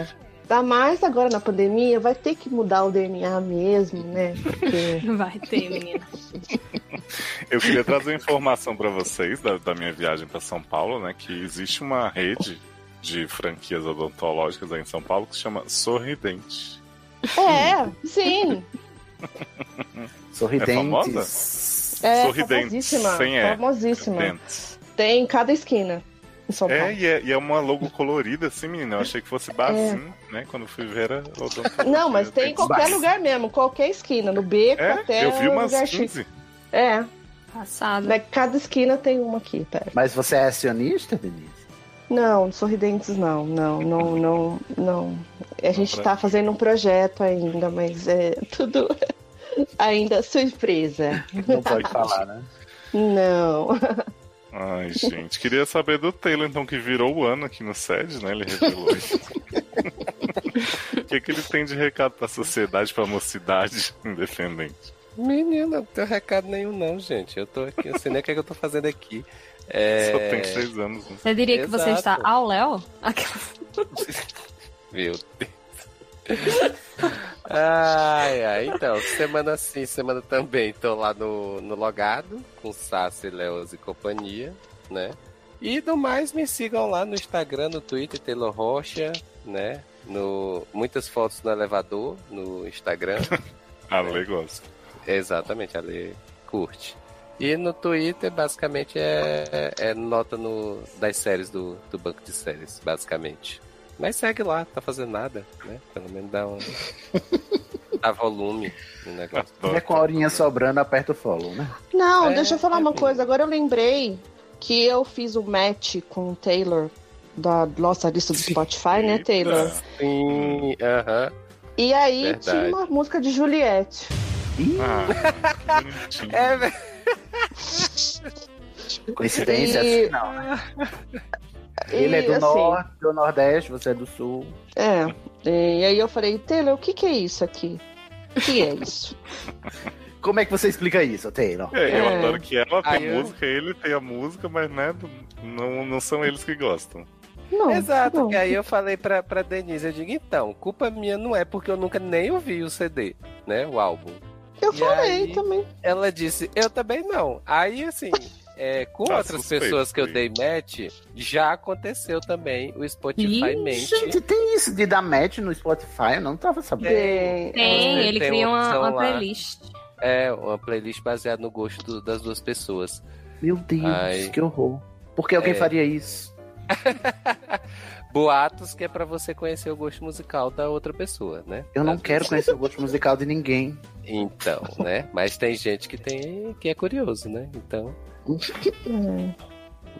S5: ainda mais agora na pandemia, vai ter que mudar o DNA mesmo, né? Porque...
S3: Vai ter, menina.
S1: Eu queria trazer informação para vocês da, da minha viagem para São Paulo, né? Que existe uma rede de franquias odontológicas aí em São Paulo que se chama Sorridente.
S5: É, sim.
S1: É famosa?
S5: É
S1: Sorridente,
S5: famosíssima.
S1: sem E.
S5: famosíssima.
S1: Dentes.
S5: Tem em cada esquina em São Paulo. É.
S1: É e, é, e é uma logo colorida, assim, menina. Eu achei que fosse barzinho, né? Quando fui ver era odontologia.
S5: Não, mas tem em qualquer
S1: Barzinho.
S5: lugar mesmo, qualquer esquina, no beco
S1: É,
S5: até
S1: eu vi
S5: um
S1: umas
S5: lugar chique.
S1: 15.
S5: É,
S3: Passado.
S5: né, cada esquina tem uma aqui, pera.
S2: Mas você é acionista, Denise?
S5: Não, sorridentes não, não, não, não, não. A gente
S2: pra-
S5: tá fazendo um projeto ainda, mas é tudo ainda surpresa.
S2: Não pode falar, né?
S5: Não.
S1: Ai, gente. Queria saber do Taylor, então, que virou o ano aqui no SED, né? Ele revelou isso. O que, que ele tem de recado pra sociedade, pra mocidade independente?
S6: Menina, não tenho recado nenhum, não, gente. Eu tô aqui, eu sei nem o que, é que eu tô fazendo aqui. É...
S1: Só tem seis anos. Né?
S3: Você diria que você
S6: Exato.
S3: está ao Léo? Aquela-
S6: Meu Deus. ai, ai, então, semana sim, semana também. Tô lá no, no Logado, com Sassi, Leos e companhia, né? E do mais, me sigam lá no Instagram, no Twitter, Taylor Rocha, né? No, muitas fotos no elevador, no Instagram.
S1: Ale gosta.
S6: Exatamente, Ale curte. E no Twitter, basicamente, é, é nota no, das séries do, do banco de séries, basicamente. Mas segue lá, tá fazendo nada, né? Pelo menos dá um. dá volume no negócio.
S2: É com a horinha sobrando, aperta o follow, né?
S5: Não, deixa eu falar uma coisa. Agora eu lembrei que eu fiz o match com o Taylor da nossa lista do Spotify, né, Taylor?
S6: Sim, aham.
S5: E aí
S6: Verdade.
S5: tinha uma música de Juliette.
S1: Ah, bonitinho.
S6: É, velho.
S2: Coincidência
S5: E-
S2: assim, não. né?
S5: E,
S2: Ele é do
S5: assim,
S2: norte, do nordeste, você é do sul.
S5: É. E aí eu falei, Taylor, o que, que é isso aqui? O que é isso?
S2: Como é que você explica isso, Taylor?
S1: É, eu
S5: É.
S1: adoro que ela tem
S6: Ai, eu-
S1: música, ele tem a música, mas né, não, não são eles que gostam.
S5: Não,
S6: Exato,
S5: não.
S6: que aí eu falei pra, pra Denise, eu digo, então, culpa minha não é porque eu nunca nem ouvi o CD, né? O álbum.
S5: Eu
S6: E
S5: falei
S6: aí?
S5: também.
S6: Ela disse, eu também não. Aí, assim, é, com
S1: Tá
S6: outras
S1: suspeito,
S6: pessoas que eu
S1: hein?
S6: dei match, já aconteceu também o Spotify
S3: Ih,
S6: mente.
S2: Gente, tem isso de dar match no Spotify? Eu não tava sabendo.
S5: Tem.
S3: Tem,
S6: Você
S3: ele
S6: tem
S3: cria uma,
S6: opção
S3: uma
S6: lá.
S3: playlist.
S6: É, uma playlist baseada no gosto do- das duas pessoas.
S2: Meu Deus,
S6: Ai.
S2: que horror. Por que alguém
S6: É.
S2: faria isso?
S6: Boatos que é pra você conhecer o gosto musical da outra pessoa, né?
S2: Eu não
S6: Às
S2: quero
S6: vezes.
S2: conhecer o gosto musical de ninguém.
S6: Então, né? Mas tem gente que tem que é curioso, né? Então,
S5: Hum.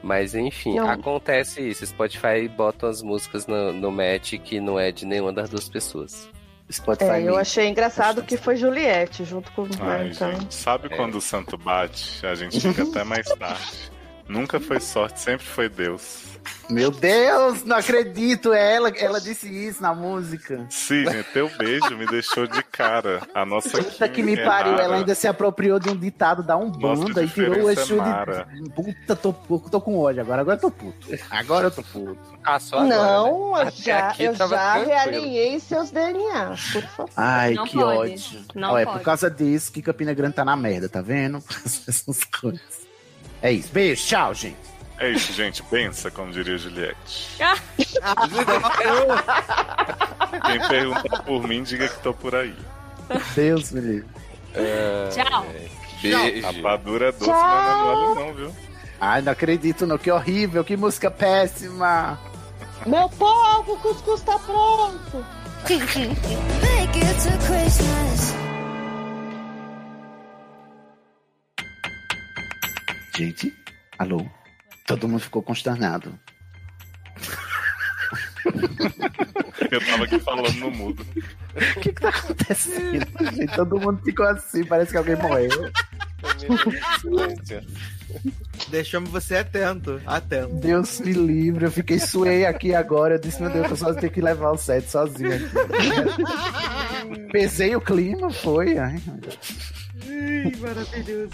S6: mas enfim,
S5: Não.
S6: acontece isso. Spotify bota as músicas no, no match que não é de nenhuma das duas pessoas.
S2: Spotify.
S5: É, eu
S2: me-
S5: achei engraçado que foi Juliette junto com
S6: É,
S1: Ai,
S5: então.
S1: gente, sabe quando o santo bate? A gente fica até mais tarde. Nunca foi sorte, sempre foi Deus.
S2: Meu Deus, não acredito. É ela, ela disse isso na música.
S1: Sidney, teu beijo me deixou de cara. A nossa
S2: Puta que me
S1: química é
S2: pariu,
S1: rara.
S2: ela ainda se apropriou de um ditado da Umbanda
S1: Nossa,
S2: e tirou o
S1: diferença
S2: Exu
S1: é mara.
S2: de... Puta, tô, pu- tô com ódio agora, agora eu tô puto. Agora eu tô puto.
S6: Ah, só agora, né?
S5: Não, eu
S6: Até
S5: já,
S6: aqui
S5: eu
S6: tava
S5: já
S6: tranquilo.
S5: realinhei seus DNAs, por favor.
S2: Ai,
S3: Não
S2: que
S3: pode,
S2: ódio.
S3: não
S2: Ó, é
S3: pode.
S2: por causa disso que Campina Grande tá na merda, tá vendo? Essas coisas. É isso. Beijo, tchau, gente.
S1: É isso, gente. Pensa, como diria Juliette.
S6: Ah!
S1: Quem perguntar por mim, diga que tô por aí.
S2: Deus, me livre.
S3: Tchau.
S1: A
S6: Beijo.
S1: padura é doce, mas não é mole não, viu?
S2: Ai, não acredito, não. Que horrível, que música péssima.
S5: Meu povo, o cuscuz tá pronto!
S7: Make it to Christmas.
S2: Gente, alô? Todo mundo ficou consternado.
S1: Eu tava aqui falando no mudo.
S2: O que, que tá acontecendo? gente? Todo mundo ficou assim, parece que alguém morreu.
S4: Deixamos você atento. Atento.
S2: Deus me livre, eu fiquei suei aqui agora. Eu disse, meu Deus, eu só tenho que levar o set sozinho aqui. Pesei o clima, foi. Ai,
S10: maravilhoso.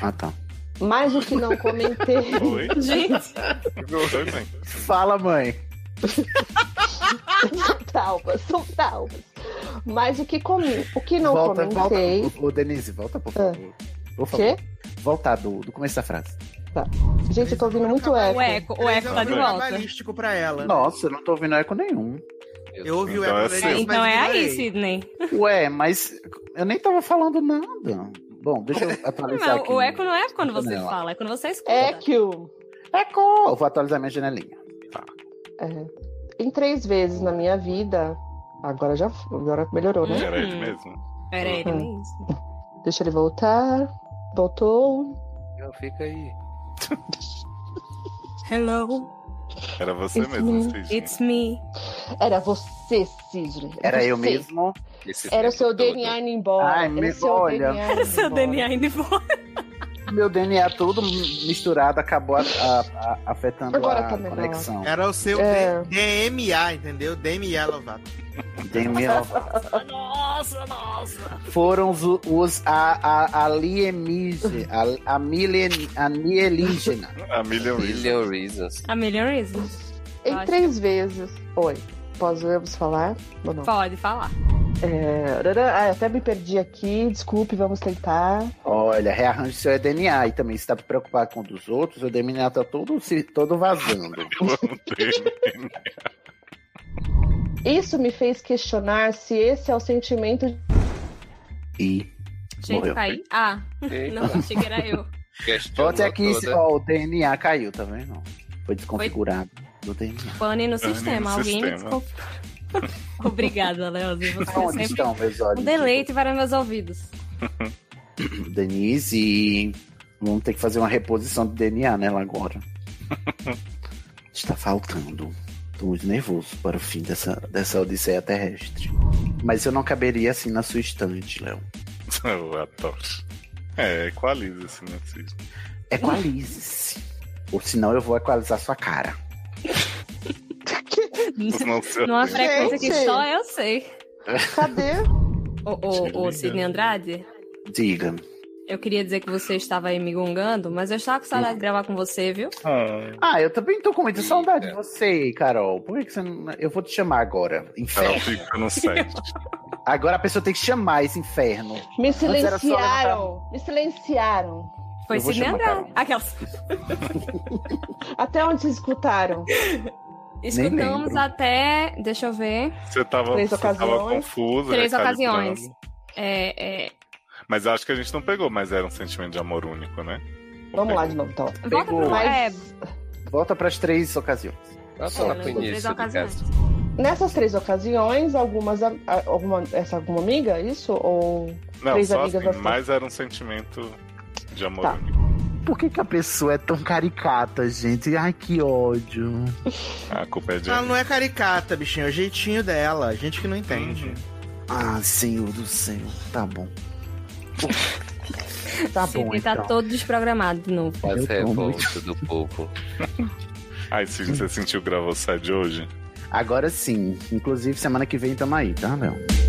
S2: ah, tá.
S10: Mas o que não comentei.
S1: Oi?
S10: Gente.
S1: Oi, mãe.
S2: Fala, mãe.
S5: São traumas, são traumas. Mas o que, comi... o que não
S2: volta,
S5: comentei.
S2: volta. Ô, ô, Denise, volta, por
S5: Ah.
S2: favor. Por favor.
S5: Quê?
S2: Voltar do, do começo da frase.
S5: Gente, eu tô ouvindo muito eco.
S3: O
S6: é.
S3: eco, o eco tá de volta.
S4: Cabalístico é um pra ela.
S2: Nossa, eu não tô ouvindo eco nenhum.
S4: Eu ouvi o
S1: Então
S4: eco um
S1: é
S4: da
S1: assim.
S4: Denise,
S3: Então
S4: mas
S3: é aí,
S4: ignorei.
S3: Sidney.
S2: Ué, mas eu nem tava falando nada. Bom, deixa eu atualizar
S3: Não,
S2: aqui.
S3: o eco não é quando você
S2: Não.
S3: fala, é quando você escuta.
S5: É que o.
S2: Eco! Eu vou atualizar minha janelinha.
S5: É. Em três vezes na minha vida. Agora já agora melhorou, né?
S1: Era ele mesmo?
S3: Era ele é
S5: Uhum.
S3: mesmo.
S5: Deixa ele voltar. Voltou.
S6: Não, fica aí.
S3: Hello,
S1: Era você
S5: It's
S1: mesmo,
S5: me.
S1: Cidinho.
S3: it's me.
S5: Era você, Sidney.
S2: Era eu
S5: você.
S2: mesmo?
S6: Esse
S5: Era o
S6: tempo
S5: seu
S6: todo.
S5: DNA indo embora.
S2: Ai,
S5: Era o
S2: me-
S5: seu
S2: olha.
S5: DNA indo
S3: Seu
S5: embora.
S3: DNA indo embora.
S2: Meu DNA todo é misturado acabou a- a- a- afetando
S5: Agora
S2: a
S5: tá melhor.
S2: conexão.
S4: Era o seu
S5: É.
S4: D- DMA, entendeu? DMA Lovato.
S2: Dei minha-
S3: Nossa, nossa.
S2: um Foram os, os a, a, alienígenas. A, a, milen, a mielígena.
S1: A Million Reasons.
S6: Million Reasons.
S3: A Million Reasons.
S5: Em três vezes. Oi. Podemos falar? Ou não?
S3: Pode falar.
S5: É, arara, ah, eu até me perdi aqui. Desculpe, vamos tentar.
S2: Olha, rearranje seu DNA. E também, se tá preocupado com o dos outros, o DNA tá todo, se- todo vazando.
S5: Isso me fez questionar se esse é o sentimento
S2: E
S3: Gente,
S2: Morreu.
S3: cai. Ah,
S6: Eita,
S3: não, achei que era eu.
S6: questionou
S2: Volte aqui,
S6: toda.
S2: ó, o DNA caiu, tá vendo? Foi desconfigurado do DNA.
S3: Pane no
S1: Pane no
S3: sistema. Alguém
S1: sistema.
S3: desconfigurou. Obrigada, Leozinho. Você é
S2: Onde
S3: sempre
S2: estão Então, meus olhos? tipo,
S3: um deleite para meus ouvidos.
S2: Denise, e vamos ter que fazer uma reposição do DNA nela agora. Está faltando. Estou muito nervoso para o fim dessa, dessa odisseia terrestre. Mas eu não caberia assim na sua estante, Léo.
S1: Eu adoro. É, equaliza assim, né, Cid?
S2: Equalize-se. Ou senão eu vou equalizar sua cara.
S1: Não sei.
S3: Numa frequência que
S5: Gente.
S3: só eu sei.
S5: Cadê?
S3: Ô, ô, ô, Sidney Andrade,
S2: Diga.
S3: eu queria dizer que você estava aí me gongando, mas eu estava com saudade de gravar com você, viu?
S1: Ah,
S2: Ah, eu também tô com muita
S6: Diga.
S2: saudade de você, Carol. Por que que você não... Eu vou te chamar agora.
S1: Carol
S2: Inferno.
S1: fica no set.
S2: Agora a pessoa tem que chamar esse inferno.
S5: Me
S2: era só levantar a
S5: silenciaram. Me silenciaram.
S3: Foi
S2: Eu vou
S3: Sidney
S2: chamar,
S3: Andrade.
S2: Carol.
S3: Aquelas.
S5: Até onde vocês escutaram?
S3: Escutamos
S2: lembro.
S3: até. Deixa eu ver.
S1: Você tava,
S5: Três
S1: você tava
S5: ocasiões.
S1: confusa.
S3: Três
S1: recalibrando.
S3: ocasiões. É, é,
S1: Mas acho que a gente não pegou, mas era um sentimento de amor único, né? Ou
S5: Vamos lá
S1: pegou?
S5: de novo, então.
S3: Volta pro. É,
S5: Mas
S2: Volta para as três ocasiões.
S6: Ela tá lá pro
S3: Três
S6: início do
S3: ocasiões.
S6: caso.
S5: nessas três ocasiões, algumas. a- a- Alguma, essa alguma amiga? Isso? Ou.
S1: Não,
S5: Três
S1: só
S5: amigas
S1: assim,
S5: assim.
S1: mas era um sentimento de amor
S5: Tá.
S1: único.
S2: Por que, que a pessoa é tão caricata, gente? Ai, que ódio.
S1: A culpa é de
S4: Ela não é caricata, bichinho. É o jeitinho dela. Gente que não entende.
S2: Ah, senhor do céu. Tá bom. Tá bom,
S3: Sidney tá
S2: então.
S3: todo desprogramado de novo.
S6: Faz
S2: Eu tô
S6: revolta do povo.
S1: Ai, Cid, você sentiu gravar o set de hoje?
S2: Agora sim. Inclusive, semana que vem tamo aí, tá, Léo?